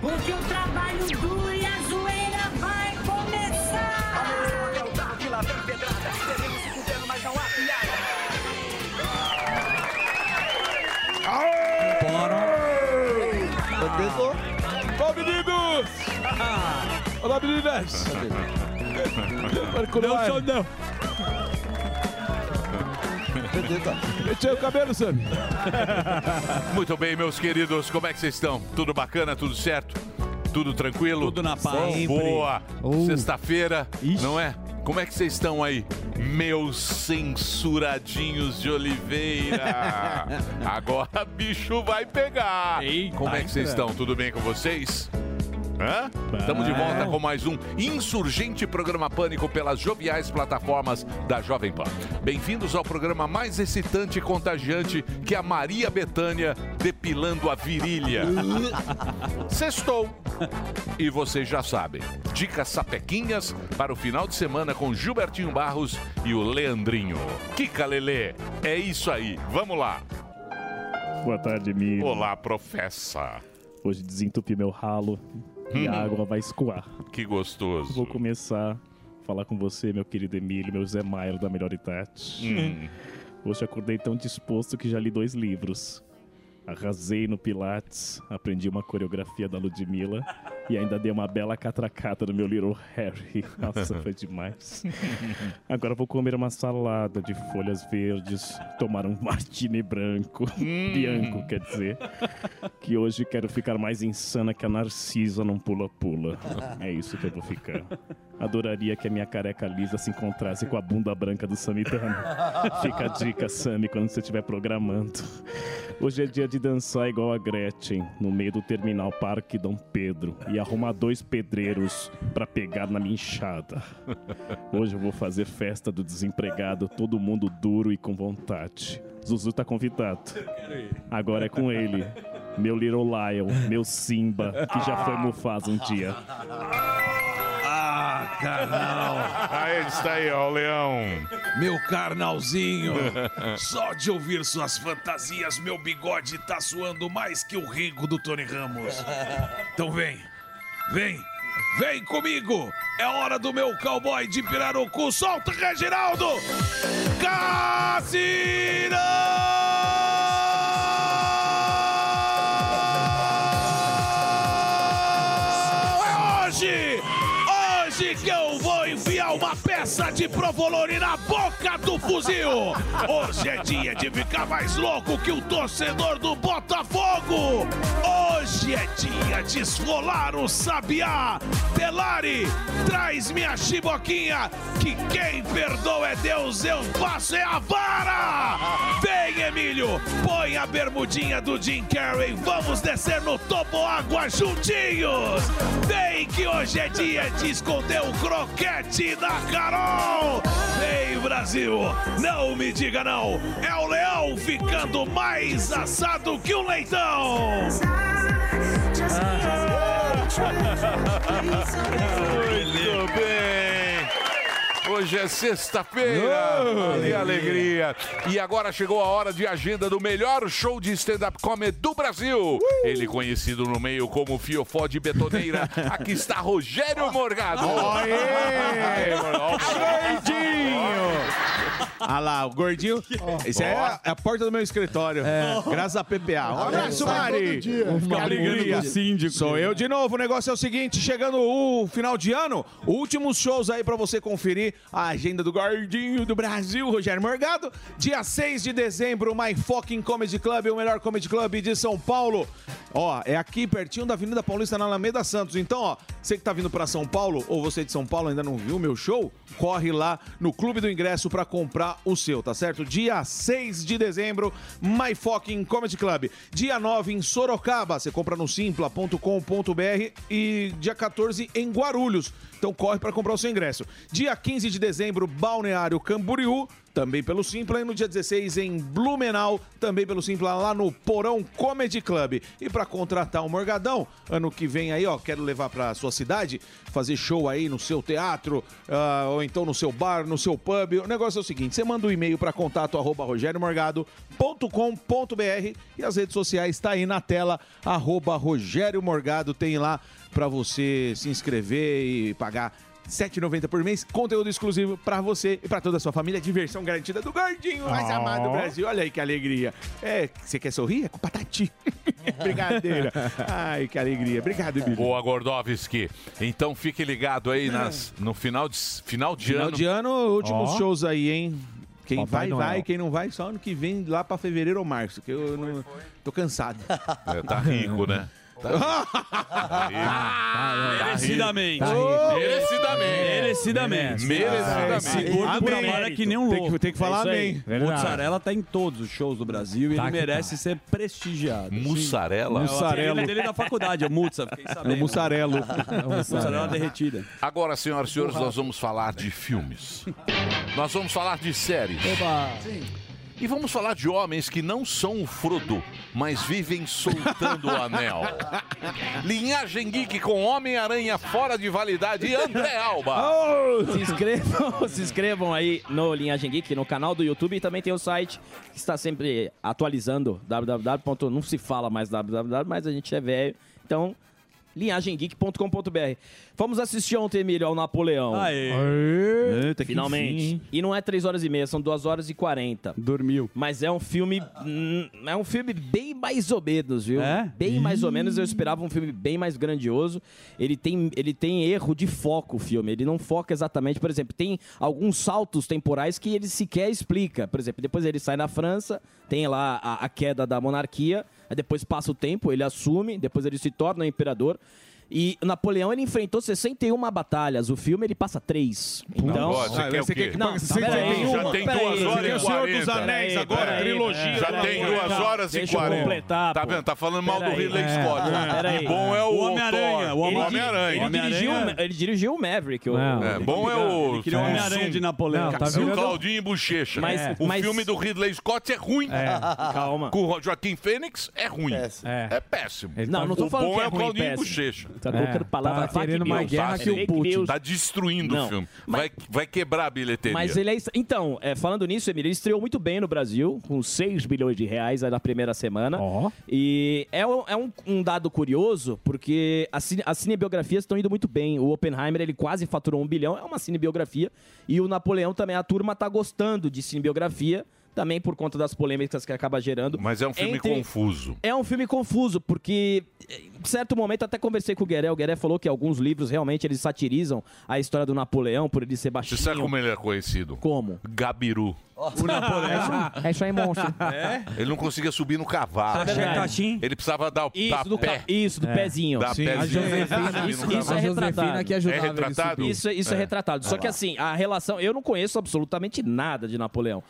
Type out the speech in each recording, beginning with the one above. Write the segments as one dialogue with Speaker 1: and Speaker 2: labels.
Speaker 1: porque o trabalho duro e a zoeira vai começar.
Speaker 2: É o carro que lá vem pedrada. Devemos se fudendo, mas não há piada.
Speaker 3: Começou?
Speaker 4: Ó, meninos! Olá, meninas!
Speaker 3: Não sou
Speaker 4: não.
Speaker 3: Beleza.
Speaker 4: Mexeu o cabelo, Sammy.
Speaker 5: Muito bem, meus queridos, como é que vocês estão? Tudo bacana, tudo certo? Tudo tranquilo?
Speaker 3: Tudo na paz. Oh.
Speaker 5: Sempre. Boa! Sexta-feira, não é? Como é que vocês estão aí? Meus censuradinhos de Oliveira! Agora bicho vai pegar! Como é que vocês estão? Tudo bem com vocês? Hã? Estamos de volta com mais um insurgente programa Pânico pelas joviais plataformas da Jovem Pan. Bem-vindos ao programa mais excitante e contagiante que a Maria Betânia depilando a virilha. Sextou. E vocês já sabem. Dicas sapequinhas para o final de semana com Gilbertinho Barros e o Leandrinho. Kika Lelê, é isso aí. Vamos lá.
Speaker 6: Boa tarde, amigo.
Speaker 5: Olá, professa.
Speaker 6: Hoje desentupi meu ralo e
Speaker 5: Uhum.
Speaker 6: a água vai escoar.
Speaker 5: Que gostoso.
Speaker 6: Vou começar a falar com você, meu querido Emílio, meu Zé Maio da Melhor Idade.
Speaker 5: Hum,
Speaker 6: Hoje acordei tão disposto que já li dois livros. Arrasei no Pilates, aprendi uma coreografia da Ludmilla e ainda dei uma bela catracada no meu Little Harry. Nossa, foi demais. Agora vou comer uma salada de folhas verdes, tomar um martini branco,
Speaker 5: Hum.
Speaker 6: bianco, quer dizer, que hoje quero ficar mais insana que a Narcisa num pula-pula. É isso que eu vou ficar. Adoraria que a minha careca lisa se encontrasse com a bunda branca do Samitano. Fica a dica, Sami, quando você estiver programando. Hoje é dia de dançar igual a Gretchen, no meio do terminal Parque Dom Pedro, e arrumar dois pedreiros pra pegar na minha inchada. Hoje eu vou fazer festa do desempregado, todo mundo duro e com vontade. Zuzu tá convidado. Agora é com ele, meu Little Lion, meu Simba, que já foi Mufasa um dia.
Speaker 3: Ah, carnal!
Speaker 5: Aí ele está aí, ó, o leão.
Speaker 3: Meu carnalzinho! Só de ouvir suas fantasias, meu bigode tá suando mais que o rico do Tony Ramos. Então vem, vem, vem comigo! É hora do meu cowboy de Pirarucu! Solta, Reginaldo! Cassino! É hoje! Hoje que eu vou enfiar uma peça de provolone na boca do fuzil. Hoje é dia de ficar mais louco que o torcedor do Botafogo. Hoje é dia de esfolar o Sabiá. Telari, traz minha chiboquinha, que quem perdoa é Deus, eu passo é a vara. Vem, Emílio, põe a bermudinha do Jim Carrey, vamos descer no topo água juntinhos. Vem que hoje é dia de esconder o croquete da Carol. Vem, Brasil, não me diga não, é o leão ficando mais assado que o leitão.
Speaker 5: Muito bem! Hoje é sexta-feira,
Speaker 7: Ah,
Speaker 5: que alegria! E agora chegou a hora de agenda do melhor show de stand-up comedy do Brasil.
Speaker 7: Uh!
Speaker 5: Ele conhecido no meio como Fiofó de Betoneira. Aqui está Rogério Morgado. Aê, Morgado.
Speaker 7: Ah lá, o gordinho. Isso é a, é a porta do meu escritório. Graças a PPA. Um abraço, Mari. Fica brigando com o síndico. Sou eu de novo. O negócio é o seguinte: chegando o final de ano, últimos shows aí pra você conferir a agenda do gordinho do Brasil, Rogério Morgado. Dia 6 de dezembro, My Fucking Comedy Club, o melhor comedy club de São Paulo. Ó, é aqui pertinho da Avenida Paulista, na Alameda Santos. Então, ó, você que tá vindo pra São Paulo, ou você é de São Paulo ainda não viu o meu show, corre lá no Clube do Ingresso pra comprar o seu, tá certo? Dia 6 de dezembro, My Fucking Comedy Club. Dia 9 em Sorocaba, você compra no simpla.com.br e dia 14 em Guarulhos. Então corre pra comprar o seu ingresso. Dia 15 de dezembro, Balneário Camboriú. também pelo Simpla, e no dia 16 em Blumenau, também pelo Simpla, lá no Porão Comedy Club. E para contratar o Morgadão, ano que vem aí, ó, quero levar para sua cidade, fazer show aí no seu teatro, ah, ou então no seu bar, no seu pub. O negócio é o seguinte, você manda um e-mail para contato arroba rogeriomorgado.com.br e as redes sociais tá aí na tela, arroba Rogério Morgado, tem lá para você se inscrever e pagar 7,90 por mês, conteúdo exclusivo pra você e pra toda a sua família, diversão garantida do gordinho mais
Speaker 6: Ó.
Speaker 7: amado do Brasil. Olha aí que alegria. É, você quer sorrir? É com patati. Brincadeira. Ai, que alegria. Obrigado, Bibi.
Speaker 5: Boa, Gordovski. Então fique ligado aí nas, no final de, final de
Speaker 7: Final
Speaker 5: ano.
Speaker 7: de ano, últimos
Speaker 5: Ó.
Speaker 7: shows aí, hein? Quem
Speaker 5: Papai
Speaker 7: vai,
Speaker 5: Noel.
Speaker 7: vai. Quem não vai, só ano que vem, lá pra fevereiro ou março, que eu não... tô cansado.
Speaker 5: É, tá rico, né?
Speaker 8: Merecidamente. Oh!
Speaker 5: Tá rico. Merecidamente.
Speaker 8: Merecidamente. Tá,
Speaker 5: Merecidamente.
Speaker 8: Esse gordo
Speaker 5: Amém.
Speaker 8: trabalha que nem um
Speaker 5: Tem que-
Speaker 8: louco.
Speaker 5: tem que falar
Speaker 8: É isso aí.
Speaker 5: amém.
Speaker 8: O
Speaker 5: Verdade.
Speaker 8: Mozzarella tá em todos os shows do Brasil e
Speaker 5: Tá
Speaker 8: ele
Speaker 5: que
Speaker 8: merece ser prestigiado.
Speaker 5: Mussarela?
Speaker 8: É, o apelido dele da faculdade, é Mutsa, fiquei sabendo.
Speaker 9: É
Speaker 5: mussarelo.
Speaker 8: Mussarela é derretida.
Speaker 5: Agora, senhoras e senhores, nós vamos falar de filmes. Nós vamos falar de séries. E vamos falar de homens que não são o Frodo, mas vivem soltando o anel. Linhagem Geek com Homem-Aranha fora de validade e André Alba.
Speaker 10: Oh! Se inscrevam, se inscrevam aí no Linhagem Geek, no canal do YouTube e também tem o site que está sempre atualizando www. Não se fala mais www, mas a gente é velho. Então, linhagemgeek.com.br. Fomos assistir ontem, Emílio, ao Napoleão.
Speaker 8: Aê.
Speaker 4: Eita, que
Speaker 10: Finalmente.
Speaker 4: fim,
Speaker 10: e não é 3 horas e meia, são 2 horas e 40.
Speaker 8: Dormiu.
Speaker 10: Mas é um filme. hum, É um filme bem mais ou menos, viu?
Speaker 8: É?
Speaker 10: Bem mais ou menos. Eu esperava um filme bem mais grandioso. Ele tem, ele tem erro de foco, o filme. Ele não foca exatamente. Por exemplo, tem alguns saltos temporais que ele sequer explica. Por exemplo, depois ele sai na França, tem lá a, a queda da monarquia. Aí depois passa o tempo, ele assume, depois ele se torna o imperador. E Napoleão ele enfrentou 61 batalhas. O filme ele passa 3. Então,
Speaker 5: Agora, você quer o quê? tá,
Speaker 10: Não, peraí,
Speaker 5: já tem
Speaker 10: um? peraí.
Speaker 5: duas
Speaker 10: Você quer o Senhor
Speaker 5: horas e
Speaker 10: dos
Speaker 5: quarenta. É,
Speaker 10: Anéis agora,
Speaker 5: Peraí,
Speaker 10: trilogia,
Speaker 5: peraí.
Speaker 10: pelo
Speaker 5: Já tem
Speaker 10: amor de
Speaker 5: duas
Speaker 10: Deus.
Speaker 5: horas e
Speaker 10: Deixa eu
Speaker 5: quarenta.
Speaker 10: completar,
Speaker 5: Tá
Speaker 10: pô.
Speaker 5: vendo? Tá falando mal do
Speaker 10: Peraí.
Speaker 5: Ridley
Speaker 10: É.
Speaker 5: Scott.
Speaker 10: Peraí.
Speaker 5: E bom é o
Speaker 8: O Homem-Aranha,
Speaker 5: Thor.
Speaker 8: o Homem-
Speaker 5: Homem-Aranha.
Speaker 10: Ele dirigiu, um, ele dirigiu o Maverick. O,
Speaker 5: É, bom é o.
Speaker 8: Ele criou o Homem-Aranha de Napoleão.
Speaker 5: Não, é
Speaker 8: Tá
Speaker 5: o Claudinho e Bochecha.
Speaker 10: Então, Mas-
Speaker 5: O
Speaker 10: mas-
Speaker 5: filme do Ridley Scott é ruim.
Speaker 10: Calma.
Speaker 5: Com o Joaquim Fênix é ruim. É, péssimo.
Speaker 10: Não, não tô falando
Speaker 5: o bom
Speaker 10: que é
Speaker 5: é o
Speaker 10: ruim,
Speaker 5: Claudinho e
Speaker 10: péssimo.
Speaker 5: Bochecha.
Speaker 10: Tá colocando palavra
Speaker 11: tá querendo
Speaker 10: fake
Speaker 11: uma
Speaker 10: news,
Speaker 11: guerra
Speaker 10: tá?
Speaker 11: que o
Speaker 10: Fake
Speaker 11: Putin
Speaker 10: news.
Speaker 5: Tá destruindo
Speaker 10: Não,
Speaker 5: o filme. Vai, vai quebrar a bilheteria.
Speaker 10: Mas ele é. est- Então, é, falando nisso, Emílio, ele estreou muito bem no Brasil, com 6 bilhões de reais aí na primeira semana. E é, um, é um- um dado curioso, porque as, cine- as cinebiografias estão indo muito bem. O Oppenheimer, ele quase faturou um bilhão, é uma cinebiografia. E o Napoleão também, a turma tá gostando de cinebiografia, também por conta das polêmicas que acaba gerando.
Speaker 5: Mas é um filme
Speaker 10: Entre-
Speaker 5: confuso.
Speaker 10: é um filme confuso, porque eh, em certo momento até conversei com o Gueré. O Gueré falou que alguns livros realmente eles satirizam a história do Napoleão por ele ser
Speaker 5: Você
Speaker 10: baixinho.
Speaker 5: sabe como ele é conhecido?
Speaker 10: Como?
Speaker 5: Gabiru.
Speaker 8: O Napoleão.
Speaker 10: É isso aí, monstro.
Speaker 5: Ele não conseguia subir no cavalo. É.
Speaker 8: Tá
Speaker 10: verdade.
Speaker 8: certinho.
Speaker 5: Ele precisava dar o
Speaker 10: Isso,
Speaker 5: dar
Speaker 10: do,
Speaker 5: pé.
Speaker 10: ca- isso, do pezinho.
Speaker 5: Dar
Speaker 10: Sim.
Speaker 5: pezinho.
Speaker 11: A Josefina,
Speaker 5: Subir no
Speaker 11: isso, isso
Speaker 5: cavalo.
Speaker 11: é
Speaker 10: É
Speaker 11: Josefina
Speaker 10: retratado.
Speaker 11: que ajudava ele
Speaker 5: É
Speaker 11: a
Speaker 5: retratado?
Speaker 11: subir.
Speaker 10: Isso, isso é. retratado. Só que assim, a relação. Eu não conheço absolutamente nada de Napoleão.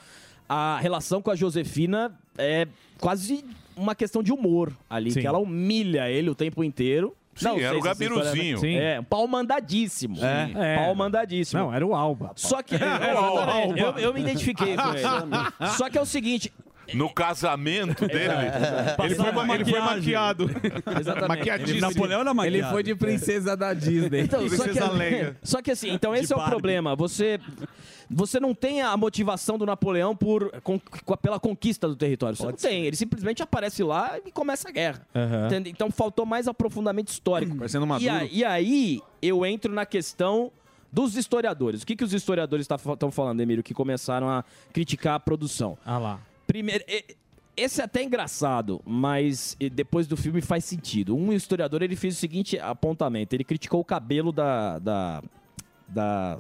Speaker 10: A relação com a Josefina é quase uma questão de humor ali, que ela humilha ele o tempo inteiro.
Speaker 5: Sim, era
Speaker 10: sei
Speaker 5: o
Speaker 10: se essa história-
Speaker 5: Gabiruzinho.
Speaker 11: Sim.
Speaker 10: É, um pau mandadíssimo. um
Speaker 11: É.
Speaker 10: Pau mandadíssimo.
Speaker 11: Não, era o Alba.
Speaker 10: Só que. é, Exatamente. eu, eu me identifiquei com ele. Só que é o seguinte.
Speaker 5: No casamento dele,
Speaker 7: Ele foi, ma- ele foi maquiado.
Speaker 10: Exatamente.
Speaker 8: Ele,
Speaker 7: Maquiadíssimo.
Speaker 8: Napoleão era
Speaker 11: Ele
Speaker 8: maquiado.
Speaker 11: foi de princesa da Disney.
Speaker 10: Então, só, que,
Speaker 7: Princesa Leia.
Speaker 10: só que assim, então esse é o
Speaker 8: Barbie.
Speaker 10: problema. Você, você não tem a motivação do Napoleão por, con- com a- pela conquista do território. Você não tem. Ele simplesmente aparece lá e começa a guerra. Entende? Então faltou mais aprofundamento histórico.
Speaker 7: Parecendo Maduro.
Speaker 10: E, a- e aí eu entro na questão dos historiadores. O que, que os historiadores estão falando, Emílio, que começaram a criticar a produção?
Speaker 11: Ah lá.
Speaker 10: Primeiro, e- esse é até engraçado, mas e depois do filme faz sentido. Um historiador ele fez o seguinte apontamento: ele criticou o cabelo da. da. da.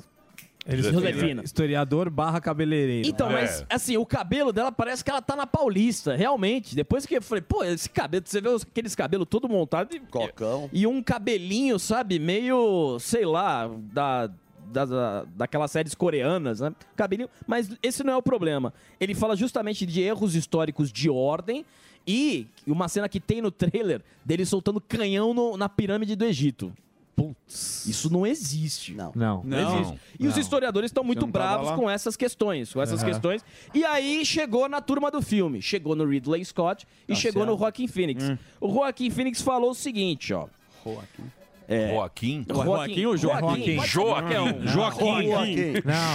Speaker 11: Ele
Speaker 10: Josefina.
Speaker 11: Historiador barra cabeleireiro.
Speaker 10: Então, mas assim, o cabelo dela parece que ela tá na Paulista, realmente. Depois que eu falei, pô, esse cabelo, você vê os- aqueles cabelos todo montado e,
Speaker 12: Cocão.
Speaker 10: e um cabelinho, sabe, meio, sei lá, da. Da, da- daquelas séries coreanas, né? Cabelinho. Mas esse não é o problema. Ele fala justamente de erros históricos de ordem e uma cena que tem no trailer dele soltando canhão no- na pirâmide do Egito. Putz. Isso não existe. Não.
Speaker 11: Não.
Speaker 10: existe. E os historiadores estão muito
Speaker 11: não tava
Speaker 10: bravos
Speaker 11: lá?
Speaker 10: com essas questões, com essas
Speaker 11: Aham.
Speaker 10: questões. E aí chegou na turma do filme, chegou no Ridley Scott e chegou no Joaquin Phoenix. O Joaquin Phoenix falou o seguinte, ó. Joaquim. É.
Speaker 5: Joaquim?
Speaker 8: Joaquim ou Joaquim?
Speaker 10: Joaquim.
Speaker 8: Joaquim.
Speaker 10: Joaquim.
Speaker 8: Joaquim. Não.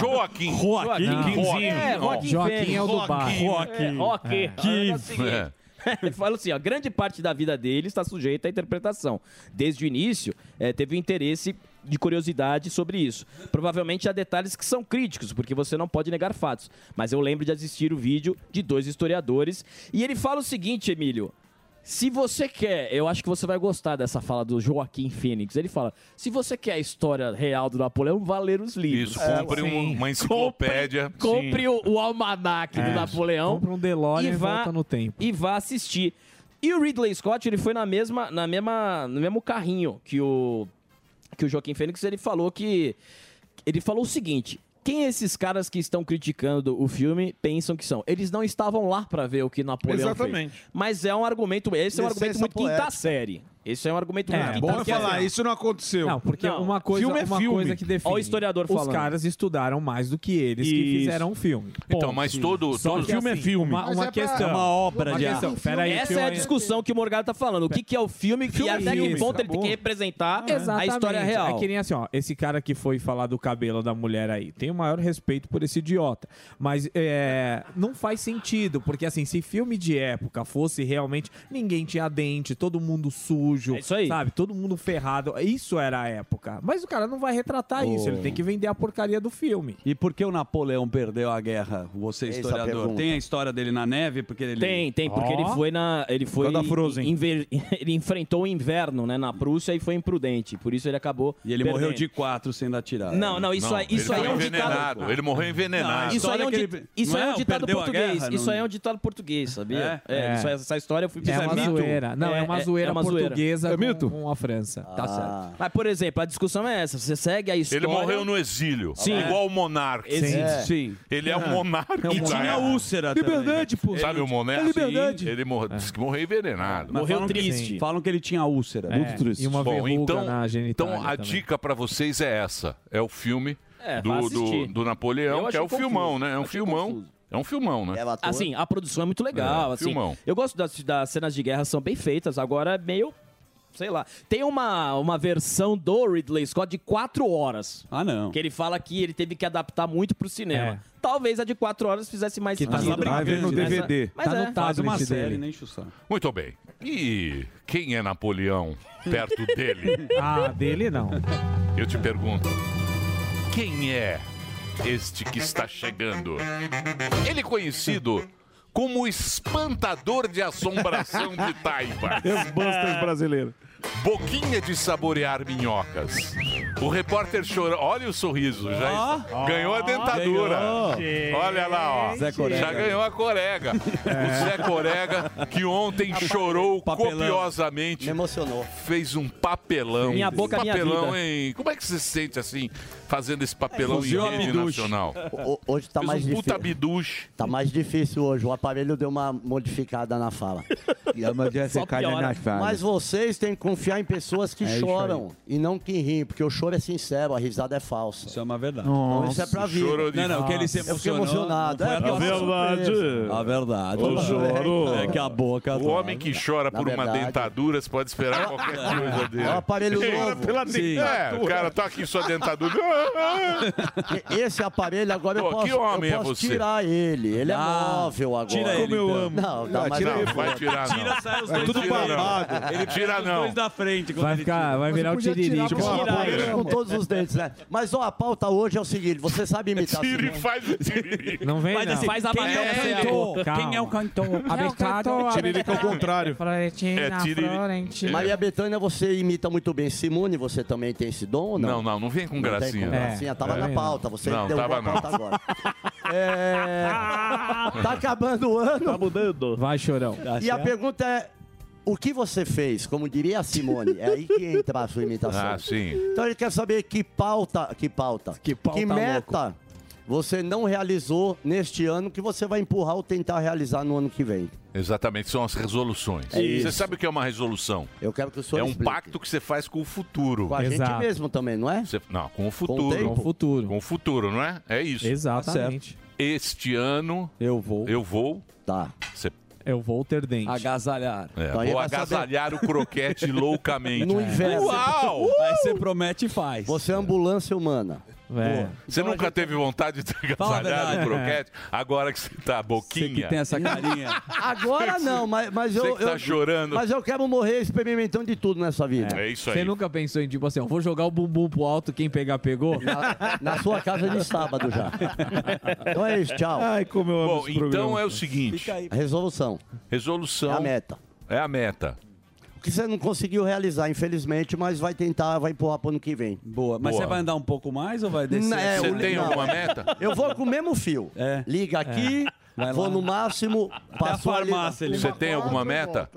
Speaker 8: Joaquim.
Speaker 5: Joaquim.
Speaker 8: Joaquim.
Speaker 10: É, Joaquim.
Speaker 8: Joaquim é o do
Speaker 10: Joaquim.
Speaker 8: bar.
Speaker 10: É, Joaquim.
Speaker 8: É.
Speaker 10: É o seguinte. Ele fala assim, ó, grande parte da vida dele está sujeita à interpretação. Desde o início, eh, teve um interesse de curiosidade sobre isso. Provavelmente há detalhes que são críticos, porque você não pode negar fatos. Mas eu lembro de assistir o vídeo de dois historiadores. E ele fala o seguinte, Emílio. Se você quer, eu acho que você vai gostar dessa fala do Joaquim Fênix. Ele fala: se você quer a história real do Napoleão, vá ler os livros. É,
Speaker 5: Isso, compre um- uma enciclopédia.
Speaker 10: Compre o, o almanac do
Speaker 11: É.
Speaker 10: Napoleão.
Speaker 11: Compra um DeLorean e volta no tempo.
Speaker 10: E vá assistir. E o Ridley Scott, ele foi na mesma, na mesma, no mesmo carrinho que o que o Joaquim Fênix, ele falou que ele falou o seguinte: quem é esses caras que estão criticando o filme pensam que são? Eles não estavam lá pra ver o que Napoleão
Speaker 7: Exatamente.
Speaker 10: fez. Mas é um argumento, esse é um
Speaker 7: Licença
Speaker 10: argumento muito quinta
Speaker 7: poética.
Speaker 10: série. Esse é um argumento muito quinta
Speaker 7: bom é
Speaker 10: série.
Speaker 7: falar, isso não aconteceu.
Speaker 11: Não, porque uma coisa,
Speaker 7: filme é
Speaker 11: uma
Speaker 7: filme.
Speaker 11: coisa que define.
Speaker 10: Ó o historiador
Speaker 11: Os
Speaker 10: falando.
Speaker 11: caras estudaram mais do que eles que
Speaker 10: Isso.
Speaker 11: fizeram o filme.
Speaker 5: Então,
Speaker 11: Ponto.
Speaker 5: mas todo-
Speaker 11: Só
Speaker 5: todo-
Speaker 11: que,
Speaker 5: filme é
Speaker 11: assim,
Speaker 5: filme.
Speaker 11: Uma,
Speaker 5: Mas
Speaker 11: uma
Speaker 5: é pra-
Speaker 11: questão.
Speaker 5: É uma obra
Speaker 11: uma
Speaker 5: de
Speaker 11: questão.
Speaker 5: arte.
Speaker 11: Pera aí,
Speaker 10: Essa
Speaker 11: filme
Speaker 10: é a
Speaker 11: é-
Speaker 10: discussão que o Morgado tá falando. O que, que é o filme, e até que ponto ele tem que representar a história real.
Speaker 11: Né? É que nem assim, ó. Esse cara que foi falar do cabelo da mulher aí. Tenho o maior respeito por esse idiota. Mas é, não faz sentido, porque assim, se filme de época fosse realmente. Ninguém tinha dente, todo mundo sujo.
Speaker 10: É isso aí.
Speaker 11: Sabe? Todo mundo ferrado. Isso era a época. Mas o cara não vai retratar isso. Ele tem que vender a porcaria do filme. É
Speaker 8: E por que o Napoleão perdeu a guerra?
Speaker 10: é
Speaker 8: Você,
Speaker 11: Essa
Speaker 8: historiador,
Speaker 11: pergunta.
Speaker 8: tem a história dele na neve? Porque ele...
Speaker 10: Tem, tem, porque
Speaker 8: Ó.
Speaker 10: ele foi na. Ele foi.
Speaker 8: Por causa da Frozen.
Speaker 10: inver- ele enfrentou o inverno, né, na Prússia e foi imprudente. Por isso ele acabou.
Speaker 8: E ele
Speaker 10: perdendo.
Speaker 8: morreu de quatro sendo atirado.
Speaker 10: Não, não, isso aí, isso aí é um ditado.
Speaker 5: envenenado, ele morreu envenenado.
Speaker 10: Isso aí é um,
Speaker 5: História
Speaker 10: di-
Speaker 5: que ele-
Speaker 10: isso
Speaker 5: não
Speaker 10: aí é
Speaker 5: é,
Speaker 10: um
Speaker 5: o
Speaker 10: ditado
Speaker 5: perdeu a
Speaker 10: português.
Speaker 5: guerra,
Speaker 10: isso
Speaker 5: não-
Speaker 10: aí é um ditado português, sabia?
Speaker 5: É?
Speaker 10: É,
Speaker 5: É.
Speaker 10: isso aí- essa história eu fui
Speaker 11: É
Speaker 10: pesquisar.
Speaker 11: uma
Speaker 10: Mito.
Speaker 11: zoeira. Não, é, uma zoeira
Speaker 10: uma É
Speaker 11: portuguesa Com, com a França.
Speaker 10: Tá certo. Mas, por exemplo, a discussão é essa. Você segue a história.
Speaker 5: Ele morreu no exílio,
Speaker 10: Sim.
Speaker 5: igual o monarca.
Speaker 10: Sim. É.
Speaker 8: Sim.
Speaker 5: Ele é um monarca.
Speaker 8: E tinha úlcera
Speaker 5: Liberdade,
Speaker 8: também.
Speaker 5: pô. né? Sabe o monarca?
Speaker 8: É liberdade.
Speaker 5: Sim. Ele morreu, disse que morreu envenenado.
Speaker 8: Mas falam que- falam que ele tinha úlcera.
Speaker 5: É, e uma verruga
Speaker 11: na genitália
Speaker 5: Então a
Speaker 11: também.
Speaker 5: dica pra vocês é essa. É o filme
Speaker 10: É, vá
Speaker 5: do, do,
Speaker 10: assistir.
Speaker 5: do Napoleão,
Speaker 10: Eu
Speaker 5: que é o
Speaker 10: achei
Speaker 5: filmão,
Speaker 10: confuso.
Speaker 5: né? É um
Speaker 10: Achei
Speaker 5: filmão. É um filmão, né?
Speaker 10: Assim, a produção é muito legal.
Speaker 5: É,
Speaker 10: assim.
Speaker 5: filmão.
Speaker 10: Eu gosto das, das cenas de guerra, são bem feitas. Agora é meio. Sei lá. Tem uma, uma versão do Ridley Scott de 4 horas.
Speaker 8: Ah, não.
Speaker 10: Que ele fala que ele teve que adaptar muito pro cinema.
Speaker 8: É.
Speaker 10: Talvez a de 4 horas fizesse mais
Speaker 8: Que tá
Speaker 10: sentido.
Speaker 8: no tablet no
Speaker 10: Mas-
Speaker 8: DVD.
Speaker 10: Mas
Speaker 8: Tá
Speaker 10: é.
Speaker 8: no tablet Faz uma série, dele. né, Chussão?
Speaker 5: Muito bem. E quem é Napoleão perto dele?
Speaker 11: Ah, dele não.
Speaker 5: Eu te pergunto, quem é este que está chegando? Ele é conhecido como o espantador de assombração de Taipa.
Speaker 13: É.
Speaker 4: Busters brasileiro.
Speaker 5: Boquinha de saborear minhocas. O repórter chora. Olha o sorriso. Já
Speaker 8: Ó.
Speaker 5: ganhou a dentadura.
Speaker 8: Ganhou.
Speaker 5: Olha lá, ó.
Speaker 8: Zé Corega.
Speaker 5: Já ganhou a corega.
Speaker 8: É.
Speaker 5: O Zé Corega, que ontem chorou copiosamente. Me
Speaker 12: emocionou.
Speaker 5: Fez um papelão.
Speaker 10: Minha boca, minha
Speaker 5: papelão
Speaker 10: vida.
Speaker 5: em. Como é que você se sente assim, fazendo esse papelão
Speaker 12: Fuzil
Speaker 5: em rede
Speaker 12: Abduche.
Speaker 5: nacional?
Speaker 12: O- o- hoje tá
Speaker 5: Fez
Speaker 12: mais
Speaker 5: um puta
Speaker 12: difícil.
Speaker 5: biduche.
Speaker 12: Tá mais difícil hoje. O aparelho deu uma modificada na fala.
Speaker 14: Só piora. na fala.
Speaker 12: Mas vocês têm que confiar em pessoas que
Speaker 14: É isso
Speaker 12: choram e não que riem, porque o choro é sincero, a risada é falsa. Isso
Speaker 8: é uma verdade.
Speaker 12: Então, isso é pra
Speaker 8: Nossa,
Speaker 12: vida.
Speaker 8: choro de- Não, não, que ele se
Speaker 12: Eu fiquei
Speaker 8: emocionou,
Speaker 12: emocionado.
Speaker 8: não foi
Speaker 12: É, porque
Speaker 8: a
Speaker 12: eu fiquei
Speaker 8: verdade.
Speaker 12: surpreso.
Speaker 8: A verdade.
Speaker 5: Ô, choro.
Speaker 8: É que a boca...
Speaker 5: O homem que chora
Speaker 8: Na
Speaker 5: por uma
Speaker 8: verdade-
Speaker 5: dentadura, você pode esperar qualquer coisa dele.
Speaker 12: É um aparelho
Speaker 5: Ele chora
Speaker 12: novo.
Speaker 5: Pela
Speaker 12: Sim.
Speaker 5: dentadura. É, o cara tá aqui sua dentadura.
Speaker 12: Esse aparelho agora
Speaker 5: Pô,
Speaker 12: eu posso,
Speaker 5: que homem
Speaker 12: eu
Speaker 5: é
Speaker 12: posso
Speaker 5: você?
Speaker 12: tirar ele. Ele é
Speaker 5: Ah,
Speaker 12: móvel agora.
Speaker 5: tira ele, Como eu então. amo.
Speaker 12: Não, dá
Speaker 5: Ah,
Speaker 12: mais
Speaker 5: tira
Speaker 12: não.
Speaker 5: ele, vai tirar, não. Tira, sai os dois Tudo da frente. babado. Ele Tira, pega os não. dois
Speaker 8: da frente.
Speaker 11: Vai ele ficar- tira. vai virar o tiririca.
Speaker 12: Tipo,
Speaker 11: Tira
Speaker 12: uma
Speaker 11: ele.
Speaker 12: boca com todos os dentes, né? Mas ó, a pauta hoje é o seguinte, você sabe imitar
Speaker 5: Tira
Speaker 12: Simone?
Speaker 5: e faz o tiririca.
Speaker 11: Não vem,
Speaker 12: Faz
Speaker 11: não.
Speaker 1: assim,
Speaker 12: esse- faz a
Speaker 11: Quem
Speaker 12: bandeira
Speaker 11: é
Speaker 12: pra
Speaker 11: o
Speaker 12: você.
Speaker 11: cantor?
Speaker 12: Calma.
Speaker 11: Quem é o cantor?
Speaker 12: Abertado.
Speaker 5: é
Speaker 11: Tiririca
Speaker 12: ao contrário.
Speaker 11: Florentina, Florentina.
Speaker 12: Maria Betânia, você imita muito bem. Simone, você também tem esse dom ou não?
Speaker 5: Não, não, não vem com
Speaker 12: Não tem
Speaker 5: gracinha.
Speaker 12: com gracinha, tava
Speaker 5: É.
Speaker 12: na pauta, você
Speaker 5: Não,
Speaker 12: derrubou
Speaker 5: tava
Speaker 12: a pauta
Speaker 5: não.
Speaker 12: agora. É, Tá acabando o ano. Tá
Speaker 6: mudando.
Speaker 11: Vai, chorão.
Speaker 12: E a pergunta é: o que você fez? Como diria a Simone, é aí que entra a sua imitação.
Speaker 5: Ah, sim.
Speaker 12: Então ele quer saber que pauta, que pauta, que,
Speaker 5: pauta
Speaker 12: meta você não realizou neste ano, que você vai empurrar ou tentar realizar no ano que vem.
Speaker 5: Exatamente, são as resoluções.
Speaker 12: É isso.
Speaker 5: você sabe o que é uma resolução?
Speaker 12: Eu quero que o senhor
Speaker 5: É um
Speaker 12: explique.
Speaker 5: pacto que você faz com o futuro.
Speaker 12: Com a gente mesmo também, não é?
Speaker 5: Você- não, com o
Speaker 12: Com o
Speaker 5: futuro.
Speaker 12: tempo? Com o
Speaker 11: futuro.
Speaker 5: Com o futuro, não é? É isso.
Speaker 11: Exatamente.
Speaker 5: Tá certo. Este ano.
Speaker 12: Eu vou.
Speaker 5: Eu vou.
Speaker 12: Tá. Então
Speaker 5: Você,
Speaker 11: Eu vou ter é dente. Agasalhar.
Speaker 5: é, vou agasalhar o croquete loucamente.
Speaker 12: No inverno. Uh!
Speaker 5: Uau!
Speaker 12: Aí você promete e faz. Você é ambulância humana.
Speaker 5: Boa. É. Você nunca teve vontade de ter
Speaker 12: Então Fala a
Speaker 5: agasalhado o
Speaker 12: verdade.
Speaker 5: croquete? Agora que você tá boquinha.
Speaker 12: que tem essa carinha. Agora não, mas, mas
Speaker 5: Você
Speaker 12: eu.
Speaker 5: que tá
Speaker 12: eu-
Speaker 5: chorando. É
Speaker 12: Mas eu quero morrer experimentando de tudo nessa vida.
Speaker 11: Você nunca pensou em, tipo assim, eu vou jogar o bumbum pro alto, quem pegar, pegou?
Speaker 12: Na, na sua casa de sábado já. Então é isso, tchau.
Speaker 11: Ai, como eu amo
Speaker 5: Bom, então é o seguinte.
Speaker 12: Resolução.
Speaker 5: Resolução.
Speaker 12: É a meta.
Speaker 5: É a meta.
Speaker 12: O que você não conseguiu realizar, infelizmente, mas vai tentar, vai empurrar pro ano que vem. é, Boa.
Speaker 5: mas Boa. você vai
Speaker 12: andar
Speaker 9: um pouco mais ou vai
Speaker 5: descer? Você tem alguma meta? É.
Speaker 12: Eu vou com o mesmo fio. Liga aqui,
Speaker 5: Vai lá.
Speaker 12: vou no máximo. passou ali-
Speaker 5: Você tem alguma meta?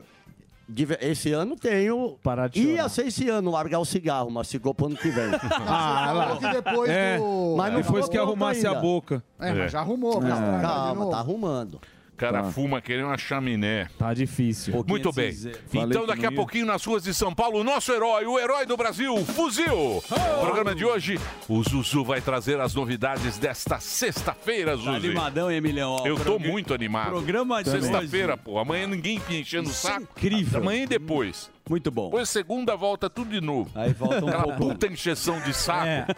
Speaker 12: Dive- Esse ano tenho. Parar de Ia ser esse ano largar o cigarro, mas ficou pro ano que vem.
Speaker 4: Ah, lá. Falou que depois
Speaker 12: É.
Speaker 4: do-
Speaker 12: Mas não
Speaker 4: Depois
Speaker 12: ficou
Speaker 4: que
Speaker 12: pronto
Speaker 4: arrumasse a
Speaker 12: ainda.
Speaker 4: boca.
Speaker 12: É, mas
Speaker 5: É.
Speaker 12: já arrumou.
Speaker 5: mas tá-
Speaker 12: calma, tá arrumando.
Speaker 5: cara
Speaker 12: Tá.
Speaker 5: fuma querendo uma chaminé.
Speaker 6: Tá difícil.
Speaker 5: Muito bem.
Speaker 9: eh,
Speaker 5: Então, daqui a pouquinho, nas ruas de São Paulo, o nosso herói, o herói do Brasil, Fuzil.
Speaker 9: Oh!
Speaker 5: Programa de hoje, o Zuzu vai trazer as novidades desta sexta-feira, Zuzu.
Speaker 9: Tá animadão, hein, Emiliano? Ó,
Speaker 5: Eu tô
Speaker 9: progra-
Speaker 5: muito animado.
Speaker 9: Programa de
Speaker 5: Sexta-feira,
Speaker 9: hoje.
Speaker 5: pô. Amanhã ninguém enchendo o
Speaker 9: Isso é
Speaker 5: saco.
Speaker 9: incrível.
Speaker 5: Amanhã e depois.
Speaker 9: Muito bom.
Speaker 5: Depois, segunda, volta tudo de novo. Aí
Speaker 9: volta um
Speaker 5: Aquela
Speaker 9: pouco.
Speaker 5: puta encheção de saco.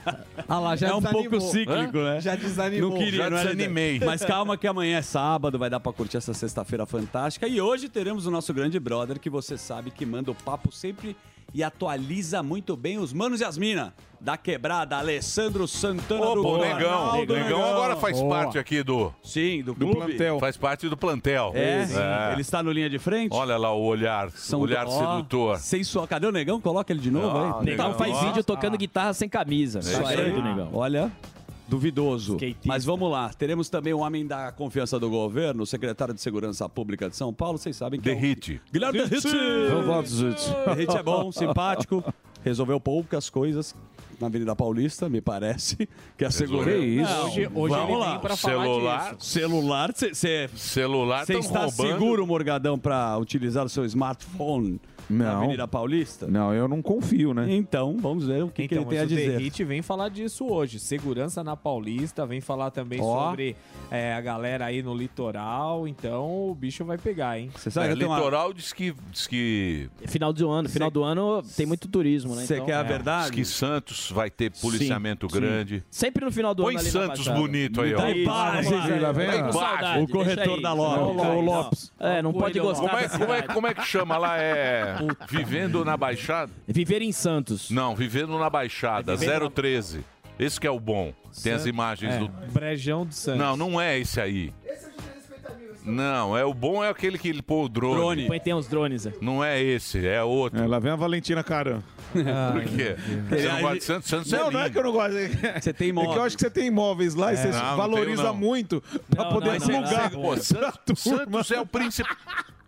Speaker 9: Ah lá, já
Speaker 5: É um
Speaker 9: desanimou.
Speaker 5: pouco cíclico,
Speaker 9: Hã?
Speaker 5: né? Já desanimou.
Speaker 9: Não queria,
Speaker 5: Já
Speaker 9: não era ideia.
Speaker 5: desanimei.
Speaker 9: Mas calma que amanhã é sábado, vai dar pra curtir essa sexta-feira fantástica. E hoje teremos o nosso grande brother, que você sabe que manda o papo sempre e atualiza muito bem os manos e as mina. Da quebrada, Alessandro Santana do
Speaker 5: Opa, o
Speaker 9: Bornal
Speaker 5: Negão.
Speaker 9: do
Speaker 5: Negão, agora faz
Speaker 9: Boa.
Speaker 5: parte aqui do...
Speaker 9: Sim, do clube.
Speaker 5: Faz parte do plantel.
Speaker 9: É, ele está no linha de frente.
Speaker 5: Olha lá o olhar,
Speaker 9: São
Speaker 5: olhar
Speaker 9: do- ó,
Speaker 5: sedutor.
Speaker 9: Sensual. Cadê o Negão? Coloca ele de novo
Speaker 5: Ah,
Speaker 9: aí.
Speaker 10: Então,
Speaker 9: Então
Speaker 5: Negão faz vídeo tocando
Speaker 9: guitarra sem camisa.
Speaker 5: É isso aí.
Speaker 9: Olha, duvidoso. Mas vamos lá. Teremos também um homem da confiança do governo, o secretário de Segurança Pública de São Paulo. Vocês sabem que
Speaker 5: Derrite.
Speaker 9: é o... Guilherme Derrite.
Speaker 5: Eu voto,
Speaker 9: Derrite. é bom, simpático. Resolveu poucas coisas na Avenida Paulista, me parece. Que é a
Speaker 5: Resolveu.
Speaker 9: segurança...
Speaker 5: Que isso.
Speaker 9: Não,
Speaker 5: Hoje- hoje
Speaker 9: vamos
Speaker 5: ele
Speaker 9: lá.
Speaker 5: vem pra falar Celular. disso.
Speaker 9: Celular. Cê, cê,
Speaker 5: Celular
Speaker 9: Você
Speaker 5: tão
Speaker 9: está
Speaker 5: roubando.
Speaker 9: seguro, Morgadão, para utilizar o seu smartphone na Avenida Paulista?
Speaker 4: Não, eu não confio, né?
Speaker 9: Então, vamos ver o que,
Speaker 4: que ele tem a
Speaker 11: O
Speaker 4: dizer.
Speaker 11: Derrite vem falar disso hoje. Segurança na Paulista, vem falar também
Speaker 9: Ó.
Speaker 11: sobre é, a galera aí no litoral. Então o bicho vai pegar, hein?
Speaker 9: Você
Speaker 5: É, litoral diz que, diz que.
Speaker 10: Final do ano. Final do ano tem muito turismo, né?
Speaker 5: Você
Speaker 10: Então-
Speaker 5: quer a
Speaker 10: É.
Speaker 5: verdade? Diz que Santos vai ter policiamento
Speaker 10: Sim, sim.
Speaker 5: grande.
Speaker 10: Sempre no final do
Speaker 5: Põe
Speaker 10: ano. ali na
Speaker 5: Santos
Speaker 10: Baixada.
Speaker 5: bonito aí, ó.
Speaker 10: Tá em paz,
Speaker 5: Vamos lá.
Speaker 10: hein,
Speaker 5: Lá vem,
Speaker 10: tá
Speaker 5: ó.
Speaker 10: com
Speaker 5: Pá,
Speaker 10: saudade,
Speaker 5: o corretor
Speaker 10: deixa aí.
Speaker 5: da Lopes.
Speaker 10: Não,
Speaker 5: O
Speaker 10: não.
Speaker 5: Lopes.
Speaker 10: É, não pode gostar
Speaker 5: Como é,
Speaker 10: dessa
Speaker 5: como, é,
Speaker 10: cidade.
Speaker 5: como é que chama lá? É. Vivendo na Baixada?
Speaker 10: Viver em Santos.
Speaker 5: Não, Vivendo na Baixada,
Speaker 11: É Vivendo na-
Speaker 5: 013. Esse que é o bom. Tem as imagens
Speaker 11: É,
Speaker 5: do.
Speaker 11: Brejão de Santos.
Speaker 5: Não, não é esse aí. Não, é o bom é aquele que ele põe o drone.
Speaker 6: Põe tem uns drones aí.
Speaker 5: Não é esse, é outro. Ah.
Speaker 4: Lá vem a Valentina Caram.
Speaker 5: Por quê? Você não gosta de Santos? Santos é
Speaker 4: não,
Speaker 5: lindo.
Speaker 4: não é que eu não gosto. É
Speaker 9: Você tem
Speaker 4: que eu
Speaker 5: imóveis.
Speaker 4: acho que você tem imóveis lá e
Speaker 5: É.
Speaker 4: você
Speaker 5: Não, não
Speaker 4: valoriza
Speaker 5: tenho, não.
Speaker 4: muito pra poder
Speaker 5: Mas é-
Speaker 4: alugar.
Speaker 5: Pô, Santos, Santos é o principal.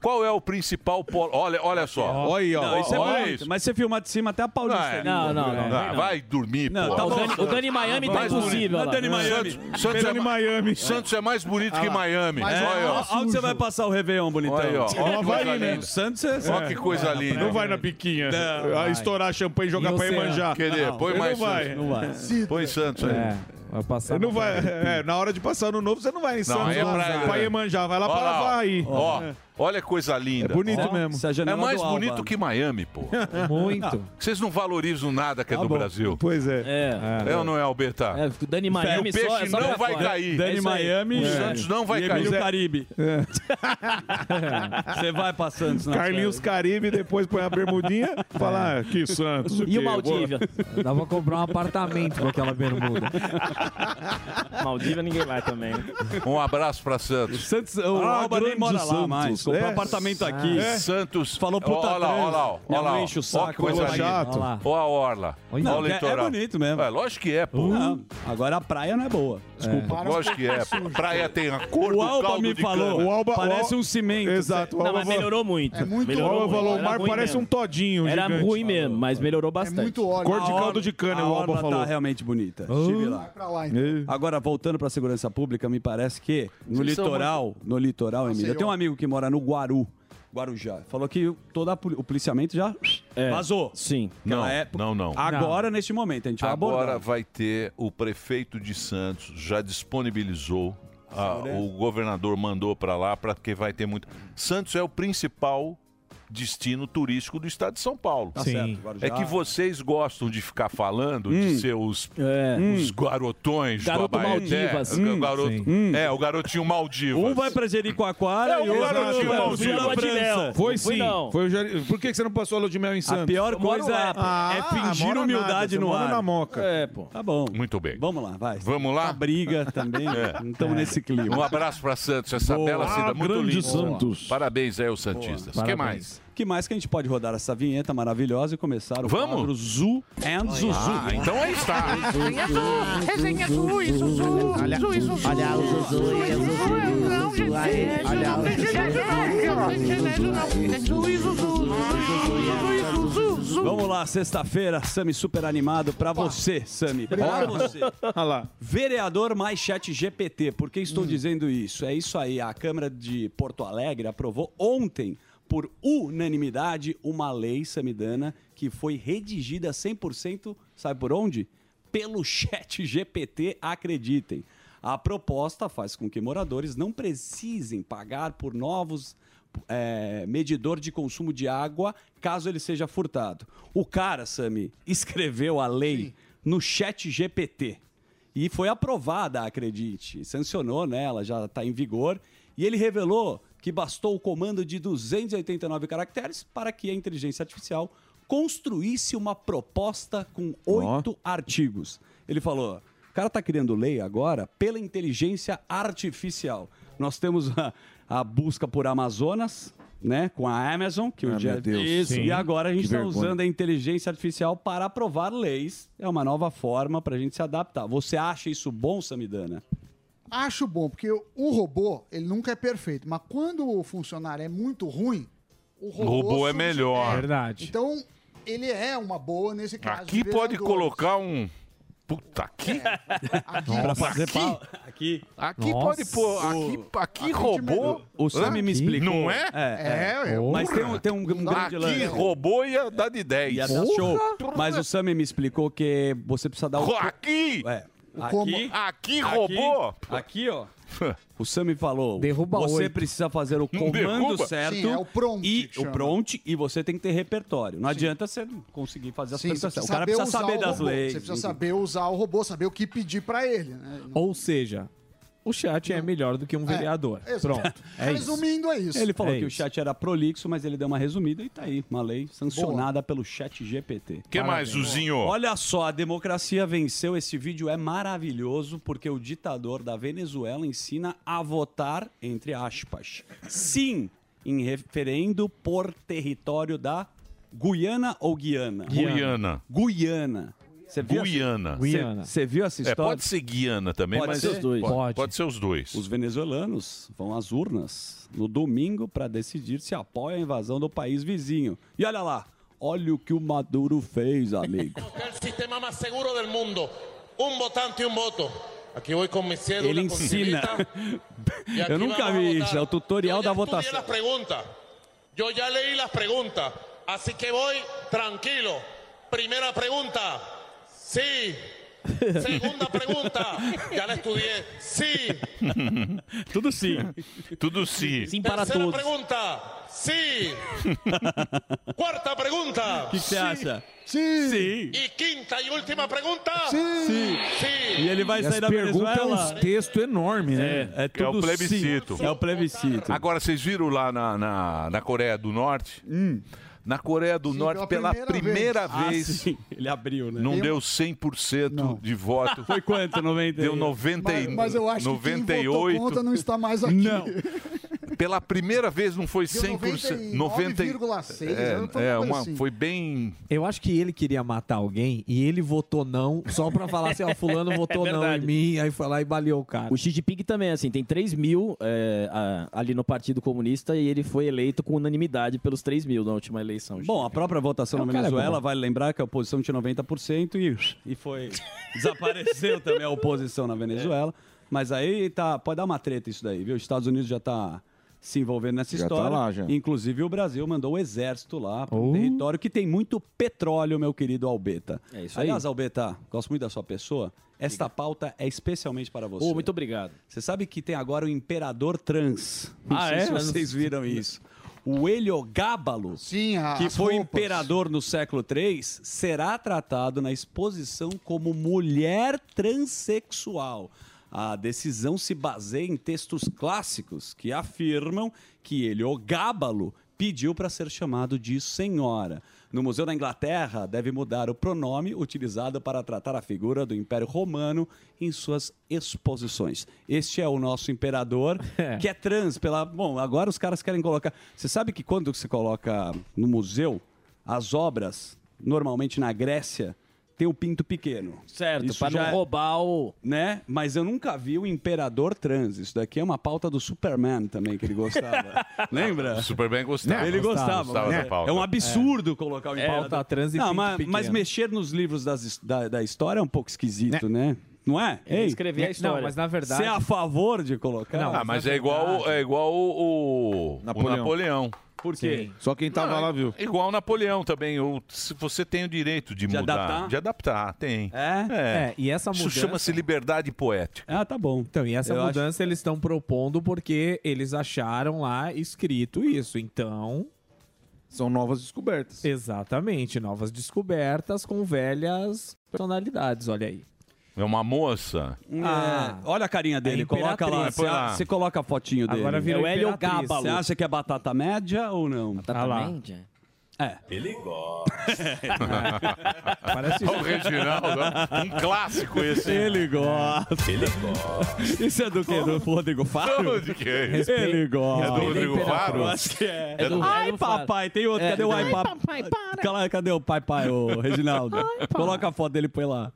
Speaker 5: Qual é o principal polo? Olha, olha só.
Speaker 9: Não, isso é
Speaker 5: olha
Speaker 9: muito.
Speaker 5: isso.
Speaker 9: Mas você filmar de cima até a Paulista.
Speaker 5: Ah,
Speaker 9: é
Speaker 5: é.
Speaker 9: linda.
Speaker 5: Ah, Vai dormir,
Speaker 9: Não,
Speaker 5: pô.
Speaker 9: tá bom, Santos.
Speaker 5: Mais bonito.
Speaker 9: Não, Dani Miami.
Speaker 5: Santos, Santos, é, Miami. Santos é mais bonito que Miami.
Speaker 9: Mas
Speaker 5: Olha, ó.
Speaker 9: Onde você vai passar o Réveillon, bonitão?
Speaker 5: Olha, ó. Ó,
Speaker 9: que
Speaker 5: vai,
Speaker 9: coisa
Speaker 5: né?
Speaker 9: linda. O Santos é...
Speaker 5: Olha que coisa linda.
Speaker 4: Não vai na piquinha.
Speaker 9: Não,
Speaker 4: Ah,
Speaker 9: vai.
Speaker 4: Estourar champanhe e jogar
Speaker 9: E
Speaker 4: pra
Speaker 9: você,
Speaker 4: Iemanjá.
Speaker 5: Quer dizer, põe
Speaker 4: Ele
Speaker 5: mais um.
Speaker 4: não vai.
Speaker 5: Santos. Põe Santos aí.
Speaker 4: É,
Speaker 11: vai passar.
Speaker 4: Ele não vai, é, na hora de passar ano novo, você não vai em
Speaker 5: Não,
Speaker 4: Santos,
Speaker 5: aí é
Speaker 4: lá,
Speaker 5: praia,
Speaker 4: pra
Speaker 5: né?
Speaker 4: Iemanjá. Vai lá
Speaker 5: Ó
Speaker 4: pra
Speaker 5: lá, ó.
Speaker 4: Lavaí.
Speaker 5: Ó,
Speaker 4: É.
Speaker 5: olha que coisa linda.
Speaker 4: É bonito mesmo. Essa é a
Speaker 5: É,
Speaker 4: janela
Speaker 5: mais
Speaker 4: do Alba.
Speaker 5: bonito que Miami, pô.
Speaker 4: Muito.
Speaker 5: Não, Vocês não valorizam nada que é do
Speaker 4: bom.
Speaker 5: Brasil.
Speaker 4: Pois é.
Speaker 5: É, ou não é, Alberta? É,
Speaker 10: Dani
Speaker 5: o
Speaker 10: Miami só-
Speaker 5: peixe
Speaker 10: é só
Speaker 5: não
Speaker 10: pra
Speaker 5: vai
Speaker 10: fora.
Speaker 5: cair.
Speaker 10: Dani
Speaker 5: É isso aí.
Speaker 10: Miami
Speaker 5: O
Speaker 10: e-
Speaker 5: Santos não vai
Speaker 9: e
Speaker 5: cair.
Speaker 9: Emílio Caribe. Você vai pra Santos. na
Speaker 4: Carlinhos Caribe, depois põe a bermudinha e
Speaker 1: Tá.
Speaker 4: fala, ah, que Santos.
Speaker 11: É. E
Speaker 4: quê?
Speaker 11: o Maldívia?
Speaker 4: Vou-
Speaker 11: Dá pra comprar um apartamento com aquela bermuda.
Speaker 6: Maldívia ninguém vai também.
Speaker 5: Um abraço pra Santos.
Speaker 9: Santos, o Alba nem mora lá mais. Santos, comprou apartamento aqui.
Speaker 5: É. Santos.
Speaker 9: Falou pro
Speaker 5: Olha lá,
Speaker 9: Tatran.
Speaker 5: olha lá.
Speaker 9: Minha
Speaker 5: Olha lá.
Speaker 9: mãe enche o
Speaker 5: Ó,
Speaker 9: saco,
Speaker 5: que coisa
Speaker 9: meu marido.
Speaker 5: chato.
Speaker 9: Olha lá.
Speaker 5: Ó a orla.
Speaker 9: Olha,
Speaker 5: Ó o
Speaker 9: é- é
Speaker 5: litoral.
Speaker 9: bonito mesmo.
Speaker 5: É, lógico que é, pô.
Speaker 9: Não, agora a praia não é boa.
Speaker 5: Desculpa,
Speaker 9: É.
Speaker 5: lógico que é. Praia tem a cor
Speaker 9: O
Speaker 5: do
Speaker 9: Alba
Speaker 5: caldo
Speaker 9: me
Speaker 5: de
Speaker 9: falou.
Speaker 5: cana.
Speaker 9: O Alba- Parece o- um cimento.
Speaker 4: Exato. o
Speaker 10: Não,
Speaker 4: Alba
Speaker 10: mas
Speaker 4: falou-
Speaker 10: melhorou muito.
Speaker 4: É muito
Speaker 10: melhorou
Speaker 4: O Alba falou,
Speaker 10: muito.
Speaker 4: o
Speaker 10: Era
Speaker 4: mar
Speaker 10: ruim
Speaker 4: parece
Speaker 10: mesmo.
Speaker 4: um todinho
Speaker 10: Era
Speaker 4: gigante.
Speaker 10: ruim mesmo, mas melhorou bastante.
Speaker 9: É muito
Speaker 4: óleo. Cor de
Speaker 9: A
Speaker 4: caldo
Speaker 9: orla-
Speaker 4: de cana,
Speaker 9: a
Speaker 4: o Alba
Speaker 9: orla
Speaker 4: falou.
Speaker 9: tá realmente bonita. Estive
Speaker 4: Ah.
Speaker 9: lá.
Speaker 4: Vai pra lá, então.
Speaker 9: Agora, voltando pra segurança pública, me parece que no
Speaker 4: Vocês são
Speaker 9: litoral, no litoral, Emílio, eu tenho um amigo que mora no Guaru, Guarujá, falou que todo a poli- o policiamento já
Speaker 10: É.
Speaker 9: vazou.
Speaker 10: Sim.
Speaker 5: Não, não, não.
Speaker 9: Agora, neste momento, a gente vai
Speaker 5: Agora
Speaker 9: abordar.
Speaker 5: vai ter o prefeito de Santos já disponibilizou. ah,
Speaker 9: Segurança.
Speaker 5: o governador mandou para lá para que vai ter muito. Santos é o principal destino turístico do estado de São Paulo.
Speaker 9: Tá Sim. certo, Hum. Guarujá.
Speaker 5: É que vocês gostam de ficar falando de ser os, os garotões
Speaker 9: Garoto
Speaker 5: do Abaeté.
Speaker 9: Maldivas.
Speaker 5: O
Speaker 9: Hum,
Speaker 5: garoto-
Speaker 9: sim.
Speaker 5: É, o garotinho Maldivas.
Speaker 9: Um vai pra Jericoacoara
Speaker 5: É,
Speaker 9: e
Speaker 5: o
Speaker 9: o
Speaker 5: garotinho
Speaker 9: outro vai pro Sul
Speaker 5: maldito.
Speaker 9: da França.
Speaker 7: Foi
Speaker 9: Não fui,
Speaker 7: sim.
Speaker 9: não.
Speaker 7: Foi o Jari- Por que que você não passou a lua de mel em Santos?
Speaker 9: A pior coisa é, é fingir
Speaker 7: mora
Speaker 9: humildade
Speaker 7: nada,
Speaker 9: no
Speaker 7: você mora
Speaker 9: ar.
Speaker 7: na moca.
Speaker 9: É, pô. Tá bom.
Speaker 5: Muito bem.
Speaker 9: Vamos lá, vai.
Speaker 5: Vamos lá? É.
Speaker 9: briga também. Não estamos nesse clima.
Speaker 5: Um abraço para Santos, essa
Speaker 9: Boa.
Speaker 5: bela cidade
Speaker 9: Ah,
Speaker 5: muito
Speaker 9: grande
Speaker 5: linda.
Speaker 9: Santos.
Speaker 5: Parabéns aí aos Santistas. O que mais?
Speaker 9: que mais que a gente pode rodar essa vinheta maravilhosa e começar o
Speaker 5: Vamos?
Speaker 9: quadro Zu and Zuzu.
Speaker 5: Ah, então aí está.
Speaker 1: Resenha Zu, resenha Zu, isso Zu,
Speaker 9: Olha-
Speaker 1: Zu, isso Zu.
Speaker 9: olha o Zuzu,
Speaker 1: Zu, isso Zu, é um grão de silêncio,
Speaker 9: olha
Speaker 1: não
Speaker 9: o
Speaker 1: tem silêncio não, não tem silêncio não. É Zu, isso Zu, Zu, isso Zu, Zu, isso Zu.
Speaker 9: Vamos lá, sexta-feira, Sami super animado pra você, Sami. Pra
Speaker 1: Obrigado.
Speaker 9: você. Vereador mais chat GPT. Por que estou dizendo isso? É isso aí. A Câmara de Porto Alegre aprovou ontem, por unanimidade, uma lei samidana que foi redigida 100%, sabe por onde? Pelo chat GPT, acreditem. A proposta faz com que moradores não precisem pagar por novos é, medidor de consumo de água caso ele seja furtado. O cara, Sami, escreveu a lei no chat GPT. E foi aprovada, acredite. Sancionou, né? Ela já está em vigor. E ele revelou que bastou o comando de 289 caracteres para que a inteligência artificial construísse uma proposta com oito artigos. Ele falou: o cara está criando lei agora pela inteligência artificial. Nós temos a, a busca por Amazonas, né? Com a Amazon, que o
Speaker 14: Ah,
Speaker 9: dia
Speaker 14: meu Deus.
Speaker 9: Isso.
Speaker 14: Sim.
Speaker 9: E agora a gente
Speaker 14: Que
Speaker 9: está
Speaker 14: vergonha.
Speaker 9: usando a inteligência artificial para aprovar leis. É uma nova forma para a gente se adaptar. Você acha isso bom, Samidana?
Speaker 15: Acho bom, porque o robô, ele nunca é perfeito, mas quando o funcionário é muito ruim,
Speaker 5: O
Speaker 15: o robô,
Speaker 5: robô é
Speaker 15: substitui.
Speaker 5: melhor.
Speaker 15: Então, ele é uma boa nesse caso.
Speaker 5: Aqui pode
Speaker 15: vereador.
Speaker 5: colocar um. Puta,
Speaker 9: É.
Speaker 5: aqui?
Speaker 9: Pra fazer pau. Aqui.
Speaker 5: Aqui
Speaker 9: Nossa.
Speaker 5: pode pôr. Aqui, aqui robô.
Speaker 9: O Sami me explicou.
Speaker 5: Não é?
Speaker 9: É, é. Mas tem um, tem um, um grande
Speaker 5: Aqui é
Speaker 9: lance.
Speaker 5: robô ia dar de 10.
Speaker 9: Ia dar é show. Mas o Sami me explicou que você precisa dar o.
Speaker 5: Ro- Aqui!
Speaker 9: É.
Speaker 5: Como?
Speaker 9: Aqui,
Speaker 5: Aqui, robô?
Speaker 9: Aqui, ó. O Sami falou.
Speaker 5: Derruba
Speaker 9: você
Speaker 5: oito.
Speaker 9: precisa fazer o
Speaker 5: Não
Speaker 9: comando
Speaker 5: derruba?
Speaker 9: certo.
Speaker 5: Sim, é o prompt
Speaker 9: E
Speaker 5: que
Speaker 9: o
Speaker 5: chama.
Speaker 9: prompt e você tem que ter repertório. Não adianta você conseguir fazer as
Speaker 15: Sim, você
Speaker 9: prestações. O cara precisa
Speaker 15: usar
Speaker 9: saber
Speaker 15: o
Speaker 9: das
Speaker 15: robô.
Speaker 9: leis.
Speaker 15: Você precisa
Speaker 9: enfim.
Speaker 15: saber usar o robô, saber o que pedir pra ele. Né?
Speaker 11: Ou seja, o chat é melhor do que um vereador.
Speaker 15: exato.
Speaker 11: Pronto. É isso.
Speaker 15: Resumindo, é isso.
Speaker 9: Ele falou
Speaker 15: É
Speaker 9: que o
Speaker 15: isso.
Speaker 9: chat era prolixo, mas ele deu uma resumida e tá aí, uma lei sancionada pelo chat GPT.
Speaker 5: Que mais, Zuzinho?
Speaker 9: Olha só, a democracia venceu. Esse vídeo é maravilhoso porque o ditador da Venezuela ensina a votar, entre aspas, sim, em referendo por território da Guiana ou Guiana?
Speaker 5: Guiana.
Speaker 9: Guiana. Você viu
Speaker 5: Guiana.
Speaker 9: Essa... Guiana. Você viu essa
Speaker 5: É,
Speaker 9: história?
Speaker 5: pode ser Guiana também, mas Pode, pode ser os dois.
Speaker 9: Os venezuelanos vão às urnas no domingo para decidir se apoia a invasão do país vizinho. E olha lá, olha o que o Maduro fez, amigo.
Speaker 16: el sistema más seguro del mundo. Un votante, un voto. Aquí voy con mi cédula,
Speaker 9: Ele
Speaker 16: con
Speaker 9: ensina.
Speaker 16: mi
Speaker 9: Eu nunca vi isso, é o tutorial da
Speaker 16: Estudié
Speaker 9: votação.
Speaker 16: las preguntas. Yo ya leí las preguntas. Así que voy tranquilo. Primera pregunta. Sí. Segunda pregunta. Ya la estudié. Sí.
Speaker 9: Tudo sim.
Speaker 5: Tudo sim.
Speaker 16: Tercera pregunta. Sí. Cuarta pregunta.
Speaker 9: O que que você acha?
Speaker 15: Sim.
Speaker 16: Y quinta y última pregunta.
Speaker 9: Sim.
Speaker 16: Sí.
Speaker 9: E ele vai
Speaker 16: E
Speaker 9: sair
Speaker 16: as
Speaker 9: da
Speaker 16: perguntas
Speaker 9: Venezuela.
Speaker 16: é uns
Speaker 9: texto enorme, né? É,
Speaker 5: É o
Speaker 9: tudo
Speaker 5: plebiscito.
Speaker 9: sim. É o plebiscito.
Speaker 5: Agora, vocês viram lá na, na, na Coreia do Norte?
Speaker 16: Hum.
Speaker 5: Na Coreia do Norte, pela primeira, vez,
Speaker 9: Ah, sim. ele abriu, né?
Speaker 5: não deu 100% de voto.
Speaker 9: Foi quanto? 90?
Speaker 5: Deu 90,
Speaker 15: Mas, mas eu acho
Speaker 5: 98.
Speaker 15: que quem votou contra não está mais aqui.
Speaker 9: Não.
Speaker 5: Pela primeira vez não foi
Speaker 15: Deu
Speaker 5: 100%.
Speaker 15: 99,6, eu tô
Speaker 5: É, é
Speaker 15: falando
Speaker 5: uma,
Speaker 15: assim.
Speaker 5: foi bem.
Speaker 11: Eu acho que ele queria matar alguém e ele votou não, só pra falar assim, ó, fulano votou
Speaker 10: É
Speaker 11: não em
Speaker 10: verdade.
Speaker 11: mim, aí foi lá e baleou o cara.
Speaker 10: O Xi Jinping também, assim, tem 3 mil é, a- ali no Partido Comunista e ele foi eleito com unanimidade pelos 3 mil na última eleição.
Speaker 9: Bom, a própria votação
Speaker 10: É, o
Speaker 9: na
Speaker 10: cara é
Speaker 9: Venezuela,
Speaker 10: bom.
Speaker 9: vale lembrar que a oposição tinha 90% e, e foi. Desapareceu também a oposição na Venezuela. Mas aí tá, pode dar uma treta isso daí, viu? Os Estados Unidos já tá se envolvendo nessa
Speaker 14: Já tá
Speaker 9: história.
Speaker 14: lá, já.
Speaker 9: Inclusive o Brasil mandou o exército lá para um
Speaker 10: Oh.
Speaker 9: território que tem muito petróleo, meu querido Albeta. É
Speaker 10: isso aí.
Speaker 9: Aliás, Albeta, gosto muito da sua pessoa. Esta pauta é especialmente para você.
Speaker 10: Oh, muito obrigado.
Speaker 9: Você sabe que tem agora o imperador trans. Não
Speaker 10: Ah,
Speaker 9: sei
Speaker 10: é?
Speaker 9: se vocês viram isso. O Heliogábalo,
Speaker 15: Sim, a-
Speaker 9: que
Speaker 15: as
Speaker 9: foi
Speaker 15: roupas.
Speaker 9: imperador no século III, será tratado na exposição como mulher transexual. A decisão se baseia em textos clássicos que afirmam que Heliogábalo pediu para ser chamado de senhora. No Museu da Inglaterra, deve mudar o pronome utilizado para tratar a figura do Império Romano em suas exposições. Este é o nosso imperador, que é trans. Pela... Bom, agora os caras querem colocar. Você sabe que quando você coloca no museu, as obras, normalmente na Grécia, tem o pinto pequeno.
Speaker 10: Certo, pra não
Speaker 9: roubar o. Né? Mas eu nunca vi o imperador trans. Isso daqui é uma pauta do Superman também, que ele gostava. Lembra?
Speaker 5: Superman Né? gostava.
Speaker 9: Ele gostava. mas
Speaker 5: da
Speaker 9: é-
Speaker 5: pauta.
Speaker 9: É tá um absurdo colocar o
Speaker 5: É,
Speaker 9: imperador.
Speaker 5: pauta trans e
Speaker 9: Não,
Speaker 5: pinto
Speaker 9: mas,
Speaker 5: pequeno.
Speaker 9: mas mexer nos livros das- da, da história é um pouco esquisito, né? Não é?
Speaker 5: Ele
Speaker 9: Ei,
Speaker 5: escrevia a
Speaker 9: né?
Speaker 5: história.
Speaker 9: Não, mas na verdade... Você é a favor de colocar?
Speaker 5: Não, ah, mas é igual, é igual o, o- o Napoleão. Por
Speaker 9: quê? Sim.
Speaker 5: Só quem
Speaker 9: tava lá viu.
Speaker 5: Igual o Napoleão também. o- se você tem o direito de,
Speaker 9: De
Speaker 5: mudar,
Speaker 9: adaptar?
Speaker 5: de adaptar, tem.
Speaker 11: É, e essa
Speaker 5: Isso
Speaker 11: mudança-
Speaker 5: chama-se liberdade poética.
Speaker 9: Ah, tá bom.
Speaker 11: Então, e essa
Speaker 5: Eu acho-
Speaker 11: mudança eles estão propondo porque eles acharam lá escrito isso. Então.
Speaker 7: São novas descobertas.
Speaker 11: Exatamente, novas descobertas com velhas tonalidades, olha aí.
Speaker 5: É uma moça.
Speaker 11: Ah.
Speaker 9: É. Olha a carinha dele,
Speaker 11: É
Speaker 9: coloca lá.
Speaker 11: imperatriz.
Speaker 9: Você,
Speaker 11: Põe lá.
Speaker 9: você coloca a fotinho dele.
Speaker 11: Agora virou
Speaker 9: é o Hélio
Speaker 11: imperatriz.
Speaker 9: Gábalo. Ah Você acha que é batata média ou não? Batata
Speaker 10: média?
Speaker 9: Tá É.
Speaker 5: Ah Ele gosta.
Speaker 9: Parece-
Speaker 5: o Reginaldo. Um clássico esse. hein?
Speaker 9: Ele gosta.
Speaker 5: Ele gosta.
Speaker 9: Isso é do quê? Do Rodrigo Fábio?
Speaker 5: De quem?
Speaker 9: Ele gosta.
Speaker 5: É do Rodrigo Faro?
Speaker 9: Eu Acho que é.
Speaker 5: É do-
Speaker 9: Ai,
Speaker 5: é do Faro.
Speaker 9: papai, tem outro.
Speaker 5: É,
Speaker 9: Cadê
Speaker 5: do-
Speaker 9: o ai,
Speaker 5: Ai,
Speaker 9: papai? Cala- Cadê o pai, pai, ô Reginaldo? Coloca a foto dele e põe lá.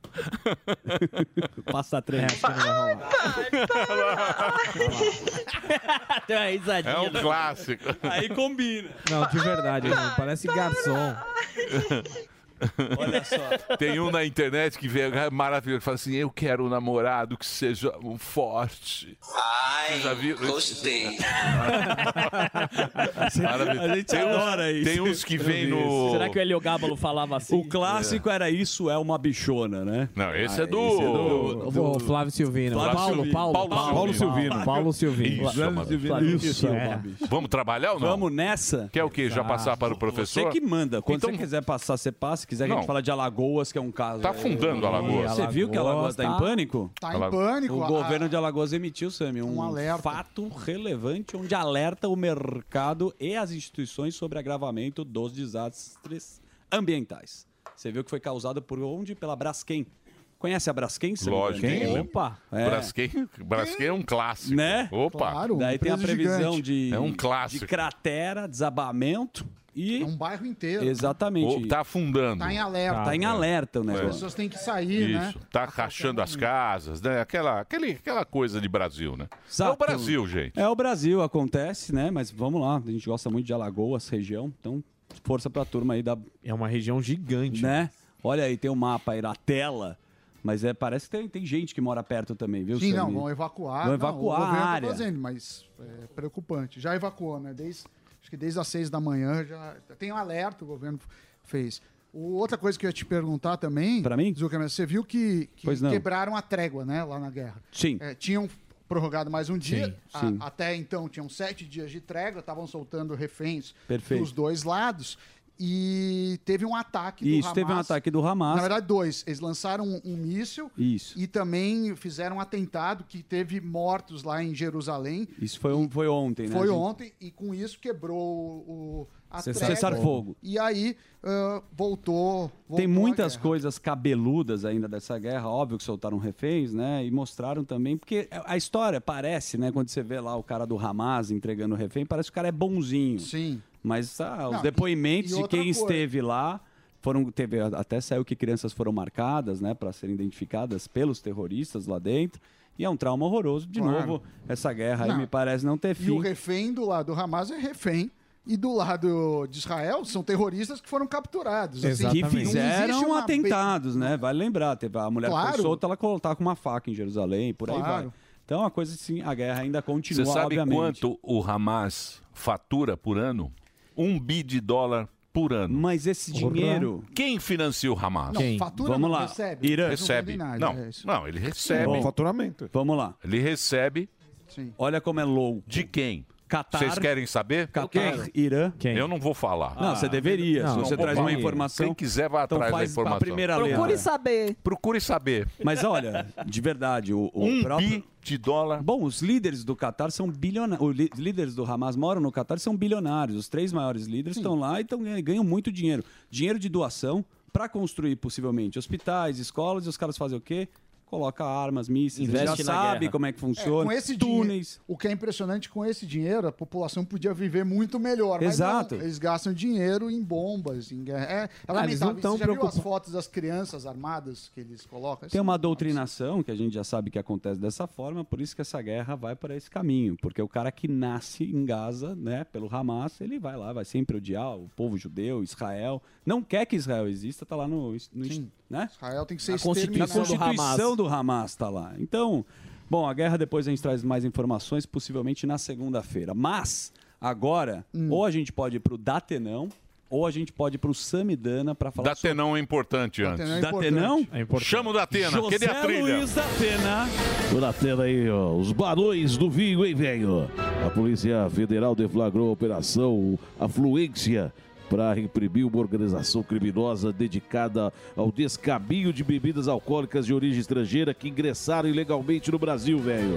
Speaker 9: Passa
Speaker 11: É,
Speaker 9: três.
Speaker 10: Tem uma risadinha.
Speaker 5: É um clássico.
Speaker 9: Aí combina.
Speaker 11: Não, de verdade, não, parece garçom.
Speaker 9: Olha só.
Speaker 5: Tem um na internet que veio é maravilhoso. Fala assim: Eu quero um namorado que seja um forte. Ai, já viu? gostei.
Speaker 9: A gente
Speaker 5: tem uns-
Speaker 9: adora isso.
Speaker 5: Tem uns que
Speaker 9: Eu
Speaker 5: vem
Speaker 9: vi
Speaker 5: no.
Speaker 9: isso. Será que o
Speaker 10: Heliogábalo falava assim?
Speaker 9: O clássico era Isso é uma bichona, né?
Speaker 5: Não, esse
Speaker 9: Ah,
Speaker 5: é do.
Speaker 9: esse é
Speaker 11: do- do- Flávio Silvino. Paulo, Paulo, Paulo. Paulo Silvino. Paulo Silvino.
Speaker 5: Isso, é
Speaker 11: Flávio
Speaker 5: mano.
Speaker 11: Silvino. Isso, é.
Speaker 5: Vamos trabalhar ou não?
Speaker 9: um Vamos nessa.
Speaker 5: Quer o quê? Já passar para o professor?
Speaker 9: Você que manda. Quando
Speaker 5: Então-
Speaker 9: você quiser passar, você passa. Se quiser, a
Speaker 5: Não.
Speaker 9: gente fala de Alagoas, que é um caso.
Speaker 5: Tá afundando Alagoas.
Speaker 9: Você viu que Alagoas está em pânico?
Speaker 15: Tá em Alago- pânico,
Speaker 9: O
Speaker 15: a-
Speaker 9: governo de Alagoas emitiu, Sami, um,
Speaker 15: Um alerta.
Speaker 9: fato relevante onde alerta o mercado e as instituições sobre agravamento dos desastres ambientais. Você viu que foi causado por onde? Pela Braskem. Conhece a Braskem? Sami?
Speaker 5: Lógico. né?
Speaker 9: Opa! É.
Speaker 5: Braskem, Braskem é um clássico.
Speaker 9: Né?
Speaker 5: Opa.
Speaker 15: um
Speaker 9: Daí tem a previsão de,
Speaker 5: É um clássico.
Speaker 9: de cratera, desabamento e.
Speaker 15: Um bairro inteiro.
Speaker 9: Exatamente.
Speaker 5: Ou tá afundando.
Speaker 15: Tá em alerta.
Speaker 9: Tá em alerta o
Speaker 15: As
Speaker 9: negócio.
Speaker 15: pessoas têm que sair, né?
Speaker 5: É. Isso, tá rachando as casas, né? Aquela, aquele, aquela coisa de Brasil, né? É o Brasil, gente.
Speaker 9: É o Brasil, acontece, né? Mas vamos lá, a gente gosta muito de Alagoas, região, então força pra turma aí da.
Speaker 11: É uma região gigante.
Speaker 9: Né? Olha aí, tem o mapa aí na tela, mas é, parece que tem, tem gente que mora perto também, viu?
Speaker 15: Sim, não,
Speaker 9: Samir?
Speaker 15: vão evacuar.
Speaker 9: é. Vão
Speaker 15: Não,
Speaker 9: evacuar
Speaker 15: o
Speaker 9: a
Speaker 15: governo tá
Speaker 9: área.
Speaker 15: fazendo, mas é preocupante. Já evacuou, né? Desde, acho que desde as seis da manhã já tem um alerta o governo fez. O- outra coisa que eu ia te perguntar também, para mim, Zuckerman, você viu que, que
Speaker 9: Pois não.
Speaker 15: quebraram a trégua, né, lá na guerra?
Speaker 9: Sim.
Speaker 15: É, tinham prorrogado mais um dia.
Speaker 9: Sim,
Speaker 15: A-
Speaker 9: sim.
Speaker 15: até então tinham sete dias de trégua, estavam soltando reféns
Speaker 9: Perfeito.
Speaker 15: dos dois lados. E teve um ataque do
Speaker 9: Isso, teve um
Speaker 15: Hamas.
Speaker 9: ataque do Hamas.
Speaker 15: Na verdade, dois. Eles lançaram um, um míssil
Speaker 9: Isso.
Speaker 15: e também fizeram um atentado que teve mortos lá em Jerusalém.
Speaker 9: Isso foi, um, foi ontem, né?
Speaker 15: Foi
Speaker 9: gente?
Speaker 15: ontem e com isso quebrou o, a
Speaker 9: Cessar
Speaker 15: trégua.
Speaker 9: fogo.
Speaker 15: E aí ah, voltou, voltou.
Speaker 9: Tem
Speaker 15: a
Speaker 9: muitas
Speaker 15: guerra.
Speaker 9: coisas cabeludas ainda dessa guerra, óbvio que soltaram reféns, né? E mostraram também, porque é, a história parece, né? Quando você vê lá o cara do Hamas entregando o refém, parece que o cara é bonzinho.
Speaker 15: Sim.
Speaker 9: Mas ah, os
Speaker 15: Não, e-
Speaker 9: depoimentos
Speaker 15: e
Speaker 9: de
Speaker 15: outra
Speaker 9: quem
Speaker 15: coisa.
Speaker 9: esteve lá foram teve até saiu que crianças foram marcadas, né, para serem identificadas pelos terroristas lá dentro. E é um trauma horroroso de
Speaker 15: Claro.
Speaker 9: novo essa guerra aí
Speaker 15: Não.
Speaker 9: me parece não ter
Speaker 15: E
Speaker 9: fim.
Speaker 15: o refém do lado do Hamas é refém. E do lado de Israel são terroristas que foram capturados. assim.
Speaker 9: Que
Speaker 15: Não existe
Speaker 9: fizeram um
Speaker 15: uma-
Speaker 9: atentados, né? Vale lembrar, teve a mulher que
Speaker 15: Claro.
Speaker 9: foi solta, ela col- tava com uma faca em Jerusalém, por aí
Speaker 15: Claro.
Speaker 9: vai. Então a coisa assim, a guerra ainda continua,
Speaker 5: Você sabe
Speaker 9: obviamente.
Speaker 5: quanto o Hamas fatura por ano? Um bi de dólar por ano.
Speaker 9: Mas esse dinheiro-
Speaker 5: Quem financia o Hamas?
Speaker 9: Não, Quem? fatura Vamos não, lá. recebe. Irã.
Speaker 5: Recebe.
Speaker 9: Não
Speaker 5: Não,
Speaker 9: vende
Speaker 5: não,
Speaker 9: nada, é
Speaker 5: ele recebe.
Speaker 9: Bom, faturamento. Vamos lá.
Speaker 5: Ele recebe.
Speaker 9: Olha como é louco.
Speaker 5: De quem?
Speaker 9: Qatar.
Speaker 5: Vocês querem saber?
Speaker 9: Qatar,
Speaker 5: Quem?
Speaker 9: Irã.
Speaker 5: Eu não vou falar.
Speaker 9: Não, você deveria. Se você
Speaker 5: vou
Speaker 9: traz uma
Speaker 5: falar.
Speaker 9: informação-
Speaker 5: Quem quiser, vá
Speaker 9: Então
Speaker 5: atrás da
Speaker 9: faz a
Speaker 5: informação.
Speaker 9: primeira Procure
Speaker 5: É.
Speaker 9: letra.
Speaker 5: saber. Procure saber.
Speaker 9: Mas olha, de verdade, o, o
Speaker 5: Um
Speaker 9: próprio...
Speaker 5: bi de dólar.
Speaker 9: Bom, os líderes do Qatar são bilionários. Os li- líderes do Hamas moram no Qatar e são bilionários. Os três maiores líderes estão lá e tão, ganha- ganham muito dinheiro. Dinheiro de doação para construir, possivelmente, hospitais, escolas. E os caras fazem o quê? Coloca armas, mísseis. Eles já
Speaker 15: Investe na
Speaker 9: sabe
Speaker 15: guerra.
Speaker 9: como é que
Speaker 15: É,
Speaker 9: funciona.
Speaker 15: com esse
Speaker 9: Túneis.
Speaker 15: dinheiro, o que é impressionante, com esse dinheiro a população podia viver muito melhor. mas
Speaker 9: Exato.
Speaker 15: não, eles gastam dinheiro em bombas, em guerra. É, é
Speaker 9: Ah, eles não
Speaker 15: lamentável.
Speaker 9: tão
Speaker 15: Você já viu as
Speaker 9: preocupa-
Speaker 15: fotos das crianças armadas que eles colocam?
Speaker 9: Tem é uma doutrinação que a gente já sabe que acontece dessa forma, por isso que essa guerra vai para esse caminho. Porque o cara que nasce em Gaza, né, pelo Hamas, ele vai lá, vai sempre odiar o povo judeu, Israel. Não quer que Israel exista, tá lá no. no né?
Speaker 15: Israel tem que ser
Speaker 9: Na Constituição,
Speaker 15: exterminado.
Speaker 9: do, Hamas. do Hamas tá lá. Então, bom, a guerra depois a gente traz mais informações, possivelmente na segunda-feira. Mas, agora, ou a gente pode ir pro Datenão, ou a gente pode ir pro Samidana para falar
Speaker 5: Datenão é importante antes.
Speaker 9: Datenão é importante. Datenão? É importante.
Speaker 5: Chama o Datena.
Speaker 9: José
Speaker 5: Cadê é a trilha?
Speaker 9: Luiz Datena.
Speaker 13: Por a tela aí, ó, os barões do vinho, hein, velho? A Polícia Federal deflagrou a Operação Afluência para imprimir uma organização criminosa dedicada ao descaminho de bebidas alcoólicas de origem estrangeira que ingressaram ilegalmente no Brasil, velho.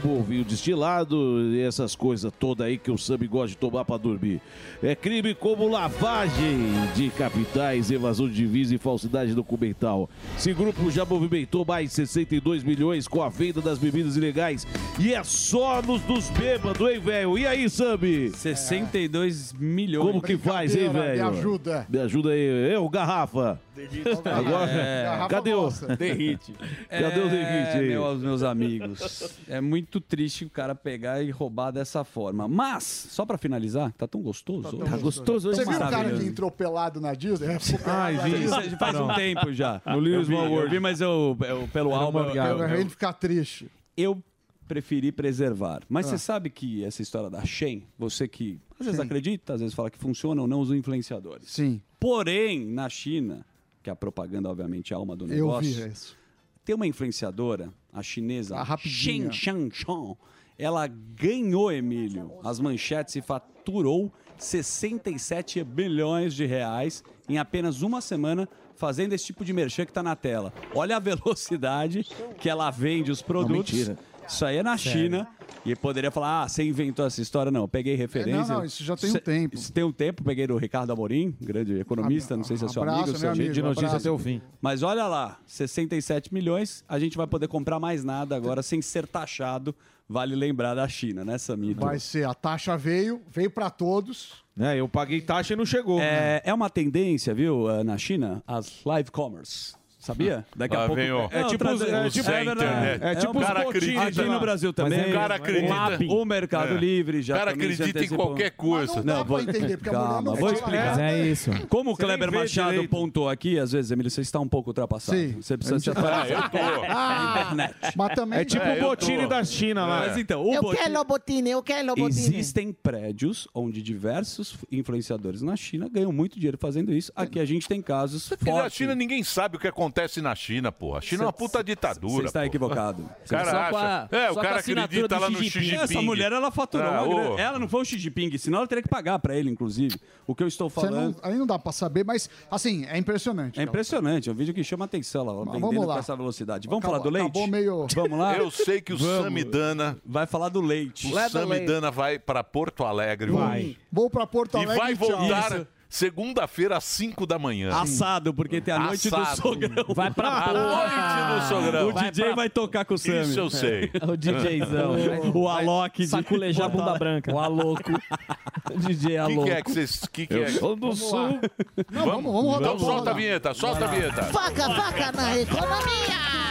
Speaker 13: Como o vinho destilado e essas coisas todas aí que o Sam gosta de tomar para dormir. É crime como lavagem de capitais, evasão de divisa e falsidade documental. Esse grupo já movimentou mais 62 milhões com a venda das bebidas ilegais. E é só nos dos bêbados, hein, velho? E aí, Sambi?
Speaker 9: 62 milhões.
Speaker 13: Como que faz, hein,
Speaker 15: Brincadeira, me
Speaker 13: velho?
Speaker 15: ajuda.
Speaker 13: Me ajuda aí. Eu, Garrafa. Agora,
Speaker 9: É.
Speaker 13: cadê o...
Speaker 9: Derrite.
Speaker 13: Cadê o derrite aí?
Speaker 9: Meus, meus amigos, é muito triste o cara pegar e roubar dessa forma. Mas, só pra finalizar, tá tão gostoso. hoje. Tá
Speaker 15: gostoso. Você viu o cara que entrou pelado na Disney? É,
Speaker 9: Ai, vi, isso faz um tempo já.
Speaker 15: No
Speaker 9: eu
Speaker 15: Lewis
Speaker 9: vi,
Speaker 15: Howard.
Speaker 9: eu vi, mas eu, eu- pelo álbum... eu- eu-
Speaker 15: Ele ficar triste.
Speaker 9: eu preferi preservar. Mas
Speaker 15: Ah.
Speaker 9: você sabe que essa história da Shen, você que às vezes
Speaker 15: Shein.
Speaker 9: acredita, às vezes fala que funciona ou não os influenciadores.
Speaker 15: Sim.
Speaker 9: Porém, na China, que a propaganda obviamente é a alma do
Speaker 15: Eu
Speaker 9: negócio.
Speaker 15: vi isso.
Speaker 9: Tem uma influenciadora, a chinesa,
Speaker 15: A
Speaker 9: Shen
Speaker 15: rapidinha.
Speaker 9: Changchong, ela ganhou, Emílio, as manchetes e faturou 67 bilhões de reais em apenas uma semana fazendo esse tipo de merchan que está na tela. Olha a velocidade que ela vende os produtos.
Speaker 13: mentira.
Speaker 9: isso aí é na
Speaker 13: Sério.
Speaker 9: China. E poderia falar, ah, você inventou essa história. Não, eu peguei referência.
Speaker 15: não, isso já tem um
Speaker 9: Cê-
Speaker 15: tempo.
Speaker 9: Isso tem um tempo, peguei do Ricardo Amorim, grande economista, não sei se é seu
Speaker 15: Abraço,
Speaker 9: amigo.
Speaker 15: meu
Speaker 9: seu
Speaker 15: amigo, abraço.
Speaker 9: mas olha lá, 67 milhões, a gente vai poder comprar mais nada agora sem ser taxado. Vale lembrar da China, né, Samir?
Speaker 15: Vai ser, a taxa veio, veio pra todos.
Speaker 9: É, eu paguei taxa e não chegou. É, é uma tendência, viu, eh, na China, as live commerce. Sabia? Daqui a
Speaker 5: Lá
Speaker 9: pouco.
Speaker 5: vem, ó.
Speaker 9: É,
Speaker 5: Não,
Speaker 9: tipo
Speaker 5: tá
Speaker 9: os-
Speaker 5: dizendo,
Speaker 9: é
Speaker 5: o
Speaker 9: tipo
Speaker 5: Zé Internet.
Speaker 9: É,
Speaker 5: É
Speaker 9: tipo
Speaker 5: tipo
Speaker 9: os
Speaker 5: os
Speaker 9: botinhos
Speaker 5: acredita
Speaker 9: aqui no
Speaker 5: lá.
Speaker 9: Brasil
Speaker 5: Mas
Speaker 9: também.
Speaker 5: o cara acredita.
Speaker 9: O, Mapping, um o Mercado
Speaker 5: É.
Speaker 9: Livre já
Speaker 5: O cara
Speaker 9: também já
Speaker 5: acredita em
Speaker 9: antecipou.
Speaker 5: qualquer coisa. Mas não dá pra entender, porque a mulher
Speaker 9: calma, vou
Speaker 5: não fala
Speaker 9: explicar.
Speaker 5: nada. Mas é isso.
Speaker 9: Como o
Speaker 5: Você nem
Speaker 9: Kleber
Speaker 5: vê
Speaker 9: Machado
Speaker 5: direito.
Speaker 9: pontuou aqui, às vezes, Emílio, você está um pouco ultrapassado.
Speaker 15: Sim.
Speaker 9: Você precisa se atualizar. Ah,
Speaker 1: Ah,
Speaker 5: Ah.
Speaker 15: Mas também
Speaker 9: É tipo o É, eu tô. Botini da China lá. Mas então, o
Speaker 17: eu
Speaker 9: Botini-
Speaker 17: quero o Botini, eu quero o Botini.
Speaker 9: Existem prédios onde diversos influenciadores na China ganham muito dinheiro fazendo isso. Aqui a gente tem casos
Speaker 5: Porque na
Speaker 9: fortes.
Speaker 5: China ninguém sabe o que acontece na China, porra. A China é uma
Speaker 9: Cê-
Speaker 5: puta ditadura.
Speaker 9: cê está
Speaker 5: porra.
Speaker 9: equivocado.
Speaker 5: O cara
Speaker 9: Só com a-
Speaker 5: acha. é, o
Speaker 9: só com
Speaker 5: cara
Speaker 9: a assinatura
Speaker 5: acredita
Speaker 9: do
Speaker 5: lá no Xi
Speaker 9: Xi Jinping.
Speaker 5: Jinping.
Speaker 9: Essa mulher, ela faturou
Speaker 5: Ah,
Speaker 9: uma grana.
Speaker 5: ô.
Speaker 9: Ela não foi o Xi Jinping, senão ela teria que pagar pra ele, inclusive. O que eu estou
Speaker 15: Você não,
Speaker 9: falando...
Speaker 15: aí não dá pra saber, mas assim, é impressionante.
Speaker 9: né? É impressionante, é um vídeo que chama atenção lá, ó, vendendo
Speaker 15: vamos lá.
Speaker 9: com essa velocidade. Vamos
Speaker 15: Acabou-
Speaker 9: falar do leite?
Speaker 15: acabou meio-
Speaker 9: Vamos lá?
Speaker 5: Eu sei que o
Speaker 9: Vamos.
Speaker 5: Samidana.
Speaker 9: Vai falar do leite.
Speaker 5: O
Speaker 9: Leva
Speaker 5: Samidana vai pra Porto Alegre. hoje.
Speaker 15: Vou pra Porto
Speaker 5: E
Speaker 15: Alegre.
Speaker 5: vai
Speaker 15: tchau.
Speaker 5: voltar segunda-feira às 5 da manhã.
Speaker 9: Assado, porque tem a noite do
Speaker 5: Assado.
Speaker 9: sogrão. Vai
Speaker 5: pra A porra. noite do sogrão.
Speaker 9: O
Speaker 5: Vai
Speaker 9: DJ
Speaker 5: pra-
Speaker 9: vai tocar com o Sammy. É.
Speaker 5: Isso eu sei. O DJzão.
Speaker 9: O- O Alok. de-
Speaker 5: saculejar a bunda
Speaker 9: branca. O Aloco. O DJ
Speaker 5: O
Speaker 9: Aloco.
Speaker 5: que, que é que vocês. Que que
Speaker 9: Eu
Speaker 5: é?
Speaker 9: sou do
Speaker 5: Vamos
Speaker 9: sul.
Speaker 5: lá.
Speaker 9: Não,
Speaker 5: vamos,
Speaker 9: vamos- vamos rodar,
Speaker 5: Então
Speaker 9: vamos
Speaker 5: solta a
Speaker 9: rodar.
Speaker 5: vinheta, solta a vinheta.
Speaker 1: Faca, faca na economia!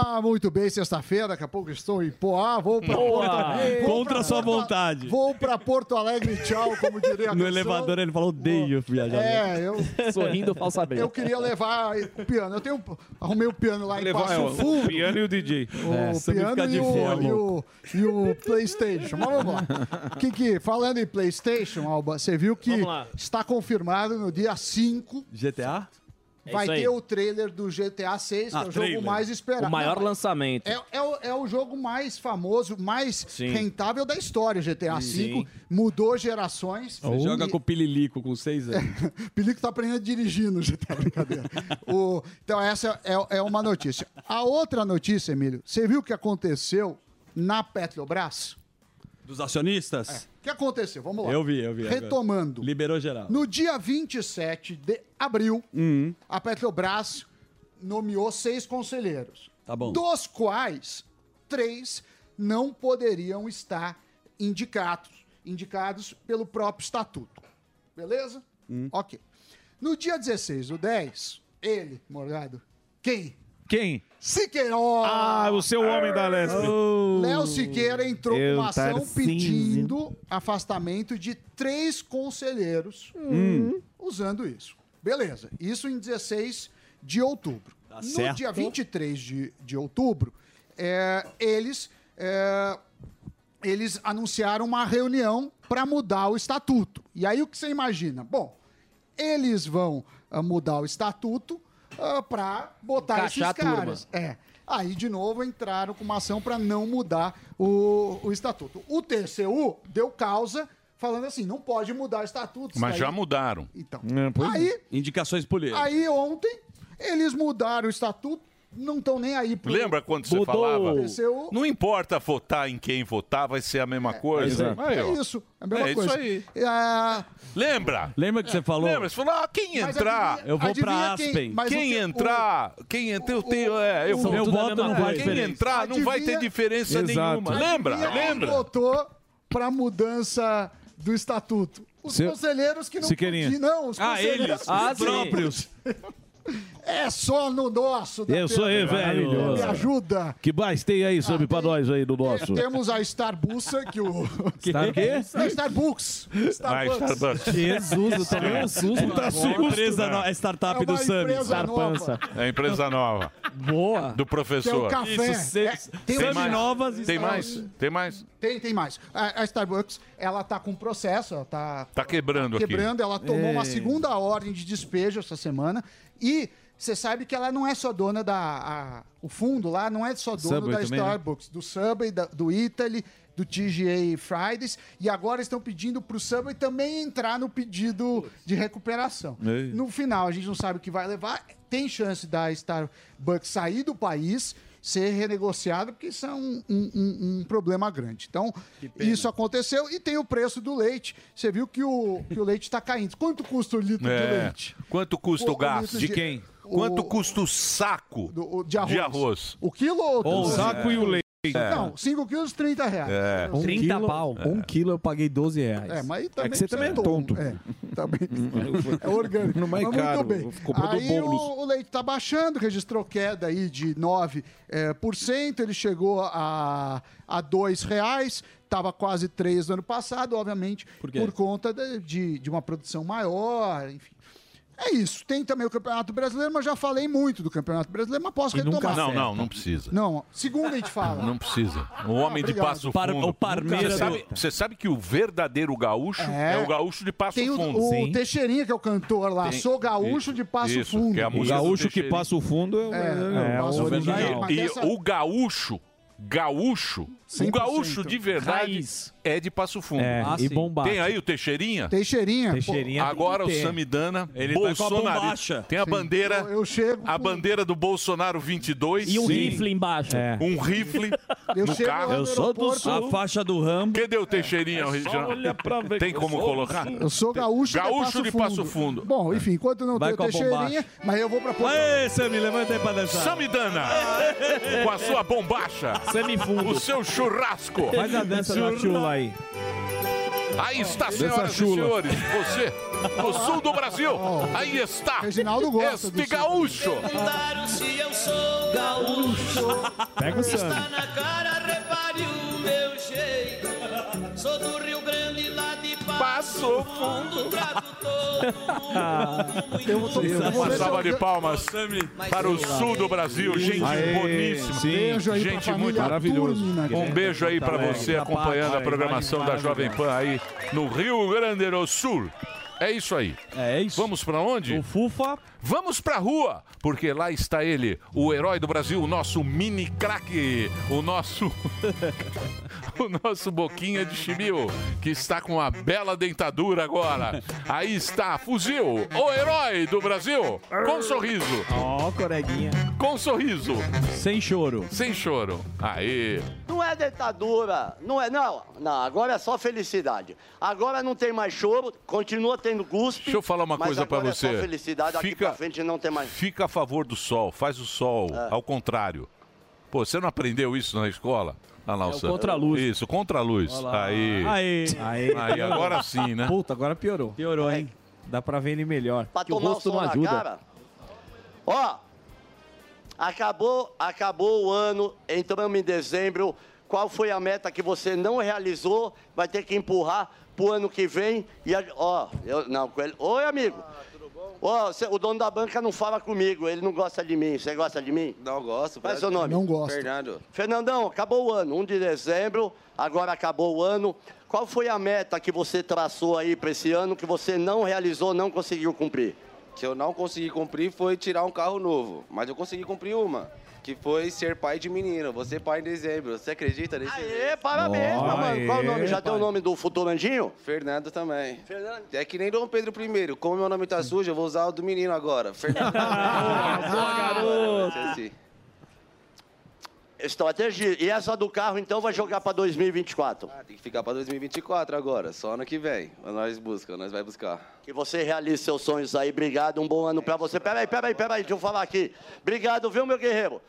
Speaker 15: Ah, muito bem, sexta-feira, daqui a pouco estou em Poá, vou pra
Speaker 9: Boa.
Speaker 15: Porto Alegre. vou
Speaker 9: Contra
Speaker 15: pra
Speaker 9: sua
Speaker 15: Porto-
Speaker 9: vontade.
Speaker 15: Vou pra Porto Alegre, tchau, como diria a
Speaker 9: No
Speaker 15: canção.
Speaker 9: elevador ele falou, odeio viajar.
Speaker 15: É, eu.
Speaker 9: Sorrindo falsamente.
Speaker 15: Eu queria levar o piano. Eu tenho, um, arrumei o piano lá em
Speaker 4: Levar, é,
Speaker 15: Passo Fundo.
Speaker 4: o piano e o DJ. É,
Speaker 15: O
Speaker 13: É,
Speaker 15: piano e o, e, o, e o PlayStation. Mas vamos lá. Que, que, falando em PlayStation, Alba, você viu que está confirmado no dia 5
Speaker 9: GTA?
Speaker 15: vai ter o trailer do GTA 6,
Speaker 10: Ah,
Speaker 15: que é o
Speaker 10: trailer.
Speaker 15: jogo mais esperado.
Speaker 10: O maior
Speaker 15: Não,
Speaker 10: lançamento.
Speaker 15: É, é o, é o jogo mais famoso, mais
Speaker 10: Sim.
Speaker 15: rentável da história, GTA
Speaker 9: Sim.
Speaker 15: V. Mudou gerações.
Speaker 9: Você joga
Speaker 15: E-
Speaker 9: com o Pililico com seis anos.
Speaker 15: Pelico tá aprendendo a dirigir no GTA, brincadeira. O- então, essa é, é uma notícia. A outra notícia, Emílio, você viu o que aconteceu na Petrobras?
Speaker 9: Dos acionistas?
Speaker 15: O que aconteceu? Vamos lá.
Speaker 9: Eu vi, eu vi. agora.
Speaker 15: Retomando.
Speaker 9: Liberou geral.
Speaker 15: No dia 27 de abril,
Speaker 9: Hum.
Speaker 15: a Petrobras nomeou seis conselheiros.
Speaker 9: Tá bom.
Speaker 15: Dos quais três não poderiam estar indicados, indicados pelo próprio estatuto. Beleza?
Speaker 9: Hum.
Speaker 15: Ok. No dia 16 do 10, ele, Morgado, quem?
Speaker 4: Quem?
Speaker 15: Siqueira!
Speaker 4: Ah, o seu homem da Lesp.
Speaker 15: Léo Siqueira entrou com
Speaker 4: Eu,
Speaker 15: uma ação
Speaker 4: Tarcísio.
Speaker 15: pedindo afastamento de três conselheiros
Speaker 9: Hum.
Speaker 15: usando isso. Beleza, isso em 16 de outubro. no
Speaker 9: Tá certo.
Speaker 15: dia 23 de, de outubro, é, eles, é, eles anunciaram uma reunião para mudar o estatuto. E aí o que você imagina? Bom, eles vão ah, mudar o estatuto para botar
Speaker 10: Encaixar
Speaker 15: esses
Speaker 10: a turma.
Speaker 15: caras. É. Aí, de novo, entraram com uma ação para não mudar o, o estatuto. O TCU deu causa falando assim, não pode mudar o estatuto. isso
Speaker 5: Mas
Speaker 15: daí-
Speaker 5: já mudaram.
Speaker 15: Então.
Speaker 9: Aí, é. Indicações políticas.
Speaker 15: Aí, ontem, eles mudaram o estatuto, não estão nem aí. pro-
Speaker 5: Lembra quando você
Speaker 15: Mudou.
Speaker 5: falava?
Speaker 15: TCU.
Speaker 5: Não importa votar em quem votar, vai ser a mesma coisa.
Speaker 15: É,
Speaker 5: Aí, ó.
Speaker 15: isso, é a mesma
Speaker 5: É isso
Speaker 15: coisa.
Speaker 5: aí.
Speaker 15: É,
Speaker 5: Lembra?
Speaker 9: Lembra que você falou?
Speaker 5: Lembra? Você falou, ah, quem
Speaker 15: Mas
Speaker 5: entrar...
Speaker 15: adivinha- Eu vou pra adivinha quem- Aspen. mas
Speaker 5: Quem
Speaker 15: o que-
Speaker 5: entrar... Quem entrar... Eu tenho... É, eu
Speaker 15: o- Meu
Speaker 5: eu
Speaker 15: voto não vai ter
Speaker 5: Quem
Speaker 15: diferença.
Speaker 5: entrar não vai ter
Speaker 15: Adivinha-
Speaker 5: diferença nenhuma.
Speaker 15: Adivinha
Speaker 5: Lembra?
Speaker 15: quem
Speaker 5: Lembra?
Speaker 15: votou para mudança do estatuto. Os
Speaker 5: Seu-
Speaker 15: conselheiros que não
Speaker 4: Siqueirinha.
Speaker 15: podiam, não. Os
Speaker 4: Ah,
Speaker 15: conselheiros
Speaker 4: eles,
Speaker 15: que
Speaker 4: os
Speaker 15: não podiam.
Speaker 4: próprios.
Speaker 15: É só no nosso. da
Speaker 13: É isso aí,
Speaker 15: Pedra.
Speaker 13: velho.
Speaker 15: Me ajuda.
Speaker 13: Que mais tem aí, Sammy, pra nós aí do nosso?
Speaker 15: Temos a Starbussa, que o...
Speaker 13: Star o quê?
Speaker 15: A Starbucks. Starbucks.
Speaker 9: Jesus, eu tomei um susto.
Speaker 5: Puta É Tá susto,
Speaker 9: empresa
Speaker 5: né?
Speaker 9: no- é startup
Speaker 15: É
Speaker 9: do
Speaker 15: uma
Speaker 9: Sami.
Speaker 15: empresa Starpança.
Speaker 5: É a empresa nova.
Speaker 9: Boa.
Speaker 5: Do professor.
Speaker 15: Tem o café.
Speaker 5: Isso, se-
Speaker 15: É, tem
Speaker 5: tem
Speaker 15: umas
Speaker 5: mais?
Speaker 15: novas e
Speaker 5: Tem
Speaker 15: novas.
Speaker 5: mais? Tem mais?
Speaker 15: Tem, tem mais. A, a Starbucks, ela tá com processo, ela tá
Speaker 5: Tá quebrando aqui.
Speaker 15: quebrando. Ela tomou uma
Speaker 5: É.
Speaker 15: segunda ordem de despejo essa semana. E você sabe que ela não é só dona da. a- o fundo lá não é só dono
Speaker 4: Subway
Speaker 15: da
Speaker 4: também, né?
Speaker 15: Starbucks, do Subway, da- do Italy, do TGA Fridays. E agora estão pedindo pro Subway também entrar no pedido de recuperação.
Speaker 4: Ei.
Speaker 15: No final, a gente não sabe o que vai levar. Tem chance da Starbucks sair do país. Ser renegociado, porque isso é um, um- um- um problema grande. Então, isso aconteceu. E tem o preço do leite. Você viu que o, que o leite está caindo. Quanto custa o litro de
Speaker 5: É.
Speaker 15: leite?
Speaker 5: Quanto custa o,
Speaker 15: O- o
Speaker 5: gasto?
Speaker 15: litro De de- quem?
Speaker 5: Quanto custa o saco
Speaker 15: o- de arroz. O quilo
Speaker 5: Ou
Speaker 15: ou
Speaker 5: o saco e o leite.
Speaker 15: Não, 5 quilos, 30 reais.
Speaker 5: É.
Speaker 11: Um
Speaker 15: 30
Speaker 11: quilo,
Speaker 15: pau.
Speaker 11: Um quilo eu paguei 12 reais.
Speaker 15: É, mas aí também
Speaker 11: que você também é tonto.
Speaker 15: É, também.
Speaker 11: Uhum.
Speaker 15: é orgânico.
Speaker 11: No mais
Speaker 15: mas
Speaker 11: caro,
Speaker 15: muito bem.
Speaker 11: comprou do
Speaker 15: Aí o,
Speaker 11: Boulos.
Speaker 15: o leite está baixando, registrou queda aí de 9%, eh, por cento, ele chegou a, a 2 reais, estava quase 3 no ano passado, obviamente, por,
Speaker 9: quê?
Speaker 15: conta de, de, de uma produção maior, enfim. É isso. Tem também o Campeonato Brasileiro, mas já falei muito do Campeonato Brasileiro, mas posso
Speaker 5: E nunca
Speaker 15: retomar.
Speaker 5: acerta. Não, não, não precisa.
Speaker 15: Não, segunda a gente fala.
Speaker 5: Não precisa. O homem de
Speaker 15: obrigado.
Speaker 5: Passo
Speaker 15: Par-
Speaker 5: Fundo.
Speaker 15: o Parmeira
Speaker 5: Você sabe,
Speaker 15: do-
Speaker 5: você sabe que o verdadeiro gaúcho é,
Speaker 15: É.
Speaker 5: o gaúcho de Passo
Speaker 15: Tem
Speaker 5: Fundo.
Speaker 15: o, o Teixeirinha, que é o cantor lá.
Speaker 5: Tem-
Speaker 15: Sou gaúcho
Speaker 5: isso,
Speaker 15: de Passo
Speaker 5: isso,
Speaker 15: Fundo.
Speaker 5: que é a
Speaker 15: O
Speaker 5: música do
Speaker 15: gaúcho
Speaker 5: Teixeira.
Speaker 4: Passo fundo é,
Speaker 11: né?
Speaker 15: É,
Speaker 5: É,
Speaker 4: o
Speaker 5: o
Speaker 4: original.
Speaker 5: original.
Speaker 4: Mas
Speaker 5: E
Speaker 4: essa-
Speaker 5: o gaúcho, gaúcho, o
Speaker 15: 100%.
Speaker 5: gaúcho de verdade é de Passo Fundo.
Speaker 11: É, Ah, e sim. bombástico.
Speaker 5: Tem aí o Teixeirinha?
Speaker 15: Teixeirinha.
Speaker 11: Teixeirinha tem
Speaker 5: Agora
Speaker 11: que
Speaker 5: o
Speaker 11: ter.
Speaker 5: Samidana,
Speaker 11: Ele tá com a
Speaker 5: Bolsonaro.
Speaker 11: bombacha.
Speaker 5: Tem a
Speaker 11: Sim.
Speaker 5: bandeira.
Speaker 11: Eu-
Speaker 15: chego.
Speaker 5: A bandeira do Bolsonaro 22.
Speaker 11: E um rifle
Speaker 5: embaixo.
Speaker 11: É.
Speaker 5: Um rifle
Speaker 11: Eu
Speaker 5: no
Speaker 11: chego
Speaker 5: carro.
Speaker 11: lá no Eu sou do aeroporto- sul. A
Speaker 5: faixa do Rambo. É. Cadê o Teixeirinha, original? Tem como colocar?
Speaker 15: Eu sou gaúcho,
Speaker 5: Gaúcho de
Speaker 15: de
Speaker 5: Passo
Speaker 15: Passo
Speaker 5: Fundo.
Speaker 15: Bom, enfim, enquanto não
Speaker 5: Vai
Speaker 15: tem o
Speaker 5: com a
Speaker 15: Teixeirinha,
Speaker 5: bombacha.
Speaker 15: mas eu vou pra
Speaker 5: Aê, Sami, levanta aí pra dançar. Samidana, com a sua bombacha.
Speaker 11: Samifundo.
Speaker 5: O seu churrasco.
Speaker 11: Faz a dança da chula aí.
Speaker 5: Aí está,
Speaker 11: Dança
Speaker 5: senhoras e
Speaker 11: chula.
Speaker 5: senhores, você, do sul do Brasil,
Speaker 15: Oh.
Speaker 5: aí está, este gaúcho.
Speaker 1: Perguntaram se eu sou gaúcho.
Speaker 5: Pega o Sam.
Speaker 1: Está na cara, repare o meu jeito. Sou do Rio Grande, lá de Passo Fundo. Trato todo
Speaker 15: Eu vou
Speaker 5: Uma salva de palmas para o sul do Brasil, gente
Speaker 15: Aê,
Speaker 5: boníssima,
Speaker 15: sim. Beijo aí pra
Speaker 5: gente
Speaker 15: família
Speaker 5: muito
Speaker 15: Maravilhoso. Turner,
Speaker 5: Um
Speaker 15: né?
Speaker 5: beijo aí para
Speaker 15: Porto Alegre,
Speaker 5: você
Speaker 15: da
Speaker 5: acompanhando a
Speaker 15: Pátria,
Speaker 5: programação da Jovem Pan aí no Rio Grande do Sul. É isso aí. É isso. Vamos para onde? O Fufa. Vamos pra rua, porque lá está ele, o herói do Brasil, o nosso mini craque, o nosso o nosso boquinha de chimil, que está com uma bela dentadura agora. Aí está, fuzil, o herói do Brasil, com sorriso. Ó, coreguinha. Com sorriso. Sem choro. Sem choro. Aí.
Speaker 12: Não é ditadura, não é, não. Não, agora é só felicidade. Agora não tem mais choro, continua tendo cuspe.
Speaker 5: Deixa eu falar uma
Speaker 12: mas
Speaker 5: coisa pra
Speaker 12: agora É
Speaker 5: você.
Speaker 12: só felicidade, aqui
Speaker 5: Fica-
Speaker 12: pra frente não tem mais.
Speaker 5: Fica a favor do sol, faz o sol,
Speaker 12: Ah.
Speaker 5: ao contrário. Pô, você não aprendeu isso na escola? Ah, lá,
Speaker 11: É o
Speaker 5: Sam.
Speaker 11: contra-luz.
Speaker 5: Isso, contra a luz.
Speaker 11: Olha lá.
Speaker 5: Aí.
Speaker 11: Aê.
Speaker 5: Aí. agora sim, né?
Speaker 11: Puta, agora piorou. Piorou, hein? Dá pra ver ele melhor.
Speaker 12: Pra
Speaker 11: Que o
Speaker 12: tomar o
Speaker 11: rosto
Speaker 12: sol
Speaker 11: não
Speaker 12: na
Speaker 11: ajuda.
Speaker 12: cara. Ó, acabou, acabou o ano, entramos em dezembro. Qual foi a meta que você não realizou? Vai ter que empurrar pro ano que vem. E a- ó, eu, não, com ele. Oi, amigo. Ó, cê- o dono da banca não fala comigo, ele não gosta de mim. Você gosta de mim? Não gosto. Qual é seu nome?
Speaker 15: Não gosto.
Speaker 12: Fernando. Fernandão, acabou o ano, 1 de dezembro, agora acabou o ano. Qual foi a meta que você traçou aí para esse ano que você não realizou, não conseguiu cumprir?
Speaker 17: que eu não consegui cumprir foi tirar um carro novo. Mas eu consegui cumprir uma, que foi ser pai de menino. Você pai em dezembro. Você acredita nesse
Speaker 12: Aê, parabéns, meu mano. Qual o nome? Já deu o nome do futurandinho?
Speaker 17: Fernando também. Fernando. É que nem Dom Pedro I. Como meu nome tá sujo, eu vou usar o do menino agora. Fernando. Boa, Ah, garoto.
Speaker 12: Estratégia. E essa do carro, então, vai jogar para 2024?
Speaker 17: Ah, Tem que ficar pra 2024 agora, só ano que vem. Nós busca, nós vai buscar.
Speaker 12: Que você realize seus sonhos aí. Obrigado, um bom ano pra você. Peraí, peraí, peraí, deixa eu falar aqui. Obrigado, viu, meu guerreiro?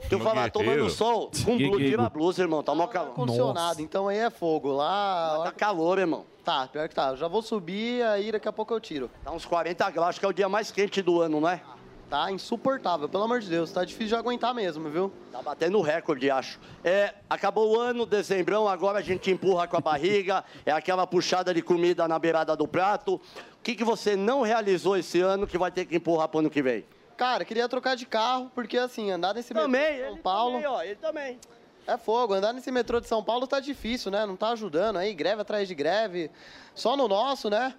Speaker 12: Deixa eu
Speaker 17: Meu
Speaker 12: falar,
Speaker 17: guerreiro.
Speaker 12: tomando sol, com blusa,
Speaker 17: Guerreiro.
Speaker 12: tira a blusa, irmão, tá mó calor.
Speaker 18: Condicionado, então aí é fogo. Lá.
Speaker 12: Tá calor, irmão.
Speaker 18: Tá, pior que tá. Eu já vou subir, aí daqui a pouco eu tiro.
Speaker 12: Tá uns 40 graus, acho que é o dia mais quente do ano, não é?
Speaker 18: Tá insuportável, pelo amor de Deus. Tá difícil de aguentar mesmo, viu?
Speaker 12: Tá batendo recorde, acho. É, acabou o ano, dezembrão, agora a gente empurra com a barriga, é aquela puxada de comida na beirada do prato. O que, que você não realizou esse ano que vai ter que empurrar pro ano que vem?
Speaker 18: Cara, queria trocar de carro, porque assim, andar nesse metrô de São Paulo.
Speaker 12: também, ó, ele também.
Speaker 18: É fogo, andar nesse metrô de São Paulo tá difícil, né? Não tá ajudando aí, greve atrás de greve. Só no nosso, né?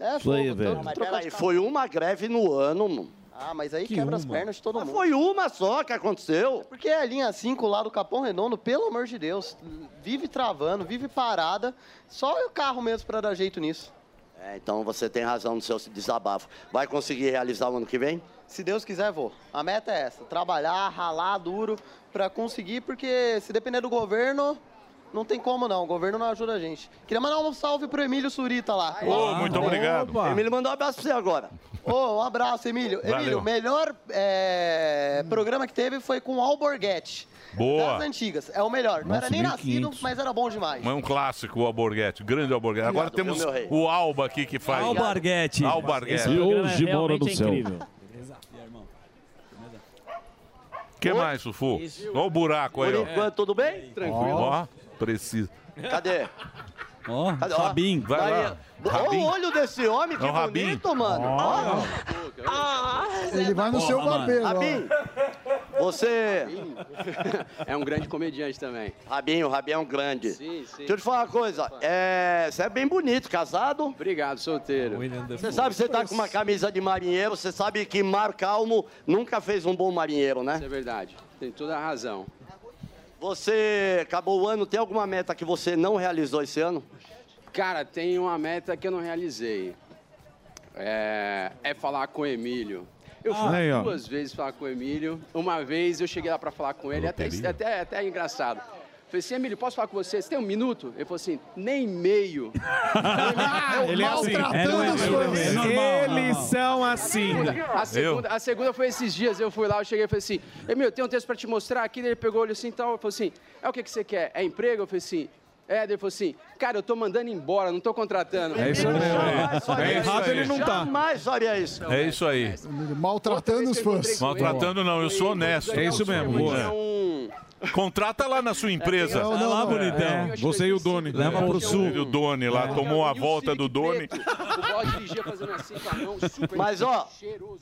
Speaker 18: É
Speaker 12: Isso aí,
Speaker 18: fogo,
Speaker 12: velho.
Speaker 18: tanto
Speaker 12: Mas
Speaker 18: trocar de
Speaker 12: peraí,
Speaker 18: carro.
Speaker 12: foi uma greve no ano, mano.
Speaker 18: Ah, mas aí
Speaker 12: Que
Speaker 18: quebra as
Speaker 12: uma?
Speaker 18: pernas de todo mundo. É
Speaker 12: Foi uma só que aconteceu.
Speaker 18: Porque a linha 5 lá do Capão Redondo, pelo amor de Deus, vive travando, vive parada. Só o carro mesmo pra dar jeito nisso.
Speaker 12: É, então você tem razão no seu desabafo. Vai conseguir realizar o ano que vem?
Speaker 18: Se Deus quiser, vou. A meta é essa: trabalhar, ralar duro pra conseguir, porque se depender do governo, não tem como não. O governo não ajuda a gente. Queria mandar um salve pro Emílio Surita lá.
Speaker 5: Ô, muito obrigado.
Speaker 18: Opa.
Speaker 12: Emílio mandou um abraço pra você agora.
Speaker 18: Ô, um abraço, Emílio.
Speaker 5: Valeu.
Speaker 18: Emílio, o melhor é, programa que teve foi com o Alborguete.
Speaker 5: Boa.
Speaker 18: Das antigas. É o melhor. Não
Speaker 5: Nossa,
Speaker 18: era nem
Speaker 5: 1500.
Speaker 18: nascido, mas era bom demais.
Speaker 5: Mas é um clássico o Alborguete, o grande Alborguete. Agora
Speaker 18: Obrigado,
Speaker 5: temos
Speaker 18: meu rei.
Speaker 5: o Alba aqui que faz.
Speaker 9: Albarguete.
Speaker 5: Albarguete.
Speaker 9: Esse programa é realmente incrível.
Speaker 5: O que mais, Sufu? Olha o buraco aí,
Speaker 12: Por
Speaker 5: ó.
Speaker 12: enquanto, tudo bem? Tranquilo.
Speaker 5: Ó, precisa.
Speaker 12: Cadê?
Speaker 9: Ó,
Speaker 12: Cadê? tá
Speaker 9: Rabin.
Speaker 5: Vai
Speaker 12: Daí-
Speaker 5: lá.
Speaker 12: Olha o olho desse homem, que
Speaker 5: É o Rabin.
Speaker 12: bonito, mano. Ó. é
Speaker 15: Ele vai no seu barbeiro.
Speaker 12: Rabinho, você.
Speaker 19: É um grande comediante também.
Speaker 12: Rabinho, Rabinho é um grande.
Speaker 19: Sim, sim.
Speaker 12: Deixa eu te falar uma coisa. É, você é bem bonito, casado?
Speaker 19: Obrigado, solteiro.
Speaker 12: Você sabe que você tá com uma camisa de marinheiro, você sabe que Mar Calmo nunca fez um bom marinheiro, né?
Speaker 19: Isso é verdade. Tem toda a razão.
Speaker 12: Você acabou o ano, tem alguma meta que você não realizou esse ano?
Speaker 19: Cara, tem uma meta que eu não realizei. É, é falar com o Emílio. Eu fui
Speaker 13: Ah, aí, ó.
Speaker 19: duas vezes falar com o Emílio. Uma vez eu cheguei lá pra falar com ele, até,
Speaker 13: Loteria.
Speaker 19: até, até é engraçado. Falei assim, Emílio, posso falar com você? Você tem um minuto? Ele falou assim, nem meio.
Speaker 1: Ele é assim.
Speaker 19: Maltratando os fãs.
Speaker 1: É normal,
Speaker 19: Eles
Speaker 1: normal.
Speaker 19: são assim. A segunda, a segunda foi esses dias, eu fui lá, eu cheguei e falei assim, Emílio, tem um texto pra te mostrar aqui, ele pegou o olho assim e tal, falou assim, é o que, que você quer? É emprego? Eu falei assim, é, ele falou assim, cara, eu tô mandando embora, não tô contratando.
Speaker 5: É isso mesmo.
Speaker 19: Jamais faria
Speaker 5: É isso
Speaker 19: isso.
Speaker 5: aí.
Speaker 12: Jamais faria isso.
Speaker 5: É isso aí.
Speaker 15: Maltratando os fãs.
Speaker 5: Maltratando não, eu sou honesto.
Speaker 15: É isso mesmo, boa.
Speaker 5: É. Contrata lá na sua empresa.
Speaker 15: Não, não, não. É.
Speaker 5: Você e o Doni.
Speaker 15: Leva pro sul.
Speaker 5: O Doni
Speaker 15: É.
Speaker 5: lá tomou a volta do Doni.
Speaker 19: O Bob dirigia fazendo assim com a mão, super
Speaker 12: Mas, ó,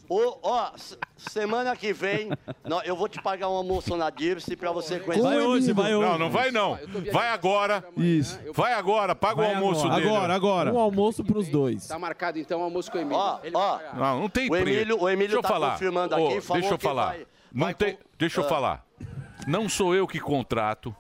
Speaker 12: ô, ó, s- semana que vem, nó- eu vou te pagar um almoço na Dirce pra você conhecer.
Speaker 5: Não, não vai não. Vai agora. Isso. Vai agora, paga o almoço dele.
Speaker 15: Um
Speaker 11: almoço pros dois.
Speaker 19: Tá marcado então o almoço com o Emílio. Ele vai pagar.
Speaker 5: Não, não tem
Speaker 19: O
Speaker 5: preço.
Speaker 19: Emílio- o Emílio
Speaker 5: deixa eu
Speaker 19: tá
Speaker 5: falar.
Speaker 19: confirmando
Speaker 5: Ô,
Speaker 19: aqui, falou
Speaker 5: deixa eu
Speaker 19: que
Speaker 5: falar.
Speaker 19: vai-
Speaker 5: não tem, deixa eu
Speaker 19: Ah.
Speaker 5: falar. Não sou eu que contrato.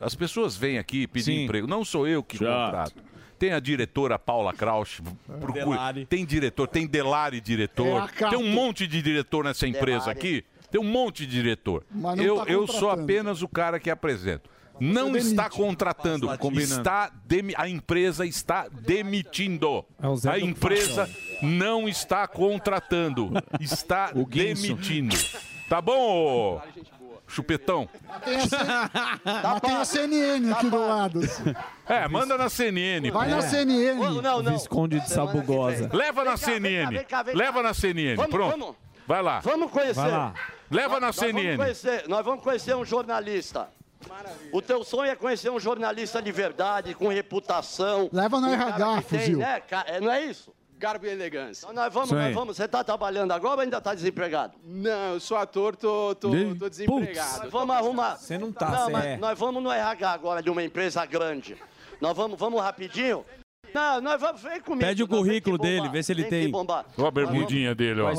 Speaker 5: As pessoas vêm aqui pedir emprego. Não sou eu que contrato. Tem a diretora Paula Krausch. procure.
Speaker 1: Delari.
Speaker 5: Tem diretor, tem Delari diretor.
Speaker 1: É,
Speaker 5: tem um monte de diretor nessa empresa
Speaker 1: Delari.
Speaker 5: aqui. Tem um monte de diretor.
Speaker 1: Mas não
Speaker 5: Eu,
Speaker 1: tá
Speaker 5: eu sou
Speaker 1: contratando.
Speaker 5: apenas o cara que apresento. Não está contratando,
Speaker 19: Tá,
Speaker 1: Combinando.
Speaker 5: está demi- a empresa está demitindo.
Speaker 1: É o Zé
Speaker 5: a
Speaker 1: do
Speaker 5: empresa não está contratando, está demitindo. Tá bom, ô chupetão?
Speaker 15: Tem a, C... Mas tem
Speaker 5: Tá
Speaker 15: a CNN aqui do lado. assim.
Speaker 5: É, manda na CNN.
Speaker 15: Vai
Speaker 5: pô.
Speaker 15: na CNN.
Speaker 11: Visconde de Sabugosa.
Speaker 5: É. Leva na CNN. Leva na CNN.
Speaker 12: Vamos,
Speaker 5: Pronto.
Speaker 12: vamos.
Speaker 5: Vai lá.
Speaker 12: Vamos conhecer.
Speaker 5: Vai lá. Leva na
Speaker 12: Nós vamos
Speaker 5: CNN.
Speaker 12: conhecer- nós vamos conhecer um jornalista. O teu sonho é conhecer um jornalista de verdade, com reputação.
Speaker 15: Leva no
Speaker 12: um cara que
Speaker 15: RH,
Speaker 12: tem,
Speaker 15: fuzil.
Speaker 12: né, ca- é, Não é isso?
Speaker 19: Garbo e elegância.
Speaker 12: Então nós vamos,
Speaker 15: Isso
Speaker 12: nós
Speaker 15: aí.
Speaker 12: vamos. Você está trabalhando agora ou ainda está desempregado?
Speaker 19: Não, eu sou ator, tô, tô,
Speaker 12: Ih,
Speaker 19: tô desempregado.
Speaker 12: Nós vamos arrumar.
Speaker 11: Você não
Speaker 9: tá,
Speaker 12: Não,
Speaker 11: você
Speaker 12: mas
Speaker 11: é.
Speaker 12: nós vamos no RH agora de uma empresa grande. Nós vamos, vamos rapidinho. Não, nós vamos, vem comigo.
Speaker 9: Pede o
Speaker 12: nós
Speaker 9: currículo
Speaker 12: tem que bombar,
Speaker 9: dele, vê se ele
Speaker 12: que
Speaker 9: tem.
Speaker 12: bombar.
Speaker 5: Olha a bermudinha dele, ó.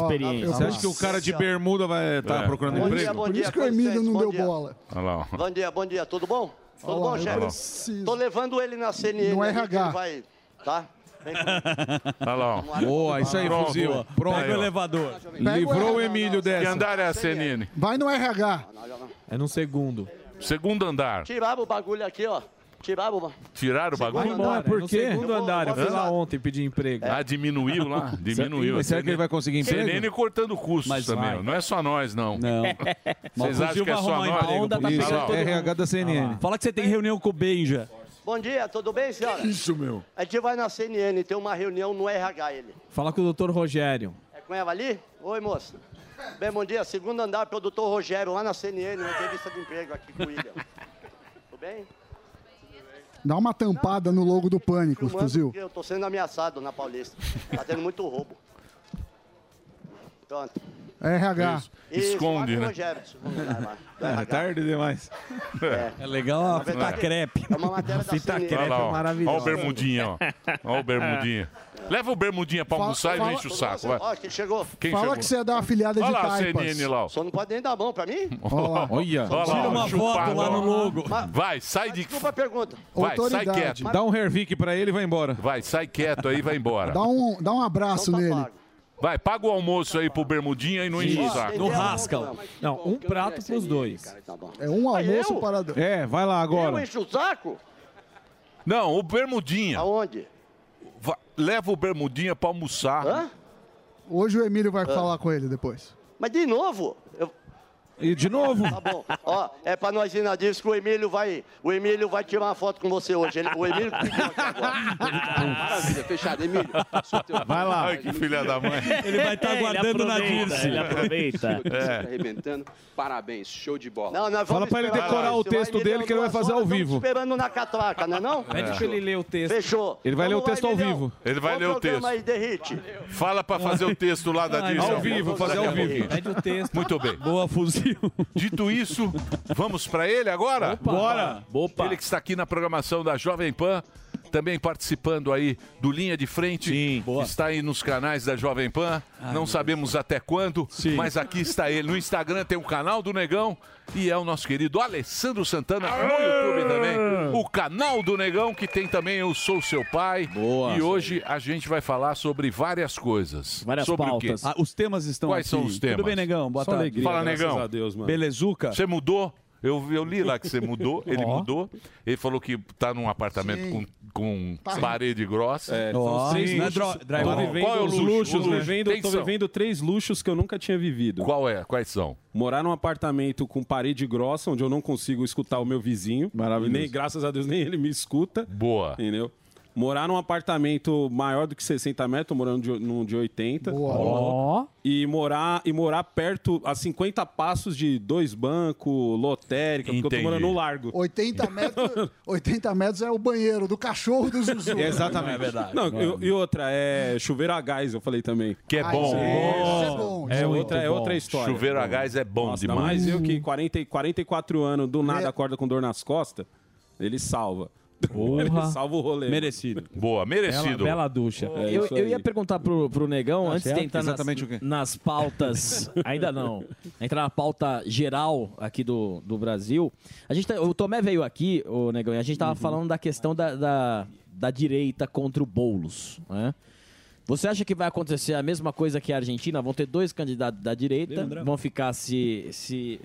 Speaker 7: Você acha que o cara de bermuda vai estar
Speaker 5: É.
Speaker 7: procurando
Speaker 12: Bom dia,
Speaker 7: emprego?
Speaker 12: bom Por dia, isso que o com Emílio licença, não bom deu dia. bola.
Speaker 5: Olha lá, ó.
Speaker 12: Bom dia, bom dia, tudo bom? Tudo
Speaker 15: Olá,
Speaker 12: bom,
Speaker 15: eu
Speaker 12: chefe?
Speaker 15: preciso.
Speaker 12: Tô levando ele na CNN.
Speaker 15: No
Speaker 12: ali que
Speaker 15: RH.
Speaker 12: ele vai, tá? Vem comigo.
Speaker 5: Olha lá, ó.
Speaker 9: Ah,
Speaker 7: Boa, isso aí,
Speaker 5: Pronto,
Speaker 7: fuzil.
Speaker 5: boa.
Speaker 7: Pronto.
Speaker 5: Pega o
Speaker 11: elevador.
Speaker 7: Livrou o
Speaker 5: Emílio dessa. Que andar é a CNN?
Speaker 15: Vai no RH.
Speaker 11: É no segundo.
Speaker 5: Segundo andar.
Speaker 12: Tiraram o bagulho aqui, ó. Tiraram o ba-
Speaker 5: Tiraram o bagulho?
Speaker 11: por quê? é No segundo andar, eu fui lá
Speaker 5: Hã?
Speaker 11: ontem pedir emprego.
Speaker 12: É.
Speaker 5: Ah, diminuiu lá? Diminuiu.
Speaker 7: Mas será que ele vai conseguir emprego?
Speaker 5: CNN cortando custos
Speaker 7: Mas
Speaker 5: também.
Speaker 7: vai.
Speaker 5: ó. Não é só nós, não.
Speaker 7: Não.
Speaker 5: Vocês acham que é só nós?
Speaker 12: tá
Speaker 7: Isso,
Speaker 5: Olha lá, ó.
Speaker 7: RH da CNN.
Speaker 9: Fala que você tem reunião com o Benja.
Speaker 12: Bom dia, tudo bem, senhora?
Speaker 7: Isso, meu.
Speaker 12: A gente vai na CNN, tem uma reunião no RH ele.
Speaker 11: Fala com o doutor Rogério.
Speaker 12: É com ela ali? Oi, moça. Bem, bom dia. Segundo andar, produtor Rogério, lá na CNN, uma entrevista de emprego aqui com o William. Tudo bem?
Speaker 15: Dá uma tampada no logo do pânico,
Speaker 12: Filmando,
Speaker 15: fuzil.
Speaker 12: porque Eu tô sendo ameaçado na Paulista. Tá tendo muito roubo. Pronto.
Speaker 5: É
Speaker 15: RH.
Speaker 12: lá com o
Speaker 5: né?
Speaker 12: Rogério, segundo andar lá.
Speaker 7: É tarde demais.
Speaker 9: É legal
Speaker 12: Tá
Speaker 9: a fita crepe.
Speaker 12: É uma matéria da
Speaker 7: Fita
Speaker 12: CNN.
Speaker 5: Olha lá, ó. Olha o
Speaker 7: maravilhosa.
Speaker 5: bermudinha, ó. Olha o bermudinha. Leva o bermudinha pra
Speaker 12: Fala-
Speaker 5: almoçar e
Speaker 12: fala-
Speaker 5: não enche o saco. Vai.
Speaker 12: Ó, quem chegou?
Speaker 5: Quem
Speaker 15: Fala
Speaker 5: chegou?
Speaker 15: que você dá uma filhada
Speaker 5: Olha
Speaker 15: de
Speaker 5: lá a
Speaker 15: taipas.
Speaker 5: CNN lá, ó.
Speaker 12: Só não pode nem dar mão pra mim?
Speaker 5: Olha,
Speaker 12: Só tira
Speaker 5: ó,
Speaker 12: uma
Speaker 5: chupado,
Speaker 12: foto lá
Speaker 5: ó.
Speaker 12: no logo.
Speaker 5: Vai, sai de.
Speaker 12: Desculpa a pergunta.
Speaker 5: Vai, sai quieto.
Speaker 7: Dá um Hervik pra ele e vai embora.
Speaker 5: Vai, sai quieto aí, vai embora.
Speaker 15: Dá um, dá um abraço
Speaker 12: Então tá
Speaker 15: nele.
Speaker 5: Vai, paga o almoço aí pro bermudinha e não enche o
Speaker 11: Isso,
Speaker 5: saco.
Speaker 11: no rascal. Não, um prato pros dois.
Speaker 12: tá
Speaker 15: É um almoço para...
Speaker 7: É, vai lá
Speaker 12: Eu encho o saco?
Speaker 5: Não, o bermudinha.
Speaker 12: Aonde?
Speaker 5: Leva o bermudinha pra almoçar.
Speaker 12: Ah.
Speaker 15: Hoje o Emílio vai falar com ele depois.
Speaker 12: Mas de novo? Eu...
Speaker 7: E de novo?
Speaker 12: Tá bom. Ó, é pra nós ir na Divis que o Emílio vai. O Emílio vai tirar uma foto com você hoje. Ele- o Emílio.
Speaker 19: Maravilha, fechado, Emílio.
Speaker 5: Hum. Vai lá. Ai, que filha da mãe.
Speaker 19: Ele vai tá aguardando na Dirce.
Speaker 5: Ele aproveita. É.
Speaker 19: tá Arrebentando. Parabéns, show de bola.
Speaker 12: Não, nós
Speaker 7: Fala
Speaker 12: vamos
Speaker 7: pra ele
Speaker 12: esperar.
Speaker 7: decorar o
Speaker 12: Você vai
Speaker 7: texto
Speaker 12: me
Speaker 7: dele
Speaker 12: dar
Speaker 7: que ele vai
Speaker 12: duas
Speaker 7: fazer ao
Speaker 12: horas,
Speaker 7: vivo.
Speaker 12: estamos esperando na catraca, não é não?
Speaker 5: Pede pra ele
Speaker 12: ler o texto. Fechou.
Speaker 7: Ele vai ler o
Speaker 12: Vamos lá,
Speaker 7: texto ao
Speaker 12: Emilhão.
Speaker 7: vivo.
Speaker 5: Ele vai
Speaker 12: Bom
Speaker 5: ler o
Speaker 12: programa
Speaker 5: texto.
Speaker 12: Aí, derrite.
Speaker 5: Fala pra fazer o texto lá da
Speaker 12: Ai,
Speaker 5: Disney.
Speaker 12: ao vivo, fazer
Speaker 5: Daqui a
Speaker 12: ao vivo.
Speaker 5: pouquinho.
Speaker 12: Pede o texto.
Speaker 5: Muito bem. Boa fuzil. Dito isso, vamos pra ele agora?
Speaker 6: Opa.
Speaker 5: Bora.
Speaker 6: Opa.
Speaker 5: Ele que está aqui na programação da Jovem Pan, também participando aí do Linha de Frente. Sim, boa. Está aí nos canais da Jovem Pan. Não sabemos até quando, mas aqui está ele. No Instagram tem o canal do Negão e é o nosso querido Alessandro Santana no YouTube também. O canal do Negão que tem também Eu Sou Seu Pai. Boa. E hoje a gente vai falar sobre várias coisas.
Speaker 8: Várias
Speaker 5: sobre O
Speaker 8: pautas.
Speaker 5: quê?
Speaker 8: Ah, os temas estão
Speaker 5: Quais
Speaker 8: aqui.
Speaker 5: são os temas?
Speaker 8: Tudo bem, Negão? Boa
Speaker 5: Só
Speaker 8: tarde.
Speaker 5: alegria, Fala,
Speaker 8: graças
Speaker 5: Negão.
Speaker 8: a Deus, mano.
Speaker 5: Belezuca? Você mudou? Eu, eu li lá que você mudou, ele
Speaker 8: Ó.
Speaker 5: mudou. Ele falou que tá num apartamento com,
Speaker 8: Sim.
Speaker 5: com
Speaker 8: Tá.
Speaker 5: parede grossa.
Speaker 8: É, são três luxos. Tô vivendo
Speaker 5: Qual é o
Speaker 8: os
Speaker 5: luxo?
Speaker 8: luxos,
Speaker 5: O luxo.
Speaker 8: vivendo-
Speaker 5: Quem
Speaker 8: tô
Speaker 5: são?
Speaker 8: vivendo três luxos que eu nunca tinha vivido.
Speaker 5: Qual é? Quais são?
Speaker 8: Morar num apartamento com parede grossa, onde eu não consigo escutar o meu vizinho. Maravilhoso. Nem, graças a Deus, nem ele me escuta.
Speaker 5: Boa.
Speaker 8: Entendeu? Morar num apartamento maior do que 60 metros, tô morando de, num de 80.
Speaker 15: Boa.
Speaker 8: Ó. E morar, e morar perto, a 50 passos de dois bancos, lotérica, porque eu
Speaker 15: Entendi.
Speaker 8: tô morando no largo.
Speaker 15: 80 metros, 80 metros é o banheiro do cachorro do Zuzu.
Speaker 8: Exatamente.
Speaker 15: é
Speaker 8: Não, eu- e outra, é chuveiro a gás, eu falei também.
Speaker 5: Que é bom.
Speaker 15: Isso é
Speaker 5: bom,
Speaker 8: É,
Speaker 5: isso é
Speaker 8: outra,
Speaker 5: muito
Speaker 8: é
Speaker 5: bom.
Speaker 8: outra história.
Speaker 5: Chuveiro a gás é bom
Speaker 8: Nossa, ainda
Speaker 5: demais.
Speaker 8: mais eu que 40, 44 anos, do nada acorda com dor nas costas, ele salva. ele salva o rolê.
Speaker 9: Merecido.
Speaker 5: Boa,
Speaker 11: Bela,
Speaker 8: merecido.
Speaker 11: bela ducha.
Speaker 8: É
Speaker 10: eu,
Speaker 8: isso
Speaker 10: eu
Speaker 8: aí.
Speaker 10: ia perguntar pro, pro Negão,
Speaker 8: Tá
Speaker 10: antes
Speaker 8: certo?
Speaker 10: de entrar nas,
Speaker 8: Exatamente o quê?
Speaker 10: nas pautas, ainda não, entrar na pauta geral aqui do, do Brasil. A gente tá- o Tomé veio aqui, o Negão, e a gente
Speaker 8: Uhum.
Speaker 10: tava falando da questão da, da, da direita contra o Boulos, né? Você acha que vai acontecer a mesma coisa que a Argentina? Vão ter dois candidatos da direita,
Speaker 20: Lembrando.
Speaker 10: vão ficar se, se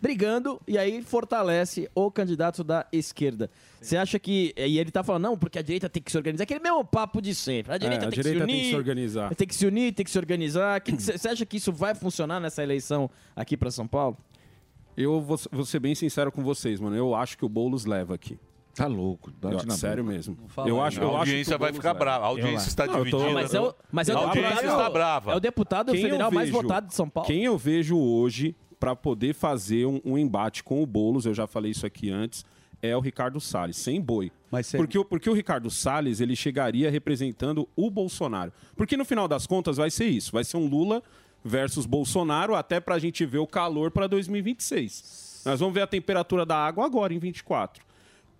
Speaker 10: brigando e aí fortalece o candidato da esquerda. Você acha que. E ele tá falando, não, porque a direita tem que se organizar. Aquele mesmo papo de sempre. A direita,
Speaker 8: É, a
Speaker 10: tem,
Speaker 8: direita
Speaker 10: que se
Speaker 8: tem
Speaker 10: unir,
Speaker 8: que se organizar.
Speaker 10: Tem que se unir, tem que se organizar. Que que Você você acha que isso vai funcionar nessa eleição aqui pra São Paulo?
Speaker 8: Eu vou, vou ser bem sincero com vocês, mano. Eu acho que o Boulos leva aqui.
Speaker 13: Tá louco.
Speaker 8: Eu,
Speaker 13: na
Speaker 8: sério
Speaker 13: boca.
Speaker 8: mesmo.
Speaker 13: Não fala
Speaker 8: eu
Speaker 13: aí,
Speaker 8: acho,
Speaker 13: não.
Speaker 8: eu
Speaker 13: A
Speaker 8: acho que
Speaker 13: audiência
Speaker 8: o
Speaker 13: vai
Speaker 8: Boulos
Speaker 13: ficar
Speaker 8: leva.
Speaker 13: brava. A
Speaker 8: Eu
Speaker 13: audiência
Speaker 8: acho.
Speaker 13: está
Speaker 8: Não, eu tô-
Speaker 13: dividida.
Speaker 10: Mas é o- mas é o
Speaker 8: A
Speaker 10: deputado-
Speaker 8: audiência
Speaker 10: é o- é o deputado federal mais votado de São Paulo.
Speaker 8: Quem eu vejo hoje para poder fazer um, um embate com o Boulos, eu já falei isso aqui antes, é o Ricardo Salles, sem boi. porque, o- porque o Ricardo Salles ele chegaria representando o Bolsonaro. Porque no final das contas vai ser isso, vai ser um Lula versus Bolsonaro até para a gente ver o calor para 2026. Nós vamos ver a temperatura da água agora em 24.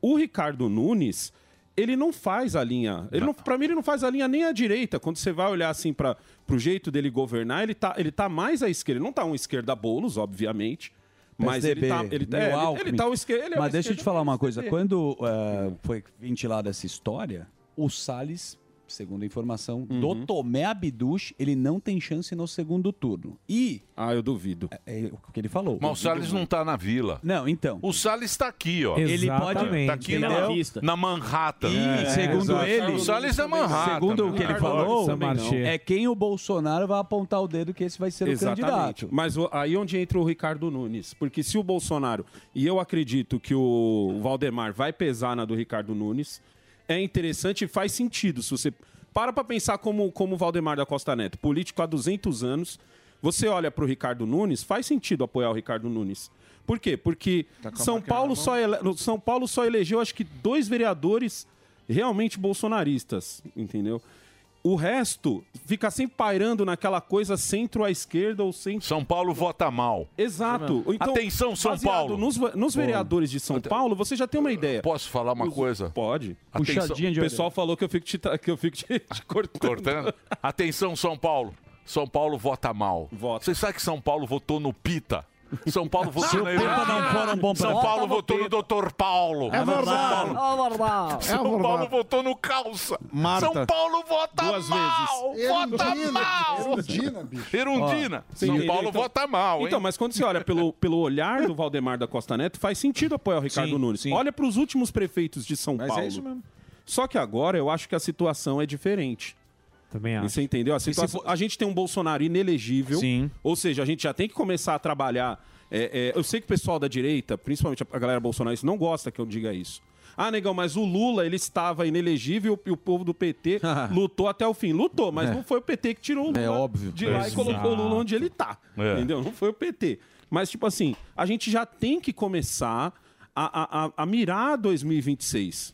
Speaker 8: O Ricardo Nunes, ele não faz a linha. Ele não, pra mim, ele não faz a linha nem à direita. Quando você vai olhar assim para pro jeito dele governar, ele tá, ele tá mais à esquerda. Ele não tá um esquerda bolos, obviamente. Mas ele tá. Ele, tá- é, ele- ele, tá um esquerda. Ele é
Speaker 9: Mas deixa eu te falar uma coisa.
Speaker 8: PSDB.
Speaker 9: Quando eh, foi ventilada essa história, o Salles, segundo a informação
Speaker 8: Uhum.
Speaker 9: do Tomé Abduch, ele não tem chance no segundo turno. E.
Speaker 8: Ah, eu duvido.
Speaker 9: É, é o que ele falou.
Speaker 5: Mas o Salles não tá na vila.
Speaker 9: Não, então.
Speaker 5: O Salles está aqui, ó.
Speaker 9: Ele pode-
Speaker 5: Tá aqui na,
Speaker 9: entendeu?
Speaker 5: na Manhattan.
Speaker 9: E, segundo ele,
Speaker 5: O Salles é Manhattan.
Speaker 9: segundo o que
Speaker 5: né?
Speaker 9: ele falou, é quem o Bolsonaro vai apontar o dedo que esse vai ser o candidato.
Speaker 8: Mas o- aí onde entra o Ricardo Nunes. Porque se o Bolsonaro, e eu acredito que o Valdemar vai pesar na do Ricardo Nunes, é interessante e faz sentido. Se você para pra pensar como, como o Valdemar da Costa Neto, político há 200 anos, você olha pro Ricardo Nunes, faz sentido apoiar o Ricardo Nunes. Por quê? Porque
Speaker 13: Tá com a
Speaker 8: São,
Speaker 13: máquina na
Speaker 8: Paulo
Speaker 13: mão.
Speaker 8: só ele- São Paulo só elegeu, acho que, dois vereadores realmente bolsonaristas, entendeu? O resto fica sempre pairando naquela coisa centro à esquerda ou centro.
Speaker 5: São Paulo vota mal.
Speaker 8: Exato. Então,
Speaker 5: Atenção, São
Speaker 8: baseado
Speaker 5: Paulo.
Speaker 8: Nos, nos
Speaker 5: Bom.
Speaker 8: vereadores de São Paulo, você já tem uma ideia.
Speaker 5: Posso falar uma coisa?
Speaker 8: Pode.
Speaker 5: Atenção.
Speaker 8: O pessoal falou que eu fico te, tra- que eu fico te, te cortando.
Speaker 5: Cortando. Atenção, São Paulo. São Paulo vota mal. Você sabe que São Paulo votou no Pita? São Paulo votou no
Speaker 1: Pita não
Speaker 8: um
Speaker 1: foram bom pra-
Speaker 5: São Paulo
Speaker 1: Vota no
Speaker 5: votou no Dr. Paulo.
Speaker 1: É verdade.
Speaker 5: São Paulo-
Speaker 1: É verdade.
Speaker 5: São
Speaker 1: É
Speaker 5: Paulo
Speaker 1: verdade.
Speaker 5: votou no calça.
Speaker 1: Marta.
Speaker 5: São Paulo vota
Speaker 1: Duas
Speaker 5: mal.
Speaker 1: vezes.
Speaker 5: Vota
Speaker 1: Erundina,
Speaker 5: mal.
Speaker 1: Erundina,
Speaker 5: bicho. Erundina.
Speaker 8: Ó,
Speaker 5: São
Speaker 8: entendeu?
Speaker 5: Paulo
Speaker 8: Então-
Speaker 5: vota mal, hein?
Speaker 8: Então, mas quando você olha pelo, pelo olhar do Valdemar da Costa Neto, faz sentido apoiar o Ricardo Nunes. Olha para os últimos prefeitos de São
Speaker 13: Mas é
Speaker 8: Paulo.
Speaker 13: isso mesmo.
Speaker 8: Só que agora eu acho que a situação é diferente.
Speaker 11: Também
Speaker 8: acho. Você entendeu? A, situação- a gente tem um Bolsonaro inelegível. Ou seja, a gente já tem que começar a trabalhar É, é, eu sei que o pessoal da direita, principalmente a galera bolsonarista, não gosta que eu diga isso. Ah, negão, mas o Lula, ele estava inelegível e o povo do PT lutou até o fim. Lutou, mas
Speaker 13: É.
Speaker 8: não foi o PT que tirou o Lula
Speaker 13: É óbvio.
Speaker 8: de lá e
Speaker 13: Exato.
Speaker 8: colocou o Lula onde ele tá.
Speaker 13: É.
Speaker 8: Entendeu? Não foi o PT. Mas, tipo assim, a gente já tem que começar a, a- a- a mirar 2026.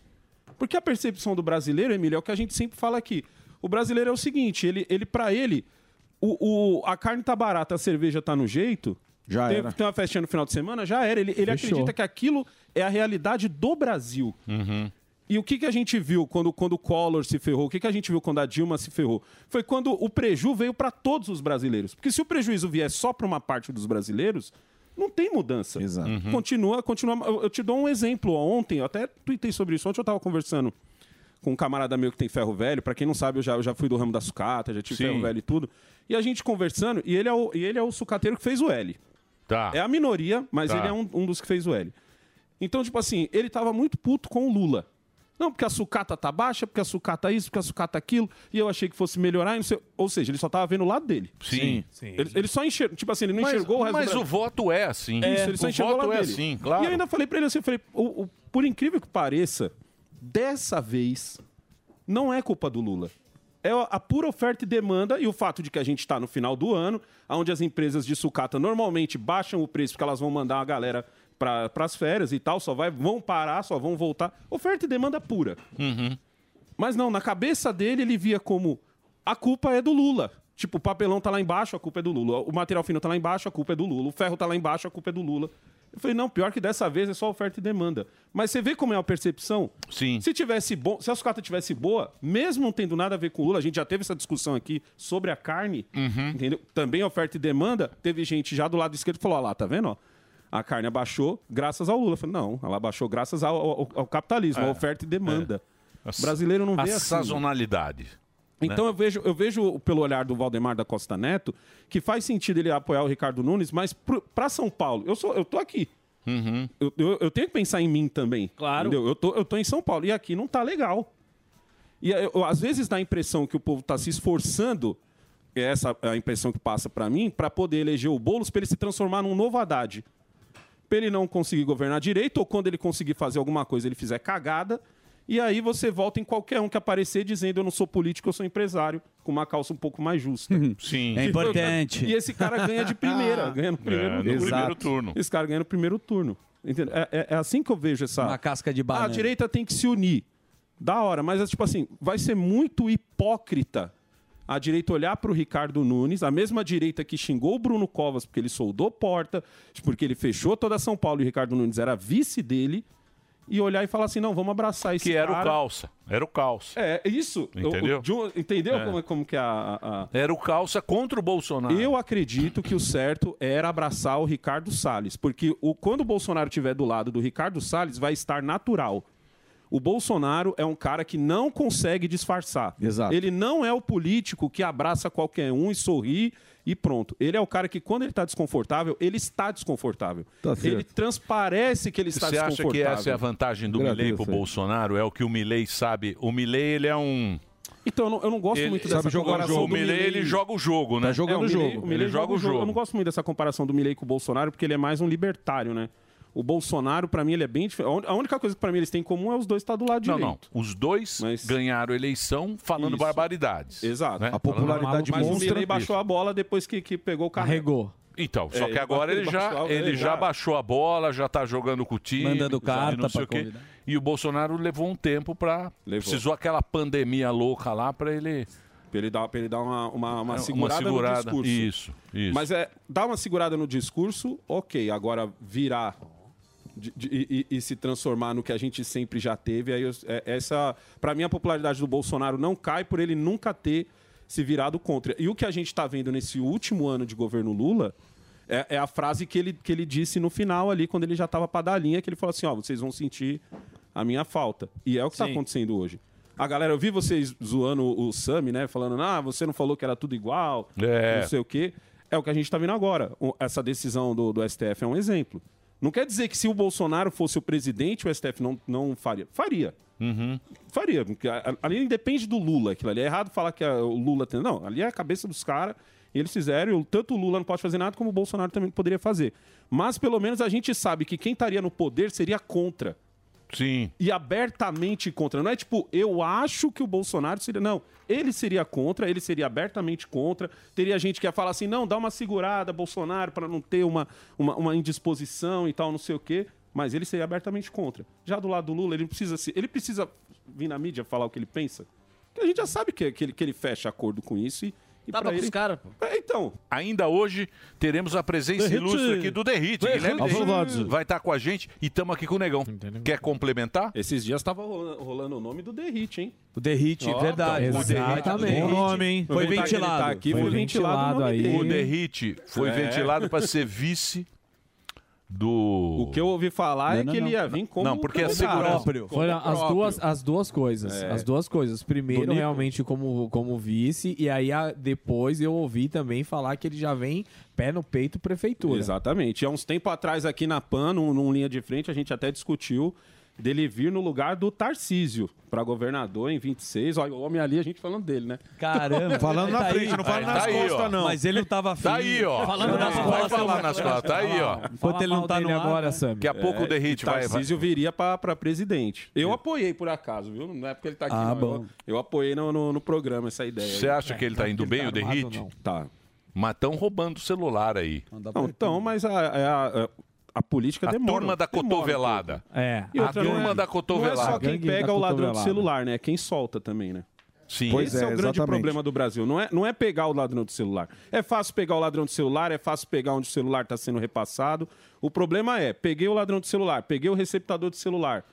Speaker 8: Porque a percepção do brasileiro, Emílio, é o que a gente sempre fala aqui. O brasileiro é o seguinte, ele, ele para ele, o, o- a carne tá barata, a cerveja tá no jeito. Já tem,
Speaker 13: era.
Speaker 8: tem uma festinha no final de semana, já era. Ele, ele
Speaker 13: Fechou.
Speaker 8: acredita que aquilo é a realidade do Brasil.
Speaker 5: Uhum.
Speaker 8: E o que, que a gente viu quando, quando o Collor se ferrou? O que, que a gente viu quando a Dilma se ferrou? Foi quando o preju veio para todos os brasileiros. Porque se o prejuízo vier só para uma parte dos brasileiros, não tem mudança. Exato.
Speaker 5: Uhum.
Speaker 8: Continua, continua. Eu, eu te dou um exemplo. Ontem, eu até tuitei sobre isso. Ontem eu estava conversando com um camarada meu que tem ferro velho. Para quem não sabe, eu já, eu já fui do ramo da sucata, já tive
Speaker 5: Sim.
Speaker 8: ferro velho e tudo. E a gente conversando, e ele é o, e ele é o sucateiro que fez o L.
Speaker 5: Tá.
Speaker 8: É a minoria, mas
Speaker 5: Tá.
Speaker 8: ele é um, um dos que fez o L. Então, tipo assim, ele tava muito puto com o Lula. Não, porque a sucata tá baixa, porque a sucata isso, porque a sucata aquilo, e eu achei que fosse melhorar, e não sei- ou seja, ele só tava vendo o lado dele.
Speaker 5: Sim. Sim.
Speaker 8: Ele, ele só enxergou, tipo assim, ele não
Speaker 5: Mas-
Speaker 8: enxergou o resto
Speaker 5: mas
Speaker 8: do
Speaker 5: o voto é assim.
Speaker 8: Isso,
Speaker 5: É,
Speaker 8: ele só
Speaker 5: o
Speaker 8: enxergou o
Speaker 5: voto
Speaker 8: lado
Speaker 5: é
Speaker 8: dele.
Speaker 5: assim, claro.
Speaker 8: E eu ainda falei pra ele assim, eu falei, o- o- por incrível que pareça, dessa vez não é culpa do Lula. É a pura oferta e demanda e o fato de que a gente está no final do ano, onde as empresas de sucata normalmente baixam o preço porque elas vão mandar a galera para as férias e tal, só vai, vão parar, só vão voltar. Oferta e demanda pura.
Speaker 5: Uhum.
Speaker 8: Mas não, na cabeça dele ele via como a culpa é do Lula. Tipo, o papelão tá lá embaixo, a culpa é do Lula. O material fino tá lá embaixo, a culpa é do Lula. O ferro tá lá embaixo, a culpa é do Lula. Eu falei, não, pior que dessa vez é só oferta e demanda. Mas você vê como é a percepção? Sim. Se tivesse bom, se a sucata tivesse boa, mesmo não tendo nada a ver com o Lula, a gente já teve essa discussão aqui sobre a carne,
Speaker 5: Uhum.
Speaker 8: entendeu? Também oferta e demanda. Teve gente já do lado esquerdo que falou, ó lá, tá vendo, ó? A carne abaixou graças ao Lula. Eu falei, não, ela abaixou graças ao, ao- ao capitalismo,
Speaker 5: É,
Speaker 8: à oferta e demanda.
Speaker 5: é.
Speaker 8: O brasileiro não
Speaker 5: a
Speaker 8: vê assim.
Speaker 5: sazonalidade.
Speaker 8: Então
Speaker 5: né?
Speaker 8: eu vejo, eu vejo pelo olhar do Valdemar da Costa Neto que faz sentido ele apoiar o Ricardo Nunes, mas para São Paulo, eu sou, eu tô aqui.
Speaker 5: Uhum.
Speaker 8: Eu, eu- eu tenho que pensar em mim também.
Speaker 11: Claro.
Speaker 8: entendeu? Eu tô, eu tô em São Paulo e aqui não tá legal. E eu- eu- às vezes dá a impressão que o povo tá se esforçando, é essa a impressão que passa para mim, para poder eleger o Boulos para ele se transformar num novo Haddad. Pra ele não conseguir governar direito, ou quando ele conseguir fazer alguma coisa, ele fizer cagada. E aí você volta em qualquer um que aparecer dizendo eu não sou político, eu sou empresário, com uma calça um pouco mais justa.
Speaker 9: Uhum.
Speaker 5: Sim.
Speaker 9: É
Speaker 8: Que foi o cara- E esse cara ganha de
Speaker 9: Ah.
Speaker 8: primeira, ganha no primeiro,
Speaker 5: É, no primeiro Exato. turno.
Speaker 8: Esse cara ganha no primeiro turno. Entendeu? É, é- é assim que eu vejo essa. Uma
Speaker 9: casca de banana.
Speaker 8: A direita tem que se unir. Da hora, mas é tipo assim, vai ser muito hipócrita a direita olhar para o Ricardo Nunes, a mesma direita que xingou o Bruno Covas porque ele soldou porta, porque ele fechou toda São Paulo e o Ricardo Nunes era vice dele, e olhar e falar assim: não, vamos abraçar esse
Speaker 5: Que era o
Speaker 8: cara.
Speaker 5: calça. Era o calça.
Speaker 8: É, isso. Eu-
Speaker 5: Entendeu?
Speaker 8: o Ju- entendeu
Speaker 5: É.
Speaker 8: como, como que a- a, a...
Speaker 5: Era o calça contra o Bolsonaro.
Speaker 8: Eu acredito que o certo era abraçar o Ricardo Salles, porque o, quando o Bolsonaro estiver do lado do Ricardo Salles, vai estar natural. O Bolsonaro é um cara que não consegue disfarçar.
Speaker 13: Exato.
Speaker 8: Ele não é o político que abraça qualquer um e sorri e pronto. Ele é o cara que, quando ele está desconfortável, ele está desconfortável.
Speaker 5: Tá certo.
Speaker 8: ele transparece que ele está
Speaker 5: Você acha que
Speaker 8: desconfortável.
Speaker 5: essa é a vantagem do
Speaker 8: Agradeço
Speaker 5: Milley pro
Speaker 8: aí.
Speaker 5: Bolsonaro? É o que o Milley sabe. O Milley, ele é um...
Speaker 8: Então, eu não, eu não gosto muito dessa comparação
Speaker 5: O
Speaker 8: do
Speaker 5: Milley,
Speaker 8: Milley.
Speaker 5: ele joga o jogo, né?
Speaker 8: É, o Milley- o Milley
Speaker 5: Ele joga o
Speaker 8: Eu não
Speaker 5: jogo.
Speaker 8: gosto muito dessa comparação do Milley com o Bolsonaro, porque ele é mais um libertário, né? O Bolsonaro, pra mim, ele é bem diferente. A un- A única coisa que pra mim eles têm em comum é os dois estar do lado
Speaker 5: Não,
Speaker 8: direito.
Speaker 5: não. Os dois ganharam eleição falando
Speaker 8: Isso.
Speaker 5: barbaridades. né?
Speaker 8: Exato.
Speaker 5: A popularidade
Speaker 8: Mas o
Speaker 5: monstra.
Speaker 8: Milley baixou a bola depois que, que pegou o carro. Arregou.
Speaker 5: Então, só
Speaker 8: É,
Speaker 5: que agora ele
Speaker 8: ele
Speaker 5: já,
Speaker 8: baixou a-
Speaker 5: ele
Speaker 8: ele
Speaker 5: já
Speaker 8: já-
Speaker 5: baixou a bola, já tá jogando com o time.
Speaker 9: Mandando
Speaker 5: já
Speaker 9: carta
Speaker 5: não sei
Speaker 9: pra
Speaker 5: o quê.
Speaker 9: convidar.
Speaker 5: E o Bolsonaro levou um tempo pra...
Speaker 8: Levou.
Speaker 5: Precisou aquela pandemia louca lá pra ele...
Speaker 8: Pra ele dar, pra ele dar uma, uma, uma segurada,
Speaker 5: segurada.
Speaker 8: no discurso.
Speaker 5: Isso, isso.
Speaker 8: Mas é, dar uma segurada no discurso, ok. Agora, virar de- de- e, e- e se transformar no que a gente sempre já teve, aí eu- é- essa... Pra mim, a popularidade do Bolsonaro não cai por ele nunca ter se virado contra. E o que a gente tá vendo nesse último ano de governo Lula... É, é a frase que ele, que ele disse no final ali, quando ele já tava pra dar a linha, que ele falou assim, ó, vocês vão sentir a minha falta. E é o que tá
Speaker 13: Sim.
Speaker 8: acontecendo hoje. A galera, eu vi vocês zoando o Sami, né? Falando, ah, você não falou que era tudo igual,
Speaker 5: É.
Speaker 8: não sei o quê. É o que a gente tá vendo agora. O- Essa decisão do, do STF é um exemplo. Não quer dizer que se o Bolsonaro fosse o presidente, o STF não, não faria. Faria. Faria. porque a- a- Ali depende do Lula, aquilo ali. É errado falar que a- o Lula tem. Não, ali é a cabeça dos caras E eles fizeram, e o- tanto o Lula não pode fazer nada, como o Bolsonaro também não poderia fazer. Mas pelo menos a gente sabe que quem estaria no poder seria contra.
Speaker 5: Sim.
Speaker 8: E abertamente contra. Não é tipo, eu acho que o Bolsonaro seria. Não, ele seria contra, ele seria abertamente contra. Teria gente que ia falar assim: não, dá uma segurada, Bolsonaro, para não ter uma, uma, uma indisposição e tal, não sei o quê. Mas ele seria abertamente contra. Já do lado do Lula, ele não precisa se. Ele precisa vir na mídia falar o que ele pensa. Porque a gente já sabe que, que, ele, que ele fecha acordo com isso e. e pra ele- É, então.
Speaker 5: Ainda hoje teremos a presença
Speaker 8: Derrite.
Speaker 5: ilustre aqui do Derrite.
Speaker 8: Derrite.
Speaker 5: Guilherme
Speaker 8: Ao
Speaker 5: Derrite
Speaker 8: verdade.
Speaker 5: vai estar com a gente e estamos aqui com o Negão. Quer complementar?
Speaker 8: Esses dias estava Tá rolando, rolando o nome do Derrite, hein?
Speaker 5: O Derrite,
Speaker 8: verdade. então, Exatamente. tá Bom nome, hein? Foi ventilado. Foi ventilado aí.
Speaker 5: O Derrite foi
Speaker 8: É.
Speaker 5: ventilado para ser vice do... O que
Speaker 8: eu ouvi falar
Speaker 5: é
Speaker 8: que ele ia vir como
Speaker 5: Não, porque a
Speaker 8: candidato.
Speaker 5: segurança...
Speaker 11: Foram as duas, as duas coisas.
Speaker 8: É.
Speaker 11: As duas coisas. Primeiro,
Speaker 8: Bonito.
Speaker 11: realmente, como, como vice, e aí a- depois eu ouvi também falar que ele já vem pé no peito prefeitura.
Speaker 8: Exatamente. Há uns tempos atrás aqui na PAN, num, num linha de frente, a gente até discutiu dele vir no lugar do Tarcísio para governador em 26. Olha, o homem ali, a gente falando dele, né?
Speaker 9: Caramba. Falando na Tá aí. frente, não fala Tá nas aí, costas, ó. não. Mas ele não tava afim.
Speaker 8: Tá aí, ó.
Speaker 9: Falando nas
Speaker 8: Vai
Speaker 9: costas,
Speaker 5: falar nas costas. Tá aí, ó.
Speaker 11: Enquanto ele não tá no ar, né?
Speaker 5: Daqui a pouco o Derrite vai... É. vai-
Speaker 8: É, Tarcísio viria para presidente. Eu apoiei por acaso, viu? Não é porque ele tá aqui.
Speaker 5: Ah,
Speaker 8: não.
Speaker 5: bom.
Speaker 8: Eu, eu apoiei no, no, no programa essa ideia.
Speaker 5: Você acha que ele tá indo bem, o Derrite?
Speaker 8: Tá.
Speaker 5: Mas estão roubando o celular aí.
Speaker 8: Não, então, mas a, a, a- a política
Speaker 5: A
Speaker 8: demora.
Speaker 5: turma da
Speaker 8: demora um pouco.
Speaker 5: cotovelada. É.
Speaker 8: E outra,
Speaker 5: A
Speaker 8: não é-
Speaker 5: turma da
Speaker 8: Não é
Speaker 5: cotovelada.
Speaker 8: só quem
Speaker 5: Gangue da
Speaker 8: pega o ladrão do
Speaker 5: cotovelada.
Speaker 8: celular, né? É quem solta também, né?
Speaker 5: Sim.
Speaker 8: Pois Esse é,
Speaker 5: é,
Speaker 8: o grande
Speaker 5: exatamente.
Speaker 8: problema do Brasil. Não é, não é pegar o ladrão do celular. É fácil pegar o ladrão do celular, é fácil pegar onde o celular está sendo repassado. O problema é, peguei o ladrão do celular, peguei o receptador do celular.